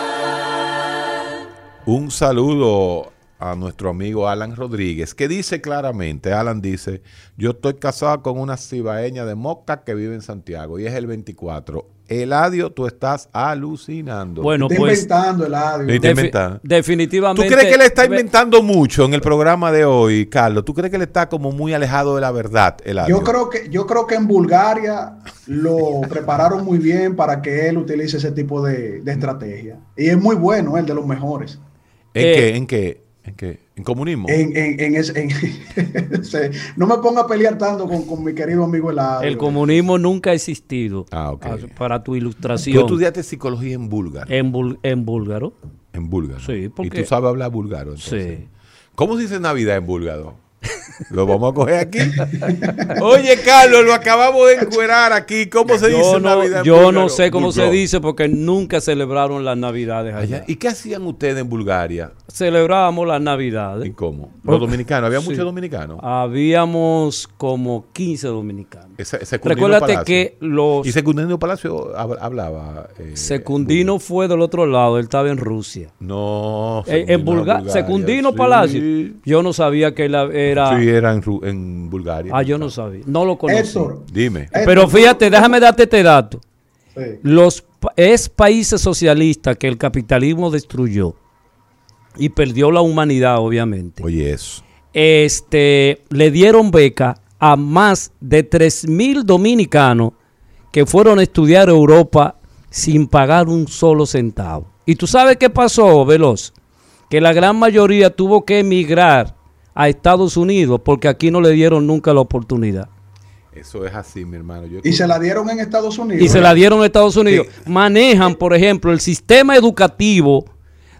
[SPEAKER 2] Heredia.
[SPEAKER 3] Un saludo a nuestro amigo Alan Rodríguez, que dice claramente, Alan dice, yo estoy casado con una cibaeña de Moca que vive en Santiago y es el 24. Eladio, tú estás alucinando.
[SPEAKER 4] Bueno,
[SPEAKER 5] Está
[SPEAKER 4] pues
[SPEAKER 5] inventando el
[SPEAKER 3] Sí.
[SPEAKER 5] audio.
[SPEAKER 3] Está
[SPEAKER 4] defi-
[SPEAKER 3] inventando. ¿Tú
[SPEAKER 4] definitivamente.
[SPEAKER 3] crees que él está inventando mucho en el programa de hoy, Carlos? ¿Tú crees que él está como muy alejado de la verdad, Eladio?
[SPEAKER 5] Yo creo que yo creo que en Bulgaria lo prepararon muy bien para que él utilice ese tipo de, de estrategia. Y es muy bueno, el de los mejores.
[SPEAKER 3] ¿En
[SPEAKER 4] Eh.
[SPEAKER 3] qué? ¿En qué? ¿En qué? ¿En comunismo?
[SPEAKER 5] En, en, en ese- en- se- no me ponga a pelear tanto con, con mi querido amigo Eladio.
[SPEAKER 4] El comunismo nunca ha existido.
[SPEAKER 3] Ah, ok.
[SPEAKER 4] Ah, Para tu
[SPEAKER 3] Tú
[SPEAKER 4] ilustración.
[SPEAKER 3] estudiaste psicología en búlgaro.
[SPEAKER 4] En, bul- en búlgaro.
[SPEAKER 3] En búlgaro.
[SPEAKER 4] Sí, porque-
[SPEAKER 3] ¿Y tú sabes hablar búlgaro? entonces?
[SPEAKER 4] Sí.
[SPEAKER 3] ¿Cómo se dice Navidad en búlgaro? Lo vamos a coger aquí. Oye, Carlos, lo acabamos de encuerar aquí. ¿Cómo se dice
[SPEAKER 4] Yo no,
[SPEAKER 3] Navidad? en
[SPEAKER 4] yo no
[SPEAKER 3] búlgaro?
[SPEAKER 4] sé cómo se
[SPEAKER 3] Búlgaro.
[SPEAKER 4] dice porque nunca celebraron las navidades allá.
[SPEAKER 3] Allá. ¿Y qué hacían ustedes en Bulgaria?
[SPEAKER 4] Celebrábamos las
[SPEAKER 3] ¿Y
[SPEAKER 4] navidades.
[SPEAKER 3] cómo? Los dominicanos. Había
[SPEAKER 4] Sí.
[SPEAKER 3] muchos dominicanos.
[SPEAKER 4] Habíamos como 15 dominicanos.
[SPEAKER 3] Esa- Secundino
[SPEAKER 4] Recuérdate
[SPEAKER 3] Palacio.
[SPEAKER 4] que los
[SPEAKER 3] Y Secundino Palacio hab- hablaba. eh,
[SPEAKER 4] Secundino fue del otro lado, él estaba en Rusia.
[SPEAKER 3] No.
[SPEAKER 4] Eh,
[SPEAKER 3] Secundino
[SPEAKER 4] en Bulga-
[SPEAKER 3] Bulgaria,
[SPEAKER 4] Secundino
[SPEAKER 3] sí.
[SPEAKER 4] Palacio. Yo no sabía que él era.
[SPEAKER 3] Sí, era en, Ru- en Bulgaria.
[SPEAKER 4] ah, yo no sabía. No lo conocí.
[SPEAKER 5] Héctor,
[SPEAKER 3] Dime.
[SPEAKER 5] Eh,
[SPEAKER 4] Pero fíjate, déjame darte este dato.
[SPEAKER 5] sí.
[SPEAKER 4] Los pa- ex países socialistas que el capitalismo destruyó y perdió la humanidad, obviamente.
[SPEAKER 3] Oye, eso.
[SPEAKER 4] este, le dieron beca a más de 3.000 dominicanos que fueron a estudiar a Europa sin pagar un solo centavo. ¿Y tú sabes qué pasó, Veloz? Que la gran mayoría tuvo que emigrar a Estados Unidos porque aquí no le dieron nunca la oportunidad.
[SPEAKER 3] Eso es así, mi hermano. Yo
[SPEAKER 5] Y se la dieron en Estados Unidos.
[SPEAKER 4] Y se la dieron a Estados Unidos. Manejan, por ejemplo, el sistema educativo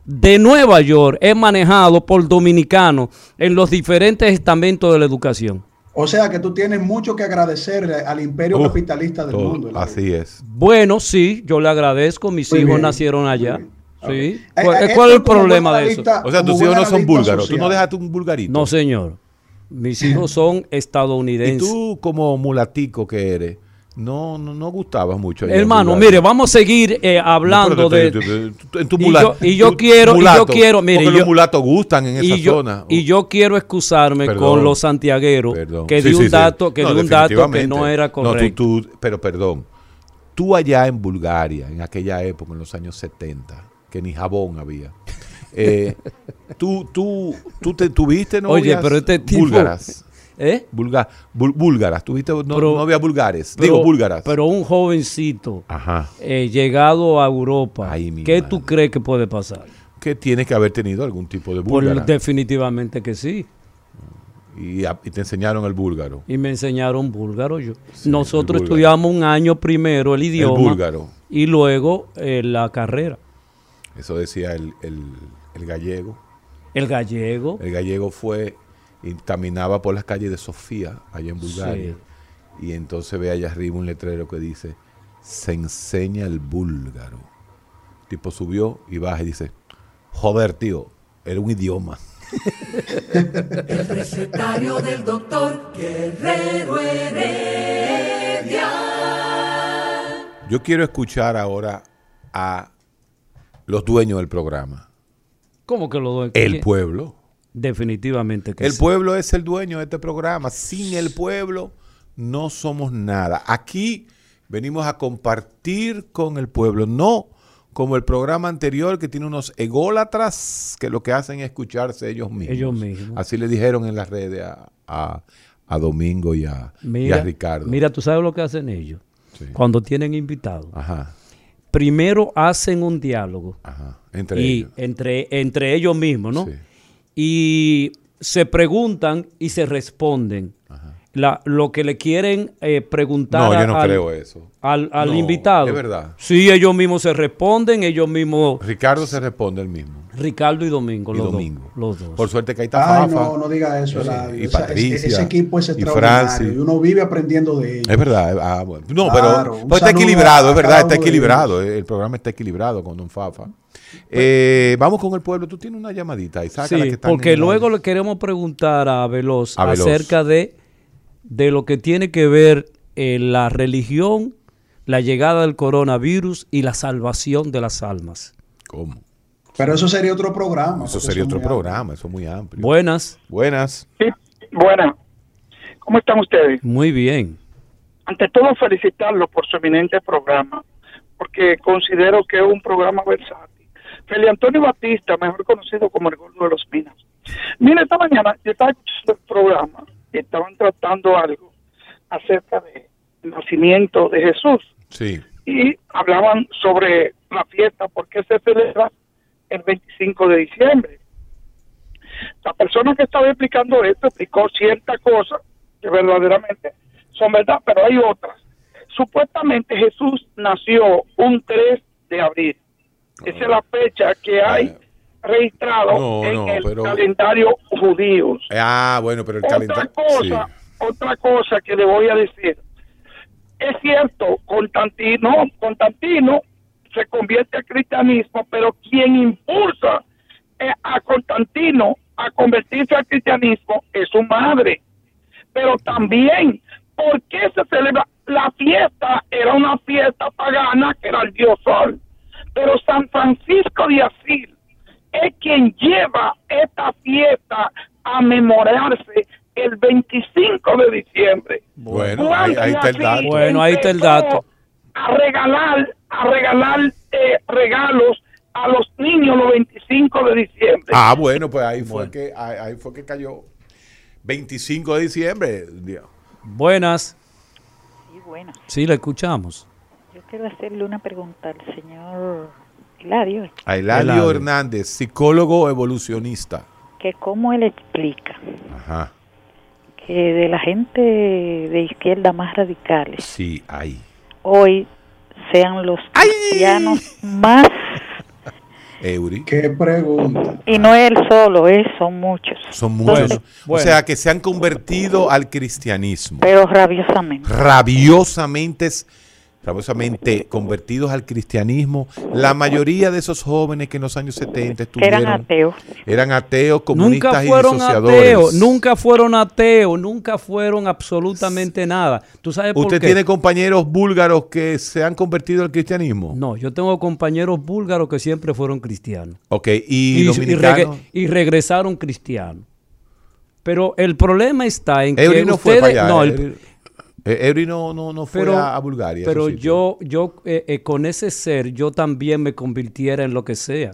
[SPEAKER 4] de Nueva York es manejado por dominicanos en los diferentes estamentos de la educación.
[SPEAKER 5] O sea que tú tienes mucho que agradecerle al imperio
[SPEAKER 3] Uh,
[SPEAKER 5] capitalista del
[SPEAKER 3] todo.
[SPEAKER 5] mundo. ¿no?
[SPEAKER 3] Así es.
[SPEAKER 4] Bueno, sí, yo le agradezco. Mis
[SPEAKER 5] Muy
[SPEAKER 4] hijos
[SPEAKER 5] bien,
[SPEAKER 4] nacieron allá.
[SPEAKER 5] muy
[SPEAKER 4] Sí.
[SPEAKER 5] Eh,
[SPEAKER 4] ¿Cuál,
[SPEAKER 5] eh,
[SPEAKER 4] cuál es el
[SPEAKER 5] esto como
[SPEAKER 4] problema
[SPEAKER 5] buen
[SPEAKER 4] de eso?
[SPEAKER 5] analista-
[SPEAKER 3] O sea, tus
[SPEAKER 5] como
[SPEAKER 3] hijos
[SPEAKER 5] buen
[SPEAKER 3] no son
[SPEAKER 5] analista
[SPEAKER 3] búlgaros. Tú
[SPEAKER 5] social.
[SPEAKER 3] no dejaste un bulgarito.
[SPEAKER 4] No, señor. Mis hijos son
[SPEAKER 3] Y
[SPEAKER 4] estadounidenses.
[SPEAKER 3] tú, como mulatico que eres, no, no, no gustabas mucho. allá en
[SPEAKER 4] Hermano,
[SPEAKER 3] Bulgaria.
[SPEAKER 4] mire, vamos a seguir eh, hablando
[SPEAKER 3] No,
[SPEAKER 4] de...
[SPEAKER 3] pero te- te- te- en tu
[SPEAKER 4] Y
[SPEAKER 3] mula-
[SPEAKER 4] yo- y yo
[SPEAKER 3] tu-
[SPEAKER 4] quiero- y yo
[SPEAKER 3] mulato,
[SPEAKER 4] quiero- mire,
[SPEAKER 3] porque
[SPEAKER 4] yo-
[SPEAKER 3] los mulatos gustan en esa
[SPEAKER 4] y, yo,
[SPEAKER 3] zona.
[SPEAKER 4] y yo quiero excusarme
[SPEAKER 3] Perdón,
[SPEAKER 4] con los santiagueros
[SPEAKER 3] Perdón.
[SPEAKER 4] que
[SPEAKER 3] Sí,
[SPEAKER 4] di
[SPEAKER 3] sí,
[SPEAKER 4] un
[SPEAKER 3] sí.
[SPEAKER 4] dato que
[SPEAKER 3] No,
[SPEAKER 4] di un dato que
[SPEAKER 3] definitivamente.
[SPEAKER 4] no era
[SPEAKER 3] tú-
[SPEAKER 4] correcto.
[SPEAKER 3] tú- pero perdón, tú allá en Bulgaria, en aquella época, en los años 70, que ni jabón había, eh, tú, tú, tú te tuviste novias
[SPEAKER 4] Oye, pero este tipo-
[SPEAKER 3] búlgaras.
[SPEAKER 4] ¿Eh?
[SPEAKER 3] Bulga- bul- búlgaras, tuviste no,
[SPEAKER 4] Pero-
[SPEAKER 3] novias bulgares,
[SPEAKER 4] Pero-
[SPEAKER 3] digo búlgaras.
[SPEAKER 4] Pero un jovencito
[SPEAKER 3] Ajá.
[SPEAKER 4] eh, llegado a Europa,
[SPEAKER 3] Ay, mi
[SPEAKER 4] ¿qué
[SPEAKER 3] madre.
[SPEAKER 4] tú crees que puede pasar?
[SPEAKER 3] Que tienes que haber tenido algún tipo de
[SPEAKER 4] Pues
[SPEAKER 3] búlgara.
[SPEAKER 4] definitivamente que sí.
[SPEAKER 3] y, a- y te enseñaron el búlgaro.
[SPEAKER 4] Y me enseñaron búlgaro yo.
[SPEAKER 3] Sí,
[SPEAKER 4] Nosotros
[SPEAKER 3] el búlgaro.
[SPEAKER 4] estudiamos un año primero el idioma
[SPEAKER 3] búlgaro.
[SPEAKER 4] y luego eh, la carrera.
[SPEAKER 3] Eso decía el, el- el gallego.
[SPEAKER 4] El gallego.
[SPEAKER 3] El gallego fue y caminaba por las calles de Sofía, allá en Bulgaria.
[SPEAKER 4] Sí.
[SPEAKER 3] Y entonces ve allá arriba un letrero que dice, se enseña el búlgaro. El tipo subió y baja y dice, joder, tío, era un idioma.
[SPEAKER 2] El recetario del doctor Guerrero Heredia.
[SPEAKER 3] Yo quiero escuchar ahora a los dueños del programa.
[SPEAKER 4] ¿Cómo que lo doy?
[SPEAKER 3] El
[SPEAKER 4] ¿Qué?
[SPEAKER 3] pueblo.
[SPEAKER 4] Definitivamente que
[SPEAKER 3] El
[SPEAKER 4] sí.
[SPEAKER 3] pueblo es el dueño de este programa. Sin el pueblo no somos nada. Aquí venimos a compartir con el pueblo, no como el programa anterior que tiene unos ególatras que lo que hacen es escucharse ellos mismos.
[SPEAKER 4] Ellos mismos.
[SPEAKER 3] Así le dijeron en las redes a, a- a Domingo y a, y
[SPEAKER 4] Mira,
[SPEAKER 3] a Ricardo.
[SPEAKER 4] mira, tú sabes lo que hacen ellos.
[SPEAKER 3] Sí.
[SPEAKER 4] Cuando tienen invitados.
[SPEAKER 3] Ajá,
[SPEAKER 4] Primero hacen un diálogo
[SPEAKER 3] ajá. Entre
[SPEAKER 4] y
[SPEAKER 3] ellos.
[SPEAKER 4] Entre, entre ellos mismos, ¿no?
[SPEAKER 3] Sí.
[SPEAKER 4] Y se preguntan y se responden. La- lo que le quieren eh, preguntar
[SPEAKER 3] No, yo
[SPEAKER 4] a-
[SPEAKER 3] no
[SPEAKER 4] al-
[SPEAKER 3] creo eso.
[SPEAKER 4] al, al
[SPEAKER 3] No,
[SPEAKER 4] invitado.
[SPEAKER 3] es verdad.
[SPEAKER 4] Sí, ellos mismos se responden, ellos mismos,
[SPEAKER 3] Ricardo se responde el mismo.
[SPEAKER 4] Ricardo y Domingo,
[SPEAKER 3] Y
[SPEAKER 4] los,
[SPEAKER 3] Domingo.
[SPEAKER 4] Dos, los dos.
[SPEAKER 3] Por suerte que ahí está
[SPEAKER 5] Ay,
[SPEAKER 3] Fafa.
[SPEAKER 5] no, no diga eso,
[SPEAKER 3] Sí,
[SPEAKER 5] Eladio.
[SPEAKER 3] y
[SPEAKER 5] O sea, es-
[SPEAKER 3] Patricia,
[SPEAKER 5] ese, equipo es
[SPEAKER 3] y
[SPEAKER 5] extraordinario.
[SPEAKER 3] Francis.
[SPEAKER 5] Y, uno vive aprendiendo de ellos.
[SPEAKER 3] Es verdad, eh, ah, bueno. no,
[SPEAKER 5] Claro,
[SPEAKER 3] pero,
[SPEAKER 5] un
[SPEAKER 3] pues está
[SPEAKER 5] saludo
[SPEAKER 3] equilibrado,
[SPEAKER 5] a
[SPEAKER 3] es verdad,
[SPEAKER 5] cada
[SPEAKER 3] está
[SPEAKER 5] uno de Pues
[SPEAKER 3] equilibrado, eh, el programa está equilibrado con Don Fafa. Eh, vamos con el pueblo, tú tienes una llamadita y saca
[SPEAKER 4] Sí,
[SPEAKER 3] la que está
[SPEAKER 4] porque luego le queremos preguntar a Veloz,
[SPEAKER 3] A Veloz.
[SPEAKER 4] acerca de, de lo que tiene que ver eh, la religión, la llegada del coronavirus y la salvación de las almas.
[SPEAKER 3] ¿Cómo?
[SPEAKER 5] Pero eso sería otro programa.
[SPEAKER 3] Eso
[SPEAKER 5] porque
[SPEAKER 3] sería
[SPEAKER 5] son
[SPEAKER 3] otro
[SPEAKER 5] muy
[SPEAKER 3] programa, eso es muy amplio.
[SPEAKER 4] Buenas,
[SPEAKER 3] Buenas.
[SPEAKER 8] Sí, buena. ¿Cómo están ustedes?
[SPEAKER 4] muy bien.
[SPEAKER 8] Ante todo, felicitarlos por su eminente programa, porque considero que es un programa versátil. Feli Antonio Batista, mejor conocido como el Gordo de los Minas. Mira, esta mañana yo estaba escuchando el programa y estaban tratando algo acerca del nacimiento de Jesús
[SPEAKER 3] Sí,
[SPEAKER 8] y hablaban sobre la fiesta, porque se celebra el 25 de diciembre. La persona que estaba explicando esto explicó ciertas cosas que verdaderamente son verdad, pero hay otras. Supuestamente Jesús nació un 3 de abril. Esa es la fecha que hay registrado
[SPEAKER 3] Ah. No,
[SPEAKER 8] en
[SPEAKER 3] no,
[SPEAKER 8] el
[SPEAKER 3] pero-
[SPEAKER 8] calendario judío.
[SPEAKER 3] Ah, bueno, pero el
[SPEAKER 8] Otra
[SPEAKER 3] calendario.
[SPEAKER 8] cosa, otra cosa que le voy a decir. Es cierto, Constantino, Constantino se convierte al cristianismo, pero quien impulsa eh, a Constantino a convertirse al cristianismo es su madre. Pero también, ¿por qué se celebra? La fiesta era una fiesta pagana que era el dios sol. Pero San Francisco de Asís es quien lleva esta fiesta a memorarse el 25 de diciembre.
[SPEAKER 3] Bueno, ahí, ahí está el dato.
[SPEAKER 4] Bueno, ahí está el dato.
[SPEAKER 8] A regalar, a regalar eh, regalos a los niños los 25 de diciembre.
[SPEAKER 3] Ah, bueno, pues ahí fue que ahí, ahí fue que cayó 25 de diciembre. Dios.
[SPEAKER 4] Buenas.
[SPEAKER 9] Sí, buenas.
[SPEAKER 4] Sí, la escuchamos.
[SPEAKER 9] Yo quiero hacerle una pregunta al señor Hilario,
[SPEAKER 3] A Eladio
[SPEAKER 4] Eladio.
[SPEAKER 3] Hernández, psicólogo evolucionista.
[SPEAKER 9] que cómo él explica
[SPEAKER 3] Ajá.
[SPEAKER 9] que de la gente de izquierda más radicales
[SPEAKER 3] Sí, ahí.
[SPEAKER 9] hoy sean los cristianos más
[SPEAKER 3] Eury.
[SPEAKER 5] Qué pregunta.
[SPEAKER 9] y no él solo, eh, son muchos,
[SPEAKER 3] Son muchos.
[SPEAKER 4] Bueno,
[SPEAKER 3] O
[SPEAKER 4] bueno.
[SPEAKER 3] sea, que se han convertido al cristianismo.
[SPEAKER 9] pero rabiosamente.
[SPEAKER 3] rabiosamente, rabiosamente convertidos al cristianismo. La mayoría de esos jóvenes que en los años 70 estuvieron
[SPEAKER 9] Eran ateos.
[SPEAKER 3] eran ateos,
[SPEAKER 4] Nunca
[SPEAKER 3] comunistas y
[SPEAKER 4] fueron
[SPEAKER 3] disociadores.
[SPEAKER 4] ateos, nunca fueron ateos, nunca fueron absolutamente nada. ¿Tú sabes por
[SPEAKER 3] ¿Usted
[SPEAKER 4] qué?
[SPEAKER 3] tiene compañeros búlgaros que se han convertido al cristianismo?
[SPEAKER 4] No, yo tengo compañeros búlgaros que siempre fueron cristianos.
[SPEAKER 3] Ok, y, dominicanos.
[SPEAKER 4] regre- y regresaron cristianos. Pero el problema está en que
[SPEAKER 3] Eury no fue para
[SPEAKER 4] ustedes-
[SPEAKER 3] allá.
[SPEAKER 4] no, el-
[SPEAKER 3] Eury- eh, Eury no, no, no fue
[SPEAKER 4] pero,
[SPEAKER 3] a, a Bulgaria. a
[SPEAKER 4] Pero
[SPEAKER 3] esos sitios.
[SPEAKER 4] yo, yo eh, eh, con ese ser, yo también me convirtiera en lo que sea.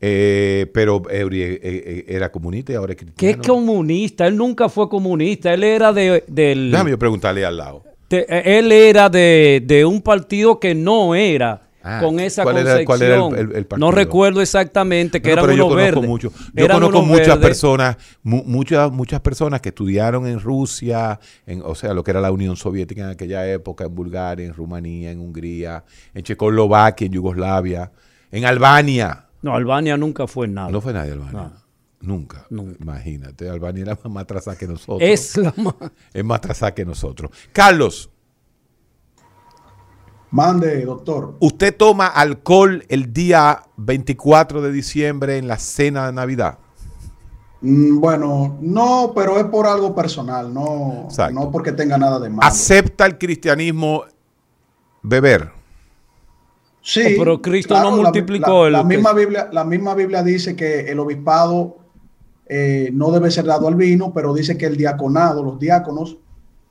[SPEAKER 3] Eh, pero Eury eh, eh, era comunista y ahora es
[SPEAKER 4] ¿Qué
[SPEAKER 3] cristiano.
[SPEAKER 4] comunista? Él nunca fue comunista. Él era de, del,
[SPEAKER 3] Déjame yo preguntarle al lado.
[SPEAKER 4] te- eh, él era de, de un partido que no era.
[SPEAKER 3] Ah,
[SPEAKER 4] con esa
[SPEAKER 3] ¿cuál era-
[SPEAKER 4] concepción.
[SPEAKER 3] cuál era el- el- el partido?
[SPEAKER 4] No recuerdo exactamente que
[SPEAKER 3] Bueno,
[SPEAKER 4] eran
[SPEAKER 3] pero yo
[SPEAKER 4] unos
[SPEAKER 3] conozco
[SPEAKER 4] verdes.
[SPEAKER 3] mucho. Yo
[SPEAKER 4] Eran
[SPEAKER 3] conozco
[SPEAKER 4] unos
[SPEAKER 3] muchas
[SPEAKER 4] verdes.
[SPEAKER 3] personas, mu- muchas, muchas personas que estudiaron en Rusia, en, o sea, lo que era la Unión Soviética en aquella época, en Bulgaria, en Rumanía, en Hungría, en Checoslovaquia, en Yugoslavia, en Albania.
[SPEAKER 4] No, Albania nunca fue nada.
[SPEAKER 3] No fue nadie Albania.
[SPEAKER 4] No.
[SPEAKER 3] Nunca.
[SPEAKER 4] Nunca.
[SPEAKER 3] Imagínate, Albania era más atrasada que nosotros.
[SPEAKER 4] es la ma-
[SPEAKER 3] Es más atrasada que nosotros. Carlos,
[SPEAKER 5] Mande, doctor.
[SPEAKER 3] ¿usted toma alcohol el día 24 de diciembre en la cena de Navidad?
[SPEAKER 5] Ah, Mm, Bueno, no, pero es por algo personal, no,
[SPEAKER 3] Exacto.
[SPEAKER 5] no porque tenga nada de malo.
[SPEAKER 3] ¿Acepta el cristianismo beber?
[SPEAKER 5] Sí,
[SPEAKER 4] Oh, pero Cristo no
[SPEAKER 5] la-
[SPEAKER 4] multiplicó
[SPEAKER 5] la,
[SPEAKER 4] el-
[SPEAKER 5] la misma Biblia, la misma Biblia dice que el obispado eh, no debe ser dado al vino, pero dice que el diaconado, los diáconos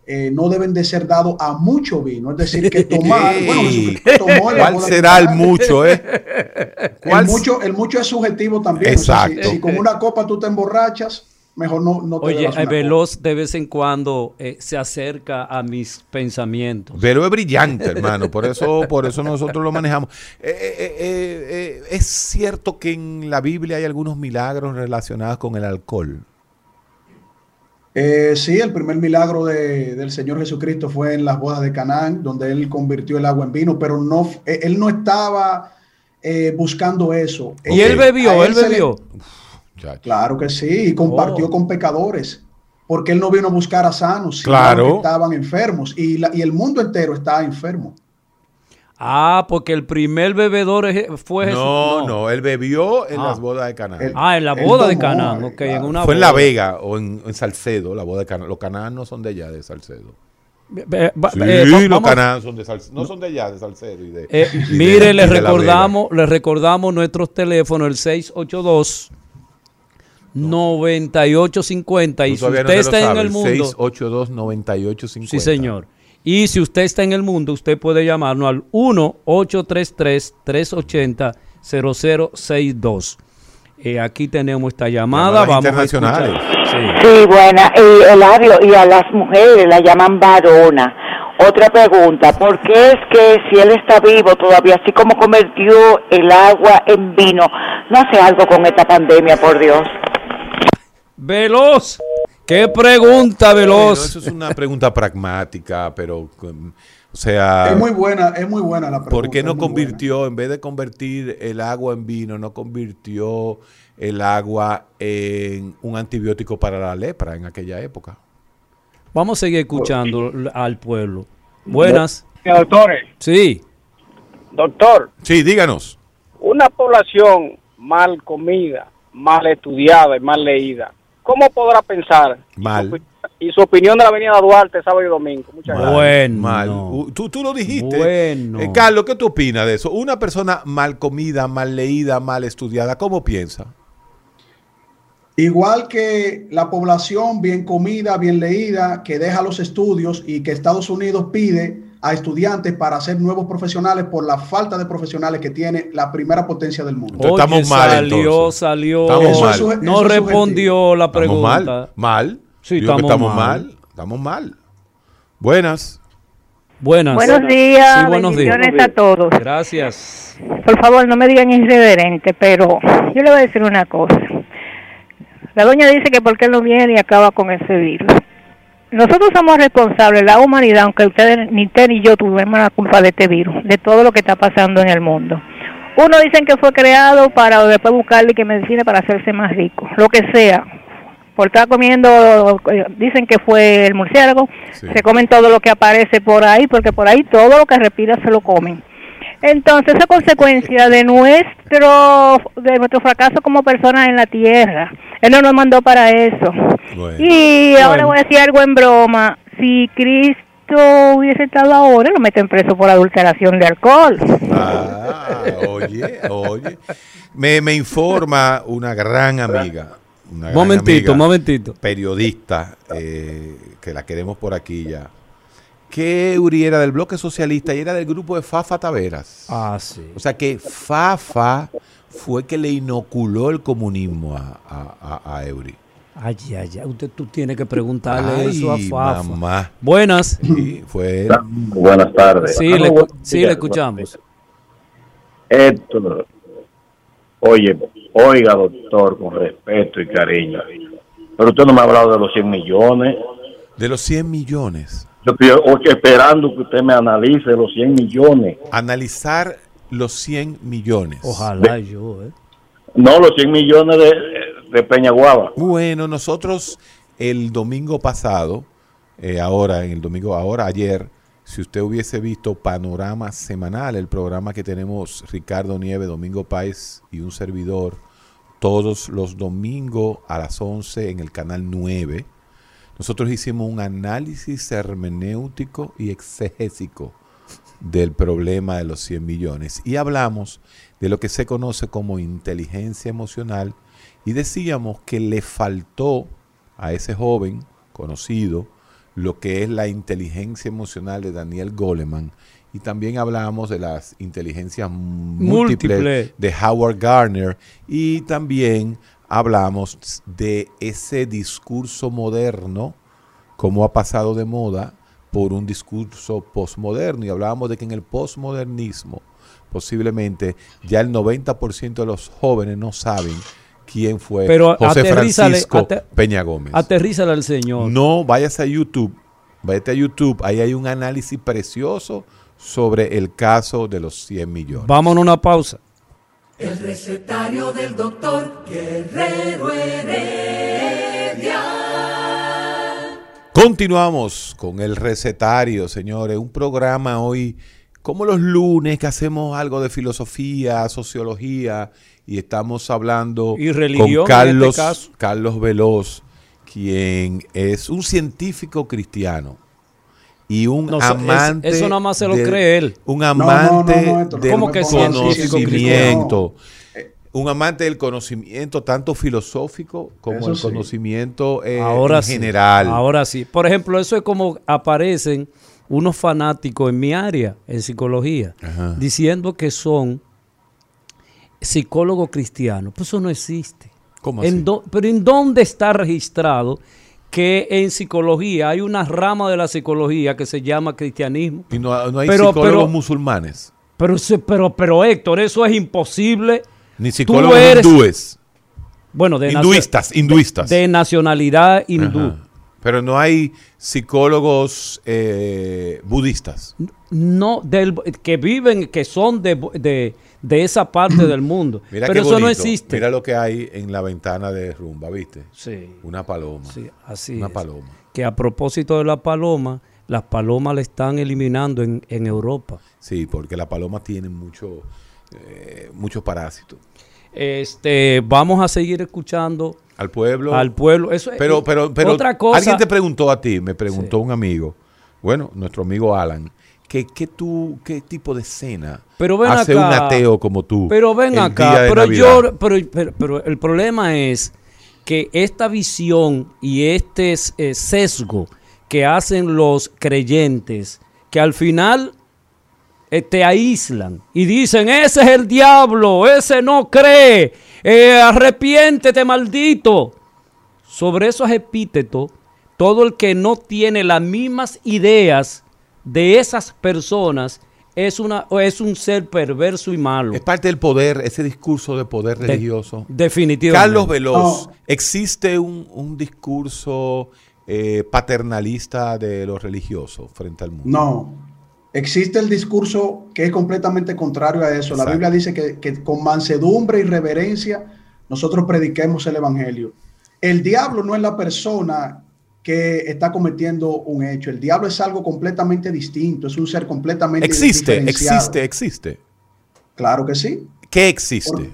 [SPEAKER 5] eh, no deben de ser dados a mucho vino, es decir, que tomar, bueno,
[SPEAKER 3] Ey.
[SPEAKER 5] Jesucristo tomó en la
[SPEAKER 3] ¿Cuál
[SPEAKER 5] boda
[SPEAKER 3] será el
[SPEAKER 5] de Caná.
[SPEAKER 3] mucho, eh? ¿Cuál
[SPEAKER 5] El mucho, el mucho es subjetivo también. o sea, si-
[SPEAKER 3] Exacto.
[SPEAKER 5] si, con una copa tú te emborrachas, mejor no, no te
[SPEAKER 4] Oye,
[SPEAKER 5] bebas una
[SPEAKER 4] eh,
[SPEAKER 5] copa.
[SPEAKER 4] Veloz de vez en cuando eh, se acerca a mis pensamientos.
[SPEAKER 3] Velo es brillante, hermano. Por eso, por eso nosotros lo manejamos. Eh, eh, eh, eh, es cierto que en la Biblia hay algunos milagros relacionados con el alcohol.
[SPEAKER 5] Eh, sí, el primer milagro de- del Señor Jesucristo fue en las bodas de Canaán, donde él convirtió el agua en vino, pero no, f- eh, él no estaba eh, buscando eso.
[SPEAKER 4] Y él
[SPEAKER 5] Eh,
[SPEAKER 4] bebió,
[SPEAKER 5] a
[SPEAKER 4] él
[SPEAKER 5] se le-
[SPEAKER 4] bebió.
[SPEAKER 3] Chacho.
[SPEAKER 5] claro que sí, y compartió
[SPEAKER 4] Oh.
[SPEAKER 5] con pecadores, porque él no vino a buscar a sanos, sino
[SPEAKER 3] Claro.
[SPEAKER 5] a los que estaban enfermos, y, la- y el mundo entero está enfermo.
[SPEAKER 4] Ah, porque el primer bebedor es- fue Jesús.
[SPEAKER 3] No, no, él bebió en
[SPEAKER 4] Ah.
[SPEAKER 3] las bodas de Canaán.
[SPEAKER 5] El-
[SPEAKER 4] Ah, en la
[SPEAKER 5] Él
[SPEAKER 4] boda de
[SPEAKER 5] tomó,
[SPEAKER 4] Canaán,
[SPEAKER 5] eh,
[SPEAKER 4] ok, en
[SPEAKER 5] claro.
[SPEAKER 4] una
[SPEAKER 3] Fue en La
[SPEAKER 4] boda.
[SPEAKER 3] Vega o en, en Salcedo, la boda de Canaán. Los Canaán no son de allá, de Salcedo.
[SPEAKER 4] Be- be- ba-
[SPEAKER 3] Sí,
[SPEAKER 4] eh, va-
[SPEAKER 3] los
[SPEAKER 4] vamos-
[SPEAKER 3] Canaán son de Salcedo. No son de allá, de Salcedo. Y de,
[SPEAKER 4] eh,
[SPEAKER 3] y de-
[SPEAKER 4] mire,
[SPEAKER 3] y
[SPEAKER 4] les
[SPEAKER 3] de La Vega.
[SPEAKER 4] recordamos, les recordamos nuestros teléfonos, el 682 9850 y
[SPEAKER 3] Tú
[SPEAKER 4] si
[SPEAKER 3] todavía
[SPEAKER 4] usted
[SPEAKER 3] no te lo
[SPEAKER 4] está en
[SPEAKER 3] sabes,
[SPEAKER 4] el mundo,
[SPEAKER 3] 682-9850.
[SPEAKER 4] sí señor. Y si usted está en el mundo, usted puede llamarnos al 1 833 380 0062. Eh, aquí tenemos esta llamada,
[SPEAKER 3] Llamadas
[SPEAKER 4] vamos
[SPEAKER 3] internacionales.
[SPEAKER 4] a escuchar. Sí.
[SPEAKER 10] Sí, buena. Y Eladio, y a las mujeres la llaman varona. Otra pregunta, ¿por qué es que si él está vivo todavía, así como convirtió el agua en vino, no hace algo con esta pandemia, por Dios?
[SPEAKER 4] Veloz. Qué pregunta
[SPEAKER 3] Bueno,
[SPEAKER 4] veloz.
[SPEAKER 3] eso es una pregunta pragmática, pero um, O sea,
[SPEAKER 5] Es muy buena, es muy buena la pregunta.
[SPEAKER 3] ¿por qué
[SPEAKER 5] es
[SPEAKER 3] no
[SPEAKER 5] muy buena.
[SPEAKER 3] convirtió, en vez de convertir el agua en vino, no convirtió el agua en un antibiótico para la lepra en aquella época?
[SPEAKER 4] Vamos a seguir escuchando l- al pueblo. Buenas.
[SPEAKER 11] Doctores,
[SPEAKER 4] Sí.
[SPEAKER 11] doctor,
[SPEAKER 3] Sí, díganos.
[SPEAKER 11] una población mal comida, mal estudiada y mal leída, ¿cómo podrá pensar?
[SPEAKER 3] Mal.
[SPEAKER 11] Y su opinión de la Avenida Duarte, sábado y domingo. Muchas
[SPEAKER 3] Mal,
[SPEAKER 11] gracias.
[SPEAKER 3] mal. U- Tú, tú lo dijiste.
[SPEAKER 4] Bueno.
[SPEAKER 3] Eh, Carlos, ¿qué tú opinas de eso? Una persona mal comida, mal leída, mal estudiada, ¿cómo piensa?
[SPEAKER 5] Igual que la población bien comida, bien leída, que deja los estudios y que Estados Unidos pide a estudiantes para ser nuevos profesionales por la falta de profesionales que tiene la primera potencia del mundo.
[SPEAKER 3] Entonces, estamos mal,
[SPEAKER 4] salió,
[SPEAKER 3] entonces.
[SPEAKER 4] salió.
[SPEAKER 3] Estamos
[SPEAKER 4] Eso
[SPEAKER 3] mal.
[SPEAKER 4] es-
[SPEAKER 3] Eso
[SPEAKER 4] No
[SPEAKER 5] es
[SPEAKER 4] respondió la
[SPEAKER 3] Estamos
[SPEAKER 4] pregunta.
[SPEAKER 3] mal, mal.
[SPEAKER 4] Sí,
[SPEAKER 3] Digo que
[SPEAKER 4] estamos
[SPEAKER 3] estamos
[SPEAKER 4] mal.
[SPEAKER 3] mal. Estamos mal. Buenas.
[SPEAKER 4] Buenas.
[SPEAKER 9] Buenos días,
[SPEAKER 4] Ah, Sí, buenos días.
[SPEAKER 9] bendiciones a todos.
[SPEAKER 4] Gracias.
[SPEAKER 9] Por favor, no me digan irreverente, pero yo le voy a decir una cosa. La doña dice que porque él no viene y acaba con ese virus. Nosotros somos responsables, la humanidad, aunque ustedes, ni usted ni yo tuvimos la culpa de este virus, de todo lo que está pasando en el mundo. Uno dicen que fue creado para después buscarle que medicina para hacerse más rico, lo que sea. Por estar comiendo, eh, dicen que fue el murciélago,
[SPEAKER 3] Sí.
[SPEAKER 9] se comen todo lo que aparece por ahí, porque por ahí todo lo que respira se lo comen. Entonces, es consecuencia de nuestro de nuestro fracaso como personas en la tierra. Él no nos mandó para eso.
[SPEAKER 3] Bueno.
[SPEAKER 9] Y ahora
[SPEAKER 4] Bueno.
[SPEAKER 9] voy a decir algo en broma. Si Cristo hubiese estado ahora, lo meten preso por adulteración de alcohol.
[SPEAKER 3] Ah, oye, oye. Me, me informa una gran amiga. Una gran
[SPEAKER 4] Momentito,
[SPEAKER 3] amiga,
[SPEAKER 4] momentito.
[SPEAKER 3] Periodista, eh, que la queremos por aquí ya. Que Uriera del Bloque Socialista y era del grupo de Fafa Taveras.
[SPEAKER 4] Ah, sí.
[SPEAKER 3] O sea que Fafa fue que le inoculó el comunismo a, a- a- a Eury.
[SPEAKER 4] Ay, ay, ay. Usted, tú tienes que preguntarle
[SPEAKER 3] Ay,
[SPEAKER 4] eso a Fafa.
[SPEAKER 3] mamá.
[SPEAKER 4] Buenas.
[SPEAKER 3] Sí, fue él.
[SPEAKER 12] Buenas tardes. Ah,
[SPEAKER 4] Sí, le, escu- sí, le escuchamos.
[SPEAKER 12] Héctor, oye, oiga, doctor, con respeto y cariño. Pero usted no me ha hablado de los 100 millones.
[SPEAKER 3] De los 100 millones.
[SPEAKER 12] Yo estoy oye, esperando que usted me analice los 100 millones.
[SPEAKER 3] Analizar los 100 millones.
[SPEAKER 4] Ojalá yo, eh.
[SPEAKER 12] No, los 100 millones de, de Peñaguaba.
[SPEAKER 3] Bueno, nosotros el domingo pasado, eh, ahora, en el domingo, ahora, ayer, si usted hubiese visto Panorama Semanal, el programa que tenemos Ricardo Nieve, Domingo Páez y un servidor, todos los domingos a las 11 en el canal 9, nosotros hicimos un análisis hermenéutico y exegésico del problema de los 100 millones y hablamos de lo que se conoce como inteligencia emocional y decíamos que le faltó a ese joven conocido lo que es la inteligencia emocional de Daniel Goleman y también hablamos de las inteligencias múltiples
[SPEAKER 4] Múltiple.
[SPEAKER 3] de Howard Gardner y también hablamos de ese discurso moderno como ha pasado de moda por un discurso posmoderno. Y hablábamos de que en el posmodernismo posiblemente ya el 90% de los jóvenes no saben quién fue
[SPEAKER 4] Pero
[SPEAKER 3] José
[SPEAKER 4] aterrízale,
[SPEAKER 3] Francisco
[SPEAKER 4] ate-
[SPEAKER 3] Peña Gómez.
[SPEAKER 4] Aterrízala al señor.
[SPEAKER 3] No, vayas a YouTube, váyate a YouTube, ahí hay un análisis precioso sobre el caso de los 100 millones.
[SPEAKER 4] Vámonos a una pausa.
[SPEAKER 2] El recetario del doctor Guerrero Heredia.
[SPEAKER 3] Continuamos con el recetario, señores. Un programa hoy, como los lunes, que hacemos algo de filosofía, sociología, y estamos hablando
[SPEAKER 4] Y religión, en
[SPEAKER 3] con
[SPEAKER 4] este
[SPEAKER 3] Carlos,
[SPEAKER 4] caso.
[SPEAKER 3] Carlos Veloz, quien es un científico cristiano y un
[SPEAKER 4] No, eso- es-
[SPEAKER 3] amante.
[SPEAKER 4] eso nada más se lo
[SPEAKER 3] del-
[SPEAKER 4] cree él.
[SPEAKER 3] Un
[SPEAKER 5] no, no,
[SPEAKER 3] amante
[SPEAKER 5] Héctor,
[SPEAKER 3] del
[SPEAKER 4] ¿Cómo que científico
[SPEAKER 3] conocimiento. Un amante del conocimiento, tanto filosófico como
[SPEAKER 5] Eso
[SPEAKER 3] el
[SPEAKER 5] sí.
[SPEAKER 3] conocimiento eh,
[SPEAKER 4] Ahora
[SPEAKER 3] en
[SPEAKER 4] sí.
[SPEAKER 3] general.
[SPEAKER 4] Ahora sí. Por ejemplo, eso es como aparecen unos fanáticos en mi área, en psicología,
[SPEAKER 3] Ajá.
[SPEAKER 4] diciendo que son psicólogos cristianos. Pues eso no existe.
[SPEAKER 3] ¿Cómo
[SPEAKER 4] ¿En
[SPEAKER 3] así?
[SPEAKER 4] dó- pero ¿en dónde está registrado que en psicología hay una rama de la psicología que se llama cristianismo?
[SPEAKER 3] Y no, no hay
[SPEAKER 4] Pero-
[SPEAKER 3] psicólogos
[SPEAKER 4] pero-
[SPEAKER 3] musulmanes,
[SPEAKER 4] Pero, se- pero, pero Héctor, eso es imposible.
[SPEAKER 3] ni
[SPEAKER 4] Tú
[SPEAKER 3] psicólogos
[SPEAKER 4] eres-
[SPEAKER 3] hindúes,
[SPEAKER 4] Bueno, de nacio-
[SPEAKER 3] hinduistas, hinduistas.
[SPEAKER 4] de nacionalidad hindú.
[SPEAKER 3] Ajá. Pero no hay psicólogos eh, budistas.
[SPEAKER 4] No, del, que viven, que son de, de- de esa parte del mundo.
[SPEAKER 3] Mira
[SPEAKER 4] Pero
[SPEAKER 3] qué
[SPEAKER 4] eso no
[SPEAKER 3] bonito.
[SPEAKER 4] existe.
[SPEAKER 3] Mira lo que hay en la ventana de Rumba, ¿viste?
[SPEAKER 4] Sí.
[SPEAKER 3] Una paloma.
[SPEAKER 4] Sí, así
[SPEAKER 3] Una
[SPEAKER 4] es.
[SPEAKER 3] paloma.
[SPEAKER 4] Que a propósito de la paloma, las palomas la están eliminando en, en Europa.
[SPEAKER 3] Sí, porque la paloma tiene mucho, eh, muchos parásitos.
[SPEAKER 4] Este, vamos a seguir escuchando
[SPEAKER 3] Al pueblo.
[SPEAKER 4] Al pueblo, eso es- eh,
[SPEAKER 3] pero, pero, pero
[SPEAKER 4] otra cosa-
[SPEAKER 3] Alguien te preguntó a ti, me preguntó un amigo, bueno, nuestro amigo Alan, que, que tú, qué tipo de cena
[SPEAKER 4] Pero ven
[SPEAKER 3] hace
[SPEAKER 4] acá.
[SPEAKER 3] un ateo como tú.
[SPEAKER 4] Pero ven
[SPEAKER 3] el
[SPEAKER 4] acá.
[SPEAKER 3] día de
[SPEAKER 4] Pero,
[SPEAKER 3] Navidad?
[SPEAKER 4] yo, pero, pero- pero el problema es que esta visión y este es- eh, sesgo que hacen los creyentes, que al final eh, te aíslan y dicen, ese es el diablo, ese no cree, eh, arrepiéntete maldito. Sobre esos epítetos, todo el que no tiene las mismas ideas de esas personas es, una, es un ser perverso y malo. Es
[SPEAKER 3] parte del poder, ese discurso de poder religioso.
[SPEAKER 4] definitivamente.
[SPEAKER 3] Carlos Veloz, ¿existe un, un discurso eh, paternalista de los religiosos frente al mundo?
[SPEAKER 5] No. Existe el discurso que es completamente contrario a eso.
[SPEAKER 3] Exacto.
[SPEAKER 5] La Biblia dice que, que con mansedumbre y reverencia nosotros prediquemos el Evangelio. El diablo no es la persona que está cometiendo un hecho. El diablo es algo completamente distinto, es un ser completamente
[SPEAKER 3] Existe,
[SPEAKER 5] diferenciado.
[SPEAKER 3] existe, existe.
[SPEAKER 5] Claro que sí.
[SPEAKER 3] ¿Qué existe?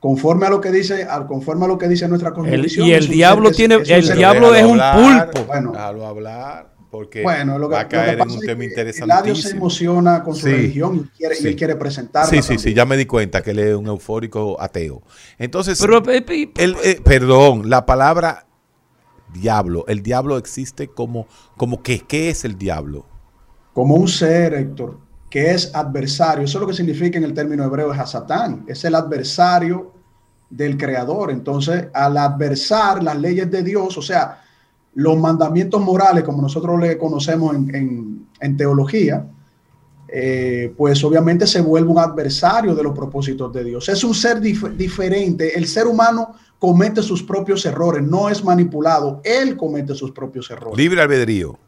[SPEAKER 5] Conforme a lo que dice, al conforme a lo que dice nuestra constitución.
[SPEAKER 4] y el
[SPEAKER 5] es un
[SPEAKER 4] diablo
[SPEAKER 5] ser-
[SPEAKER 4] tiene-
[SPEAKER 5] es un
[SPEAKER 4] el
[SPEAKER 5] ser-
[SPEAKER 4] diablo es un
[SPEAKER 3] pulpo. Bueno. Déjalo hablar, porque
[SPEAKER 5] Bueno, lo que-
[SPEAKER 3] va a
[SPEAKER 5] lo que
[SPEAKER 3] caer en
[SPEAKER 5] pasa
[SPEAKER 3] un
[SPEAKER 5] es
[SPEAKER 3] tema
[SPEAKER 5] Eladio se
[SPEAKER 3] interesantísimo.
[SPEAKER 5] emociona con su
[SPEAKER 3] Sí,
[SPEAKER 5] religión y quiere, y
[SPEAKER 3] sí.
[SPEAKER 5] él quiere presentarla.
[SPEAKER 3] Sí, sí,
[SPEAKER 5] también.
[SPEAKER 3] sí, ya me di cuenta que él es un eufórico ateo. Entonces,
[SPEAKER 4] Pero, eh, pi-
[SPEAKER 3] el, eh, perdón, la palabra diablo, el diablo existe como, como que, ¿qué es el diablo?
[SPEAKER 5] como un ser, Héctor, que es adversario. Eso es lo que significa en el término hebreo es a Satán. Es el adversario del creador. Entonces, al adversar las leyes de Dios, o sea, los mandamientos morales, como nosotros le conocemos en, en- en teología, eh, pues obviamente se vuelve un adversario de los propósitos de Dios. Es un ser dif- diferente. El ser humano comete sus propios errores, no es manipulado, él comete sus propios errores.
[SPEAKER 3] Libre albedrío.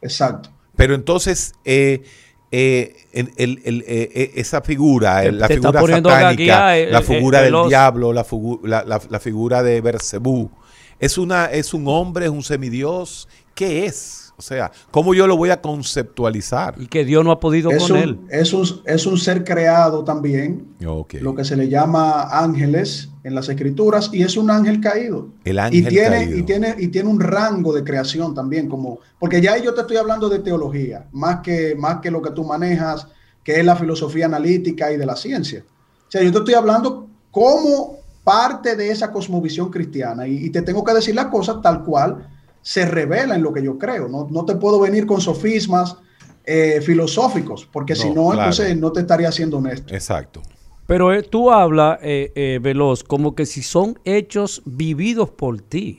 [SPEAKER 5] Exacto.
[SPEAKER 3] Pero entonces, eh, eh, el- el- el- eh, eh, esa figura,
[SPEAKER 4] Te-
[SPEAKER 3] el- la
[SPEAKER 4] te está
[SPEAKER 3] figura
[SPEAKER 4] poniendo
[SPEAKER 3] satánica,
[SPEAKER 4] gaguea, eh,
[SPEAKER 3] la
[SPEAKER 4] eh,
[SPEAKER 3] figura
[SPEAKER 4] eh,
[SPEAKER 3] del
[SPEAKER 4] veloz.
[SPEAKER 3] diablo, la, figu- la- la- la figura de Bersebú, ¿es, una, ¿es un hombre, es un semidios? ¿Qué es? O sea, ¿cómo yo lo voy a conceptualizar?
[SPEAKER 4] Y que Dios no ha podido
[SPEAKER 5] es un, Es un, es un ser creado también,
[SPEAKER 3] Ok.
[SPEAKER 5] lo que se le llama ángeles en las escrituras, y es un ángel caído.
[SPEAKER 3] El
[SPEAKER 5] Y
[SPEAKER 3] ángel
[SPEAKER 5] tiene,
[SPEAKER 3] caído.
[SPEAKER 5] y, tiene, y tiene un rango de creación también, como, porque ya ahí yo te estoy hablando de teología, más que, más que lo que tú manejas, que es la filosofía analítica y de la ciencia. O sea, yo te estoy hablando como parte de esa cosmovisión cristiana y, y te tengo que decir las cosas tal cual se revela en lo que yo creo. No, no te puedo venir con sofismas eh, filosóficos, porque si
[SPEAKER 4] No,
[SPEAKER 5] no,
[SPEAKER 4] claro.
[SPEAKER 5] entonces no te estaría siendo honesto.
[SPEAKER 3] Exacto.
[SPEAKER 4] Pero eh, tú hablas, eh, eh, Veloz, como que si son hechos vividos por ti.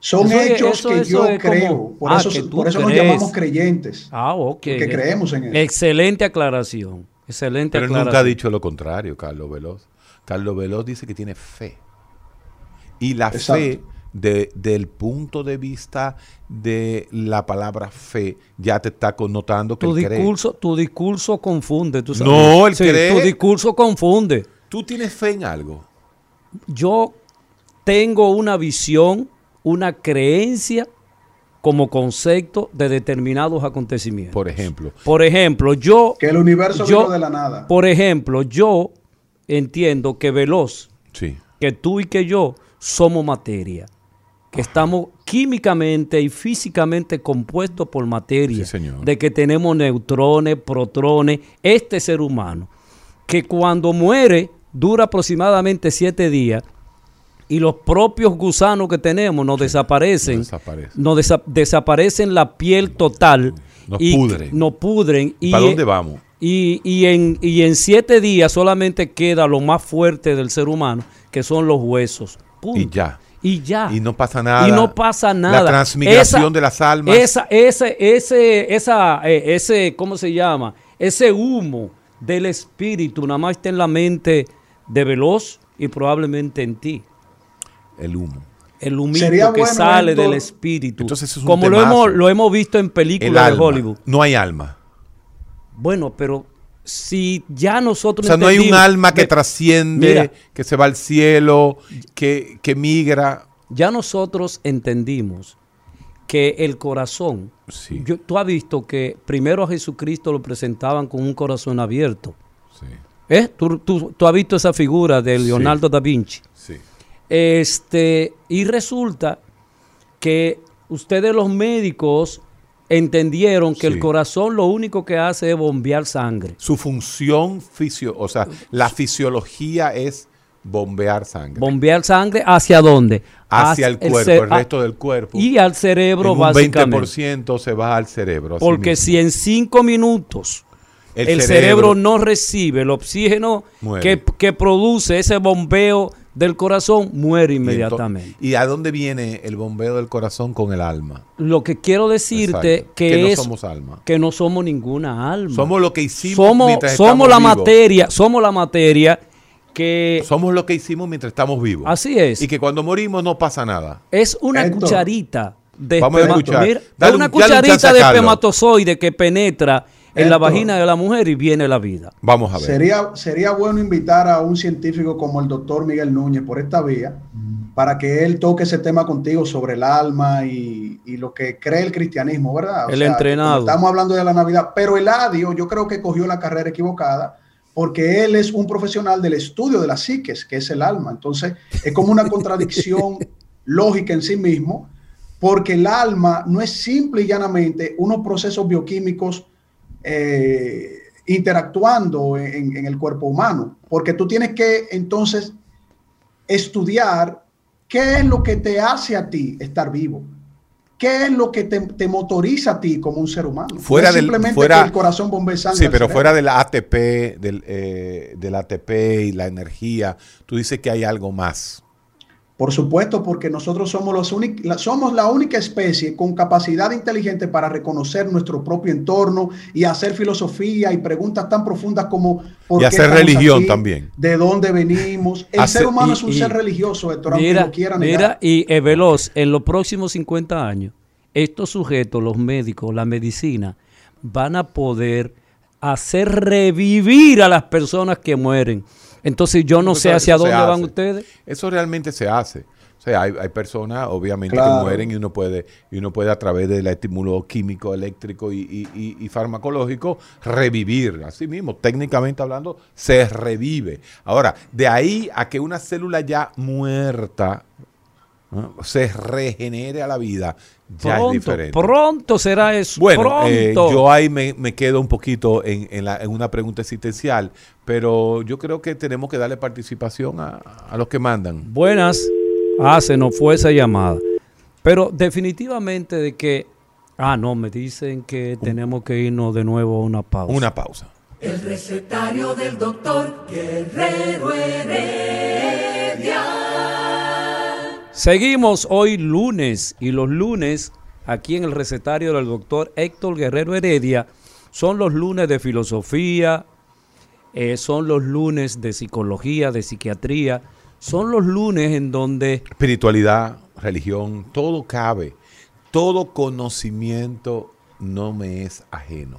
[SPEAKER 5] Son
[SPEAKER 4] Eso es-
[SPEAKER 5] hechos
[SPEAKER 4] eso-
[SPEAKER 5] que
[SPEAKER 4] eso
[SPEAKER 5] yo
[SPEAKER 4] es como-
[SPEAKER 5] creo, por
[SPEAKER 4] Ah,
[SPEAKER 5] eso,
[SPEAKER 4] que tú
[SPEAKER 5] por eso nos
[SPEAKER 4] crees.
[SPEAKER 5] llamamos creyentes.
[SPEAKER 4] Ah, ok.
[SPEAKER 5] Porque creemos en eso.
[SPEAKER 4] Excelente aclaración. Excelente
[SPEAKER 3] Pero él
[SPEAKER 4] aclaración.
[SPEAKER 3] nunca ha dicho lo contrario, Carlos Veloz. Carlos Veloz dice que tiene fe. Y la fe,
[SPEAKER 5] Exacto.
[SPEAKER 3] de, del punto de vista de la palabra fe, ya te está connotando que
[SPEAKER 4] Tu
[SPEAKER 3] él cree.
[SPEAKER 4] discurso, tu discurso confunde. ¿tú sabes?
[SPEAKER 3] No, él
[SPEAKER 4] Sí,
[SPEAKER 3] cree.
[SPEAKER 4] Tu discurso confunde.
[SPEAKER 3] ¿Tú tienes fe en algo?
[SPEAKER 4] Yo tengo una visión, una creencia como concepto de determinados acontecimientos. Por
[SPEAKER 3] ejemplo.
[SPEAKER 4] Por ejemplo, yo...
[SPEAKER 5] Que el universo
[SPEAKER 4] yo-
[SPEAKER 5] vino de la nada.
[SPEAKER 4] Por ejemplo, yo entiendo que Veloz,
[SPEAKER 3] Sí.
[SPEAKER 4] que tú y que yo somos materia, que estamos químicamente y físicamente compuestos por materia, de que tenemos neutrones, protones, este ser humano, que cuando muere dura aproximadamente siete días y los propios gusanos que tenemos nos desaparecen, nos desa- desaparecen la piel total.
[SPEAKER 3] Nos
[SPEAKER 4] y
[SPEAKER 3] pudren.
[SPEAKER 4] Nos pudren. y- e
[SPEAKER 3] ¿Para dónde vamos?
[SPEAKER 4] y, y en, y en siete días solamente queda lo más fuerte del ser humano, que son los huesos. Punto.
[SPEAKER 3] Y ya.
[SPEAKER 4] Y ya.
[SPEAKER 3] Y no pasa nada.
[SPEAKER 4] Y no pasa nada.
[SPEAKER 3] La transmigración
[SPEAKER 4] Esa-
[SPEAKER 3] de las almas.
[SPEAKER 4] Esa, ese, ese, esa, eh, ese, ¿cómo se llama? Ese humo del espíritu nada más está en la mente de Veloz y probablemente en ti.
[SPEAKER 3] El humo.
[SPEAKER 4] el humito
[SPEAKER 5] Sería
[SPEAKER 4] que
[SPEAKER 5] bueno,
[SPEAKER 4] sale
[SPEAKER 5] Héctor.
[SPEAKER 4] del espíritu.
[SPEAKER 3] Entonces es un
[SPEAKER 4] Como lo
[SPEAKER 3] temazo.
[SPEAKER 4] hemos, lo hemos visto en
[SPEAKER 3] El
[SPEAKER 4] películas de
[SPEAKER 3] alma.
[SPEAKER 4] Hollywood.
[SPEAKER 3] No hay alma.
[SPEAKER 4] Bueno, pero si ya nosotros
[SPEAKER 3] O sea, no hay un
[SPEAKER 4] entendimos-
[SPEAKER 3] alma que
[SPEAKER 4] Ve-
[SPEAKER 3] trasciende,
[SPEAKER 4] Mira.
[SPEAKER 3] que se va al cielo, que, que migra.
[SPEAKER 4] Ya nosotros entendimos que el corazón, yo- tú has visto que primero a Jesucristo lo presentaban con un corazón abierto. ¿Eh? ¿Tú, tú- tú has visto esa figura de
[SPEAKER 3] Sí.
[SPEAKER 4] Leonardo da Vinci.
[SPEAKER 3] Sí.
[SPEAKER 4] Este, y resulta que ustedes los médicos entendieron que el
[SPEAKER 3] Sí.
[SPEAKER 4] corazón lo único que hace es bombear sangre.
[SPEAKER 3] Su función fisio, o sea, la fisiología es bombear sangre
[SPEAKER 4] Bombear sangre hacia dónde?
[SPEAKER 3] hacia el cuerpo,
[SPEAKER 4] ce-
[SPEAKER 3] el, resto del cuerpo.
[SPEAKER 4] Y al ah, cerebro
[SPEAKER 3] En
[SPEAKER 4] básicamente.
[SPEAKER 3] Un 20% se va al cerebro. así
[SPEAKER 4] Porque
[SPEAKER 3] mismo.
[SPEAKER 4] si en cinco minutos
[SPEAKER 3] El
[SPEAKER 4] el,
[SPEAKER 3] cerebro-
[SPEAKER 4] cerebro, no recibe el oxígeno
[SPEAKER 3] Muere.
[SPEAKER 4] que, que produce ese bombeo del corazón, muere
[SPEAKER 3] Y ento-
[SPEAKER 4] inmediatamente.
[SPEAKER 3] ¿Y a dónde viene el bombeo del corazón con el alma?
[SPEAKER 4] Lo que quiero decirte
[SPEAKER 3] Exacto.
[SPEAKER 4] que,
[SPEAKER 3] Que no
[SPEAKER 4] es
[SPEAKER 3] somos alma.
[SPEAKER 4] que no somos ninguna alma.
[SPEAKER 3] Somos lo que hicimos
[SPEAKER 4] Somos,
[SPEAKER 3] mientras
[SPEAKER 4] somos
[SPEAKER 3] estamos
[SPEAKER 4] la
[SPEAKER 3] vivos.
[SPEAKER 4] materia, somos la materia que
[SPEAKER 3] Somos lo que hicimos mientras estamos vivos.
[SPEAKER 4] Así es.
[SPEAKER 3] Y que cuando morimos no pasa nada.
[SPEAKER 4] es una
[SPEAKER 5] Eh,
[SPEAKER 3] Héctor.
[SPEAKER 4] cucharita de
[SPEAKER 3] Vamos a
[SPEAKER 4] espema-
[SPEAKER 3] escuchar.
[SPEAKER 4] mira,
[SPEAKER 3] Dale
[SPEAKER 4] una
[SPEAKER 3] un- dale un chance
[SPEAKER 4] cucharita
[SPEAKER 3] a
[SPEAKER 4] de
[SPEAKER 3] Carlos.
[SPEAKER 4] espermatozoide que penetra en la
[SPEAKER 5] Héctor.
[SPEAKER 4] vagina de la mujer y viene la vida.
[SPEAKER 3] Vamos a
[SPEAKER 5] Sería, sería bueno invitar a un científico como el doctor Miguel Núñez por esta vía para que él toque ese tema contigo sobre el alma y, y lo que cree el cristianismo, ¿verdad?
[SPEAKER 4] El
[SPEAKER 5] que
[SPEAKER 4] entrenado.
[SPEAKER 5] como Estamos hablando de la Navidad, pero Eladio yo creo que cogió la carrera equivocada porque él es un profesional del estudio de las psiques, que es el alma. Entonces, es como una contradicción lógica en sí mismo, porque el alma no es simple y llanamente unos procesos bioquímicos eh, interactuando en, en el cuerpo humano, porque tú tienes que entonces estudiar qué es lo que te hace a ti estar vivo, qué es lo que te, te motoriza a ti como un ser humano.
[SPEAKER 3] Fuera
[SPEAKER 5] No es
[SPEAKER 3] del-
[SPEAKER 5] simplemente
[SPEAKER 3] fuera-
[SPEAKER 5] que el corazón bombee sangre.
[SPEAKER 3] Sí,
[SPEAKER 5] al
[SPEAKER 3] pero
[SPEAKER 5] cerebro.
[SPEAKER 3] fuera del ATP, del, eh, del ATP y la energía, tú dices que hay algo más.
[SPEAKER 5] Por supuesto, porque nosotros somos, los únic- la, somos la única especie con capacidad inteligente para reconocer nuestro propio entorno y hacer filosofía y preguntas tan profundas como ¿por
[SPEAKER 3] Y
[SPEAKER 5] qué
[SPEAKER 3] hacer
[SPEAKER 5] estamos
[SPEAKER 3] religión
[SPEAKER 5] aquí?
[SPEAKER 3] también.
[SPEAKER 5] ¿De dónde venimos? El
[SPEAKER 4] Hace-
[SPEAKER 5] ser humano
[SPEAKER 4] y-
[SPEAKER 5] es un
[SPEAKER 4] y-
[SPEAKER 5] ser religioso,
[SPEAKER 3] Pues,
[SPEAKER 5] Héctor, aunque
[SPEAKER 4] Mira,
[SPEAKER 5] lo quiera negar.
[SPEAKER 4] mira, y eh, Veloz, en los próximos 50 años, estos sujetos, los médicos, la medicina, van a poder hacer revivir a las personas que mueren. Entonces yo no
[SPEAKER 3] Eso-
[SPEAKER 4] sé hacia
[SPEAKER 3] eso se
[SPEAKER 4] dónde van
[SPEAKER 3] hace.
[SPEAKER 4] ustedes.
[SPEAKER 3] Eso realmente se hace. O sea, hay, hay personas, obviamente,
[SPEAKER 4] Claro.
[SPEAKER 3] que mueren y uno puede, y uno puede a través del estímulo químico, eléctrico y, y- y- y farmacológico, revivir. Así mismo, técnicamente hablando, se revive. Ahora, de ahí a que una célula ya muerta ¿no? se regenere a la vida, ya es
[SPEAKER 4] Pronto,
[SPEAKER 3] diferente.
[SPEAKER 4] pronto será eso.
[SPEAKER 3] Bueno,
[SPEAKER 4] pronto.
[SPEAKER 3] eh, yo ahí me, me quedo un poquito en, en la- en una pregunta existencial, pero yo creo que tenemos que darle participación a, a los que mandan.
[SPEAKER 4] Buenas. Ah, se nos fue esa llamada. Pero definitivamente de que... Ah, no, me dicen que tenemos que irnos de nuevo a una pausa.
[SPEAKER 3] Una pausa.
[SPEAKER 2] El recetario del doctor Guerrero Heredia.
[SPEAKER 4] Seguimos hoy lunes y los lunes aquí en el recetario del doctor Héctor Guerrero Heredia son los lunes de filosofía, eh, son los lunes de psicología, de psiquiatría, son los lunes en donde
[SPEAKER 3] Espiritualidad, religión, todo cabe. Todo conocimiento no me es ajeno.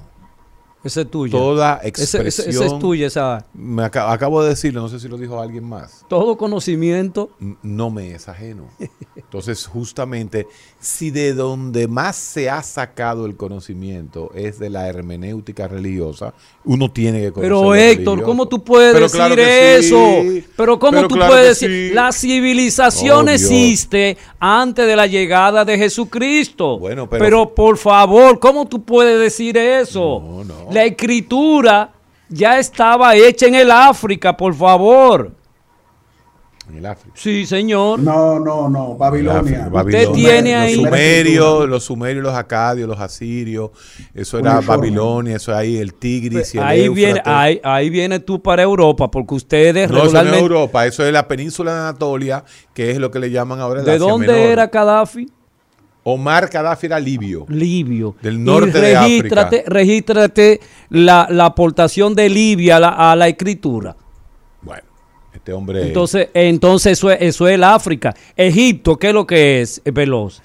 [SPEAKER 4] ese es tuyo.
[SPEAKER 3] Toda
[SPEAKER 4] Ese- ese-
[SPEAKER 3] expresión.
[SPEAKER 4] Ese, es tuyo, esa,
[SPEAKER 3] Me aca- acabo de decirlo, no sé si lo dijo alguien más.
[SPEAKER 4] todo conocimiento.
[SPEAKER 3] n- no me es ajeno. Entonces, justamente, si de donde más se ha sacado el conocimiento es de la hermenéutica religiosa, uno tiene que conocer.
[SPEAKER 4] Pero
[SPEAKER 3] lo
[SPEAKER 4] Héctor,
[SPEAKER 3] religioso.
[SPEAKER 4] ¿cómo tú puedes
[SPEAKER 3] Pero
[SPEAKER 4] decir
[SPEAKER 3] claro que sí.
[SPEAKER 4] eso? Pero ¿cómo
[SPEAKER 3] Pero
[SPEAKER 4] tú
[SPEAKER 3] claro
[SPEAKER 4] puedes
[SPEAKER 3] que
[SPEAKER 4] decir?
[SPEAKER 3] sí.
[SPEAKER 4] La civilización
[SPEAKER 3] Oh, Dios.
[SPEAKER 4] existe antes de la llegada de Jesucristo.
[SPEAKER 3] Bueno, pero-
[SPEAKER 4] pero, por favor, ¿cómo tú puedes decir eso? La escritura ya estaba hecha en el África, por favor.
[SPEAKER 3] En el África.
[SPEAKER 4] Sí, señor.
[SPEAKER 5] No, no, no, Babilonia.
[SPEAKER 3] África,
[SPEAKER 4] Usted tiene ahí...
[SPEAKER 3] Ah, Los sumerios, los sumerios, los acadios, los asirios, eso era
[SPEAKER 4] Uniforme.
[SPEAKER 3] Babilonia, eso ahí el Tigris y el
[SPEAKER 4] Ahí viene, ah,
[SPEAKER 3] Éufrates.
[SPEAKER 4] ahí, ahí viene tú para Europa, porque ustedes
[SPEAKER 3] No, eso no es
[SPEAKER 4] regularmente...
[SPEAKER 3] Europa, eso es la península de Anatolia, que es lo que le llaman ahora el
[SPEAKER 4] ¿De
[SPEAKER 3] Asia
[SPEAKER 4] dónde
[SPEAKER 3] Menor.
[SPEAKER 4] era Gaddafi?
[SPEAKER 3] Omar Gaddafi era libio.
[SPEAKER 4] Libio.
[SPEAKER 3] Del norte
[SPEAKER 4] y
[SPEAKER 3] de
[SPEAKER 4] regístrate,
[SPEAKER 3] África.
[SPEAKER 4] regístrate la, la aportación de Libia a la, a la escritura.
[SPEAKER 3] Bueno, Este hombre.
[SPEAKER 4] Entonces, entonces eso, es, eso es el África. Egipto, ¿qué es lo que es, eh, Veloz?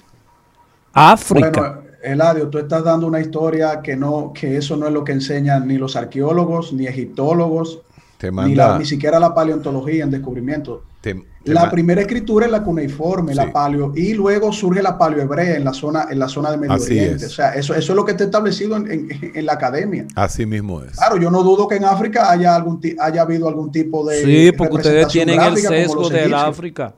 [SPEAKER 4] África.
[SPEAKER 5] Bueno, Eladio, tú estás dando una historia que no, que eso no es lo que enseñan ni los arqueólogos, ni egiptólogos,
[SPEAKER 3] te
[SPEAKER 5] ni, la-
[SPEAKER 3] manda.
[SPEAKER 5] ni siquiera la paleontología en descubrimiento.
[SPEAKER 3] te- te
[SPEAKER 5] La
[SPEAKER 3] ma-
[SPEAKER 5] primera escritura es la cuneiforme, la paleo, y luego surge la paleohebrea en la zona, en la zona de Medio
[SPEAKER 3] Así
[SPEAKER 5] Oriente.
[SPEAKER 3] es.
[SPEAKER 5] O sea, eso, eso es lo que está establecido en, en- en la academia.
[SPEAKER 3] Así mismo es.
[SPEAKER 5] Claro, yo no dudo que en África haya algún ti- haya habido algún tipo de
[SPEAKER 4] Sí, porque ustedes
[SPEAKER 5] representación
[SPEAKER 4] tienen el
[SPEAKER 5] gráfica como
[SPEAKER 4] sesgo
[SPEAKER 5] los
[SPEAKER 4] del
[SPEAKER 5] egipcios.
[SPEAKER 4] África.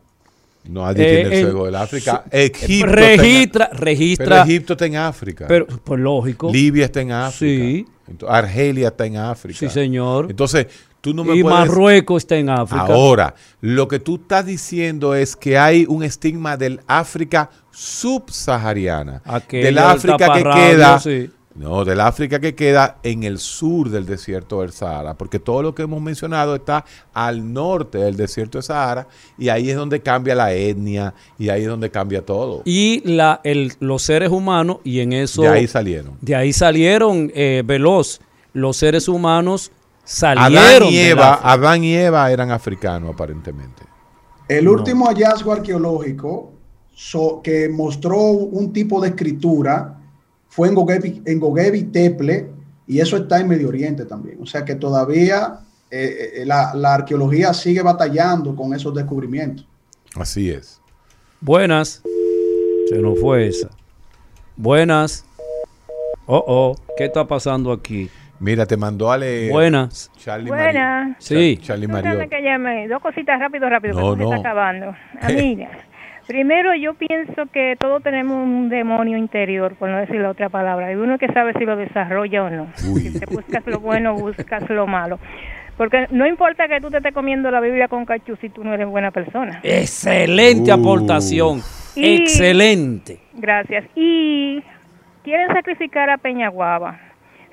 [SPEAKER 3] Nadie
[SPEAKER 4] Eh,
[SPEAKER 3] tiene el
[SPEAKER 4] en-
[SPEAKER 3] fuego del África.
[SPEAKER 4] su-
[SPEAKER 3] Egipto.
[SPEAKER 4] registra-
[SPEAKER 3] está en-
[SPEAKER 4] registra-
[SPEAKER 3] Pero Egipto está en África.
[SPEAKER 4] Pero, pues lógico.
[SPEAKER 3] Libia está en África. Ento- Argelia está en África.
[SPEAKER 4] Sí, señor.
[SPEAKER 3] Entonces, tú no me
[SPEAKER 4] y
[SPEAKER 3] puedes.
[SPEAKER 4] Marruecos está en África.
[SPEAKER 3] Ahora, lo que tú estás diciendo es que hay un estigma del África subsahariana.
[SPEAKER 4] Aquella
[SPEAKER 3] Del África que
[SPEAKER 4] taparrabio,
[SPEAKER 3] queda.
[SPEAKER 4] sí.
[SPEAKER 3] No, del África que queda en el sur del desierto del Sahara, porque todo lo que hemos mencionado está al norte del desierto del Sahara y ahí es donde cambia la etnia y ahí es donde cambia todo.
[SPEAKER 4] Y la, el- los seres humanos, y en eso.
[SPEAKER 3] De ahí salieron.
[SPEAKER 4] De ahí salieron eh, veloz. Los seres humanos salieron.
[SPEAKER 3] Adán y,
[SPEAKER 4] del
[SPEAKER 3] Eva,
[SPEAKER 4] África.
[SPEAKER 3] Adán y Eva eran africanos aparentemente.
[SPEAKER 5] El
[SPEAKER 3] No.
[SPEAKER 5] último hallazgo arqueológico so- que mostró un tipo de escritura fue en Gogebi, en Gogebi Teple y eso está en Medio Oriente también. O sea que todavía eh, eh, la, la arqueología sigue batallando con esos descubrimientos.
[SPEAKER 3] Así es.
[SPEAKER 4] Buenas. Se nos fue esa. Buenas. Oh, oh. ¿Qué está pasando aquí?
[SPEAKER 3] Mira, te mandó a leer.
[SPEAKER 4] Buenas.
[SPEAKER 3] Charlie
[SPEAKER 9] Buenas.
[SPEAKER 4] Sí.
[SPEAKER 3] Char- Charlie
[SPEAKER 9] Perdóname
[SPEAKER 3] Mario.
[SPEAKER 9] que llame. Dos cositas rápido, rápido, que
[SPEAKER 3] No,
[SPEAKER 9] se me
[SPEAKER 3] no.
[SPEAKER 9] está acabando. Amiga, primero yo pienso que todos tenemos un demonio interior, por no decir la otra palabra. Hay uno que sabe si lo desarrolla o no. Si te buscas lo bueno, buscas lo malo. Porque no importa que tú te estés comiendo la Biblia con cachú si tú no eres buena persona.
[SPEAKER 4] Excelente
[SPEAKER 13] Uh.
[SPEAKER 4] aportación.
[SPEAKER 9] Y-
[SPEAKER 4] Excelente.
[SPEAKER 9] Gracias. Y quieren sacrificar a Peñaguaba.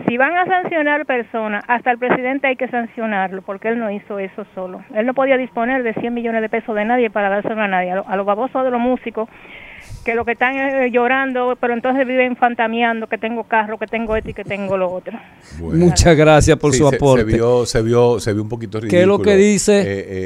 [SPEAKER 9] Si van a sancionar personas, hasta el presidente hay que sancionarlo, porque él no hizo eso solo. Él no podía disponer de 100 millones de pesos de nadie para dárselo a nadie. A, lo- a los babosos de los músicos, que lo que están eh, llorando, pero entonces viven fantameando que tengo carro, que tengo esto y que tengo lo otro.
[SPEAKER 4] Muchas gracias por
[SPEAKER 3] Sí,
[SPEAKER 4] su
[SPEAKER 3] se-
[SPEAKER 4] aporte.
[SPEAKER 3] Se, vio, se, vio, se vio un poquito ridículo.
[SPEAKER 4] ¿Qué es lo que dice?
[SPEAKER 3] eh,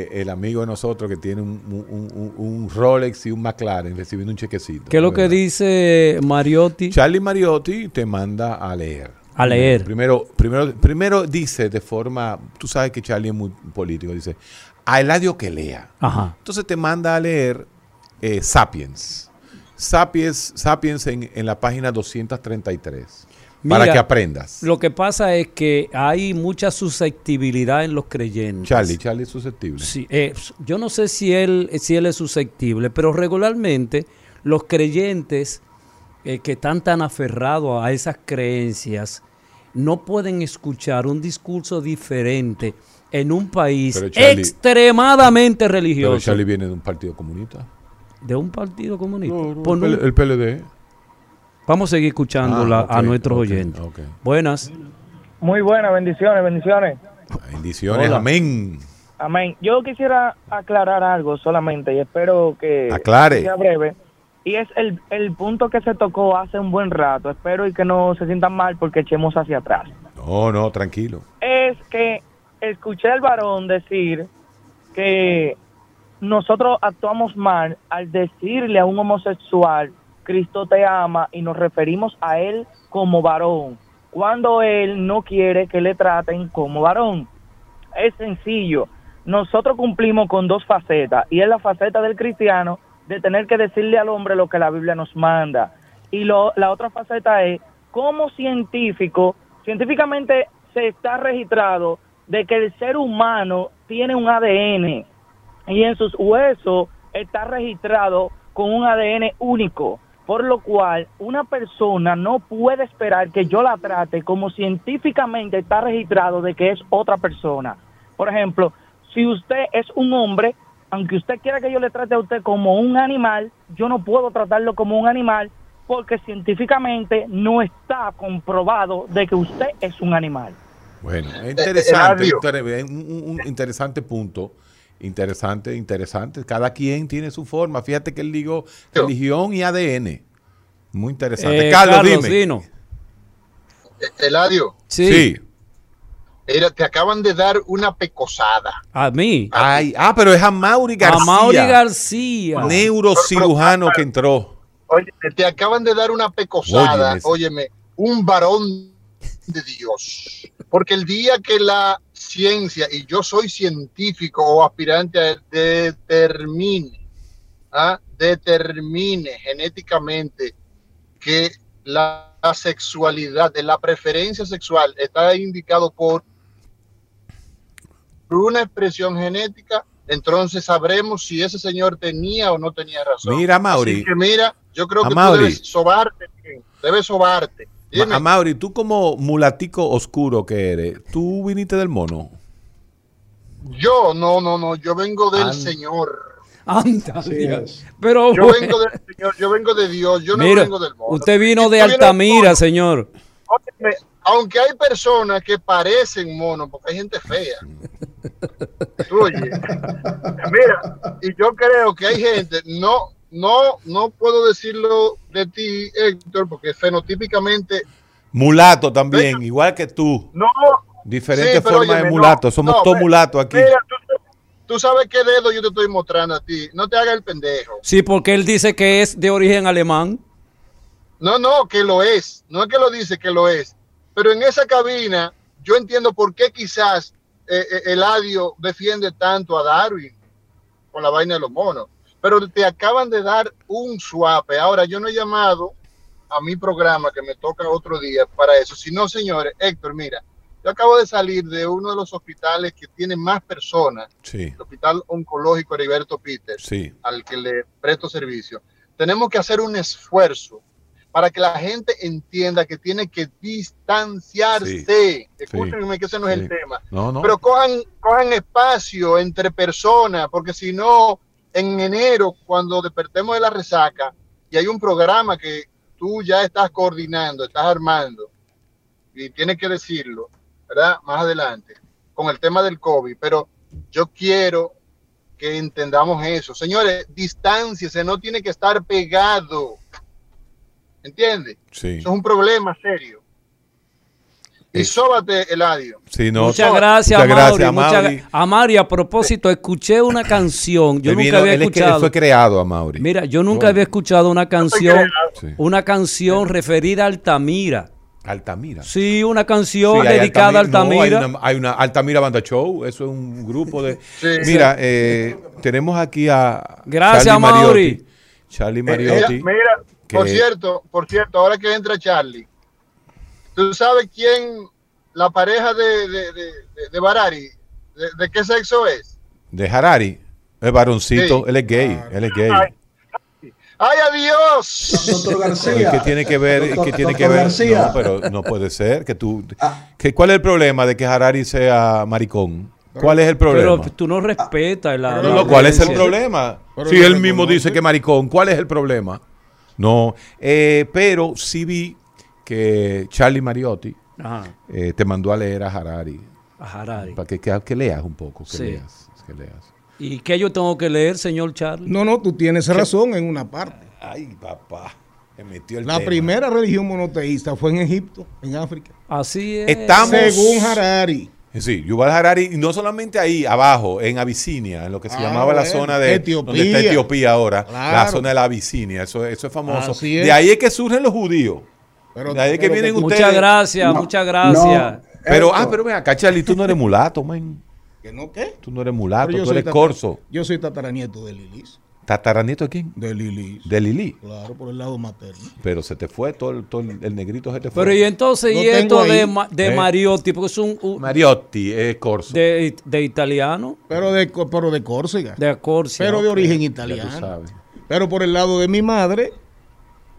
[SPEAKER 3] eh, el amigo de nosotros que tiene un, un- un- un Rolex y un McLaren recibiendo un chequecito.
[SPEAKER 4] ¿Qué es lo que dice Mariotti?
[SPEAKER 3] Charlie Mariotti te manda a leer.
[SPEAKER 4] A leer.
[SPEAKER 3] Primero, primero, primero dice de forma, tú sabes que Charlie es muy político, dice, a Eladio que lea.
[SPEAKER 4] Ajá.
[SPEAKER 3] Entonces te manda a leer eh, Sapiens. Sapiens, Sapiens en, en la página 233. para
[SPEAKER 4] Mira,
[SPEAKER 3] que aprendas.
[SPEAKER 4] Lo que pasa es que hay mucha susceptibilidad en los creyentes.
[SPEAKER 3] Charlie, Charlie es susceptible.
[SPEAKER 4] Sí, eh, yo no sé si él, si él es susceptible, pero regularmente los creyentes eh, que están tan aferrados a esas creencias no pueden escuchar un discurso diferente en un país
[SPEAKER 3] Pero Charlie-
[SPEAKER 4] extremadamente
[SPEAKER 3] Pero
[SPEAKER 4] religioso.
[SPEAKER 3] Charlie viene de un partido comunista.
[SPEAKER 4] de un partido comunista.
[SPEAKER 3] No, no,
[SPEAKER 4] Por
[SPEAKER 3] el,
[SPEAKER 4] un-
[SPEAKER 3] P- el PLD.
[SPEAKER 4] Vamos a seguir escuchándola
[SPEAKER 3] Ah,
[SPEAKER 4] a
[SPEAKER 3] ok,
[SPEAKER 4] nuestros
[SPEAKER 3] ok,
[SPEAKER 4] oyentes.
[SPEAKER 3] ok.
[SPEAKER 4] Buenas.
[SPEAKER 14] Muy buena, bendiciones, bendiciones.
[SPEAKER 3] Bendiciones,
[SPEAKER 14] Hola.
[SPEAKER 3] amén.
[SPEAKER 14] Amén. Yo quisiera aclarar algo solamente y espero que
[SPEAKER 3] Aclare.
[SPEAKER 14] sea breve. Y es el, el punto que se tocó hace un buen rato. Espero y que no se sientan mal porque echemos hacia atrás.
[SPEAKER 3] No, no, tranquilo.
[SPEAKER 14] Es que escuché al varón decir que nosotros actuamos mal al decirle a un homosexual, Cristo te ama, y nos referimos a él como varón, cuando él no quiere que le traten como varón. Es sencillo, nosotros cumplimos con dos facetas, y es la faceta del cristiano de tener que decirle al hombre lo que la Biblia nos manda. Y lo- la otra faceta es, como científico, científicamente se está registrado de que el ser humano tiene un ADN y en sus huesos está registrado con un ADN único, por lo cual una persona no puede esperar que yo la trate como científicamente está registrado de que es otra persona. Por ejemplo, si usted es un hombre, aunque usted quiera que yo le trate a usted como un animal, yo no puedo tratarlo como un animal porque científicamente no está comprobado de que usted es un animal.
[SPEAKER 3] Bueno, es interesante,
[SPEAKER 14] Eladio.
[SPEAKER 3] inter- eh, un, un interesante punto. Interesante, interesante. Cada quien tiene su forma. Fíjate que él dijo religión y ADN. Muy interesante.
[SPEAKER 4] Eh,
[SPEAKER 3] Carlos,
[SPEAKER 4] Carlos,
[SPEAKER 3] dime.
[SPEAKER 4] dino.
[SPEAKER 15] Eladio,
[SPEAKER 3] Sí.
[SPEAKER 13] Era, te acaban de dar una pecosada.
[SPEAKER 4] A mí.
[SPEAKER 3] Ay, ah, pero es a Mauri García.
[SPEAKER 4] Amaury García.
[SPEAKER 3] Neurocirujano que entró.
[SPEAKER 13] Oye, te acaban de dar una pecosada,
[SPEAKER 3] Óyeme.
[SPEAKER 13] óyeme, un varón de Dios. Porque el día que la ciencia, y yo soy científico o aspirante a él, determine, ¿ah? determine genéticamente que la sexualidad, de la preferencia sexual está indicado por una expresión genética, entonces sabremos si ese señor tenía o no tenía razón.
[SPEAKER 3] Mira, Mauri.
[SPEAKER 13] Así que mira, yo creo que
[SPEAKER 3] Amaury.
[SPEAKER 13] tú debes sobarte, bien, debes sobarte. Dime.
[SPEAKER 3] Ma- Mauri, tú como mulatico oscuro que eres, tú viniste del mono.
[SPEAKER 13] Yo, no, no, no, yo vengo del
[SPEAKER 3] Anda.
[SPEAKER 13] Señor.
[SPEAKER 4] Anda, Dios.
[SPEAKER 13] es.
[SPEAKER 4] Pero
[SPEAKER 13] yo
[SPEAKER 4] bueno.
[SPEAKER 13] vengo del Señor, yo vengo de Dios, yo no
[SPEAKER 4] Mira,
[SPEAKER 13] vengo del mundo.
[SPEAKER 4] usted vino de
[SPEAKER 13] Yo del
[SPEAKER 4] Altamira, señor.
[SPEAKER 13] Óyeme, aunque hay personas que parecen monos, porque hay gente fea. Tú oyes. Mira, y yo creo que hay gente, no, no, no puedo decirlo de ti, Héctor, porque fenotípicamente
[SPEAKER 3] Mulato también, igual que tú.
[SPEAKER 13] no.
[SPEAKER 3] Diferentes
[SPEAKER 13] Sí, pero
[SPEAKER 3] formas de
[SPEAKER 13] óyeme,
[SPEAKER 3] mulato.
[SPEAKER 13] no,
[SPEAKER 3] Somos
[SPEAKER 13] no,
[SPEAKER 3] todos
[SPEAKER 13] ve-
[SPEAKER 3] mulatos aquí.
[SPEAKER 13] Mira, tú, tú sabes qué dedo yo te estoy mostrando a ti. No te hagas el pendejo.
[SPEAKER 4] Sí, porque él dice que es de origen alemán.
[SPEAKER 13] No, no, que lo es. No es que lo dice, que lo es. Pero en esa cabina, yo entiendo por qué quizás eh, eh, Eladio defiende tanto a Darwin con la vaina de los monos. Pero te acaban de dar un suape. Ahora, yo no he llamado a mi programa que me toca otro día para eso. Si no, señores, Héctor, mira, yo acabo de salir de uno de los hospitales que tiene más personas
[SPEAKER 3] Sí,
[SPEAKER 13] el Hospital Oncológico Heriberto Peter,
[SPEAKER 3] Sí.
[SPEAKER 13] al que le presto servicio, tenemos que hacer un esfuerzo para que la gente entienda que tiene que distanciarse.
[SPEAKER 3] Sí.
[SPEAKER 13] Escúchenme que ese no es el
[SPEAKER 3] Sí.
[SPEAKER 13] tema.
[SPEAKER 3] No, no.
[SPEAKER 13] Pero cojan, cojan espacio entre personas, porque si no, en enero, cuando despertemos de la resaca, y hay un programa que tú ya estás coordinando, estás armando, y tienes que decirlo, ¿verdad? Más adelante, con el tema del COVID, pero yo quiero que entendamos eso. Señores, distánciese, no tiene que estar pegado. ¿Entiendes?
[SPEAKER 3] sí.
[SPEAKER 13] Eso es un problema serio. Y sóbate, Eladio.
[SPEAKER 3] Sí, no.
[SPEAKER 4] muchas
[SPEAKER 3] Muchas
[SPEAKER 4] gracias, Amaury.
[SPEAKER 3] gracias,
[SPEAKER 4] Muchas
[SPEAKER 3] Amaury.
[SPEAKER 4] gra- Amaury, a propósito, escuché una canción. Yo
[SPEAKER 3] Él
[SPEAKER 4] nunca
[SPEAKER 3] vino-
[SPEAKER 4] había
[SPEAKER 3] él es que- él
[SPEAKER 4] escuchado.
[SPEAKER 3] fue creado, Amaury.
[SPEAKER 4] Mira, yo nunca había escuchado una canción, una canción referida a Altamira.
[SPEAKER 3] Altamira.
[SPEAKER 4] Sí, una canción
[SPEAKER 3] Sí, hay
[SPEAKER 4] dedicada
[SPEAKER 3] Altami- no,
[SPEAKER 4] a Altamira.
[SPEAKER 3] hay, una, hay una Altamira Banda Show, eso es un grupo de...
[SPEAKER 13] Sí.
[SPEAKER 3] Mira, eh, tenemos aquí a...
[SPEAKER 4] Gracias,
[SPEAKER 3] Charlie
[SPEAKER 4] Mauri.
[SPEAKER 3] Mariotti. Charlie
[SPEAKER 13] Mira,
[SPEAKER 3] Mariotti.
[SPEAKER 13] Eh, mira,
[SPEAKER 3] que-
[SPEAKER 13] por cierto, por cierto, ahora que entra Charlie, ¿tú sabes quién, la pareja de, de, de, de- de Barari, de, de qué sexo es?
[SPEAKER 3] De Harari. El varoncito,
[SPEAKER 13] Sí. Ah.
[SPEAKER 3] él es gay, él es gay.
[SPEAKER 13] ¡Ay, adiós! Doctor
[SPEAKER 3] ¿Y ¿Qué tiene Eh, que ver?
[SPEAKER 13] Doctor-
[SPEAKER 3] ¿Qué tiene
[SPEAKER 13] doctor
[SPEAKER 3] que ver?
[SPEAKER 13] García. Ah.
[SPEAKER 3] No, pero no puede ser que tú... que- ¿Cuál es el problema de que Harari sea maricón? ¿Cuál es el problema?
[SPEAKER 4] Pero tú no respetas la.
[SPEAKER 3] No, no, ¿Cuál es el problema? Si él mismo dice que maricón, ¿cuál es el problema? No, eh, pero sí vi que Charlie Mariotti
[SPEAKER 4] Ajá.
[SPEAKER 3] eh, te mandó a leer a Harari.
[SPEAKER 4] A Harari.
[SPEAKER 3] Para que, que- que leas un poco, que
[SPEAKER 4] Sí.
[SPEAKER 3] leas, que leas.
[SPEAKER 4] ¿Y qué yo tengo que leer, señor Charlie?
[SPEAKER 15] No, no, tú tienes razón en una parte.
[SPEAKER 3] Ay, papá, me metió
[SPEAKER 15] La primera religión monoteísta fue en Egipto, en África.
[SPEAKER 4] Así es.
[SPEAKER 3] Estamos-
[SPEAKER 15] Según Harari.
[SPEAKER 3] Sí, Yuval Harari, y no solamente ahí, abajo, en Abisinia, en lo que se
[SPEAKER 15] Ah,
[SPEAKER 3] llamaba la
[SPEAKER 15] bueno,
[SPEAKER 3] zona de
[SPEAKER 15] Etiopía.
[SPEAKER 3] donde está Etiopía ahora, la
[SPEAKER 15] Claro.
[SPEAKER 3] zona de la Abisinia, eso, eso es famoso.
[SPEAKER 15] Así es.
[SPEAKER 3] De ahí es que surgen los judíos. de ahí es que
[SPEAKER 15] pero
[SPEAKER 3] vienen
[SPEAKER 15] que-
[SPEAKER 3] ustedes.
[SPEAKER 4] Muchas gracias,
[SPEAKER 15] No,
[SPEAKER 4] ah, muchas gracias.
[SPEAKER 15] no.
[SPEAKER 3] Pero, ah,
[SPEAKER 15] Esto.
[SPEAKER 3] pero ven acá, Charlie, tú no eres mulato, man.
[SPEAKER 15] ¿Que no qué?
[SPEAKER 3] Tú no eres mulato,
[SPEAKER 15] Pero yo
[SPEAKER 3] tú
[SPEAKER 15] soy
[SPEAKER 3] eres
[SPEAKER 15] tata-
[SPEAKER 3] corso.
[SPEAKER 15] Yo soy tataranieto de Lilis.
[SPEAKER 3] ¿Tataranieto de quién?
[SPEAKER 15] De Lili.
[SPEAKER 3] De Lili.
[SPEAKER 15] Claro, por el lado materno.
[SPEAKER 3] Pero se te fue todo el, todo el- el negrito, se te fue.
[SPEAKER 4] Pero y entonces,
[SPEAKER 15] No
[SPEAKER 4] ¿y
[SPEAKER 15] tengo
[SPEAKER 4] esto
[SPEAKER 15] ahí.
[SPEAKER 4] de, ma- de
[SPEAKER 3] Eh.
[SPEAKER 4] Mariotti? Porque es un. un-
[SPEAKER 3] Mariotti es corso.
[SPEAKER 4] de, de italiano.
[SPEAKER 15] Pero de, co- pero de Córcega.
[SPEAKER 4] De Córcega.
[SPEAKER 15] Pero de
[SPEAKER 4] ok.
[SPEAKER 15] origen
[SPEAKER 3] Ya tú
[SPEAKER 15] italiano.
[SPEAKER 3] sabes.
[SPEAKER 15] Pero por el lado de mi madre,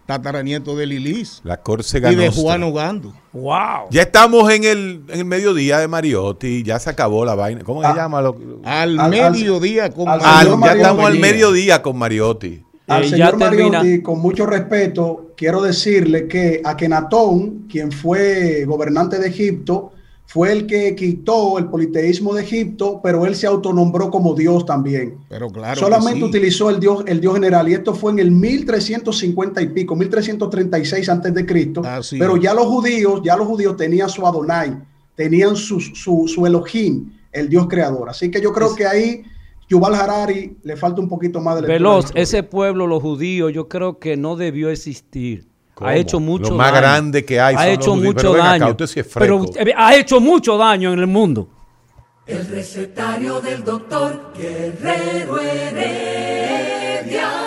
[SPEAKER 15] tataranieto de Lilis.
[SPEAKER 3] La Córcega
[SPEAKER 15] Y de
[SPEAKER 3] nostra.
[SPEAKER 15] Juan Ogando.
[SPEAKER 4] ¡Wow!
[SPEAKER 3] Ya estamos en el, en el mediodía de Mariotti, ya se acabó la vaina. ¿Cómo se llama? lo-
[SPEAKER 15] Al,
[SPEAKER 3] Al-
[SPEAKER 15] mediodía con
[SPEAKER 3] Al-
[SPEAKER 15] Mario
[SPEAKER 3] ya
[SPEAKER 15] Mariotti.
[SPEAKER 3] estamos al mediodía con Mariotti.
[SPEAKER 5] Al
[SPEAKER 4] Eh, ya
[SPEAKER 5] señor
[SPEAKER 4] termina.
[SPEAKER 5] Mariotti, con mucho respeto, quiero decirle que Akenatón, quien fue gobernante de Egipto, fue el que quitó el politeísmo de Egipto, pero él se autonombró como Dios también.
[SPEAKER 15] Pero claro.
[SPEAKER 5] Solamente
[SPEAKER 15] que sí.
[SPEAKER 5] utilizó el Dios, el Dios general, y esto fue en el 1350 y pico, 1336 antes de Cristo.
[SPEAKER 15] Así
[SPEAKER 5] Pero
[SPEAKER 15] es.
[SPEAKER 5] ya los judíos, ya los judíos tenían su Adonai, tenían su, su, su Elohim, el Dios creador. Así que yo creo que ahí Yuval Harari le falta un poquito más de lectura. este
[SPEAKER 4] Veloz,
[SPEAKER 15] eh.
[SPEAKER 4] ese pueblo, los judíos, yo creo que no debió existir.
[SPEAKER 3] ¿Cómo?
[SPEAKER 4] Ha hecho mucho
[SPEAKER 3] Lo más
[SPEAKER 4] daño.
[SPEAKER 3] grande que hay son
[SPEAKER 4] Ha
[SPEAKER 3] los
[SPEAKER 4] hecho
[SPEAKER 3] judíos.
[SPEAKER 4] mucho
[SPEAKER 3] Pero ven acá,
[SPEAKER 4] daño.
[SPEAKER 3] usted sí es
[SPEAKER 4] Pero
[SPEAKER 3] freco.
[SPEAKER 4] usted- ha hecho mucho daño en el mundo.
[SPEAKER 2] El recetario del doctor Guerrero Heredia.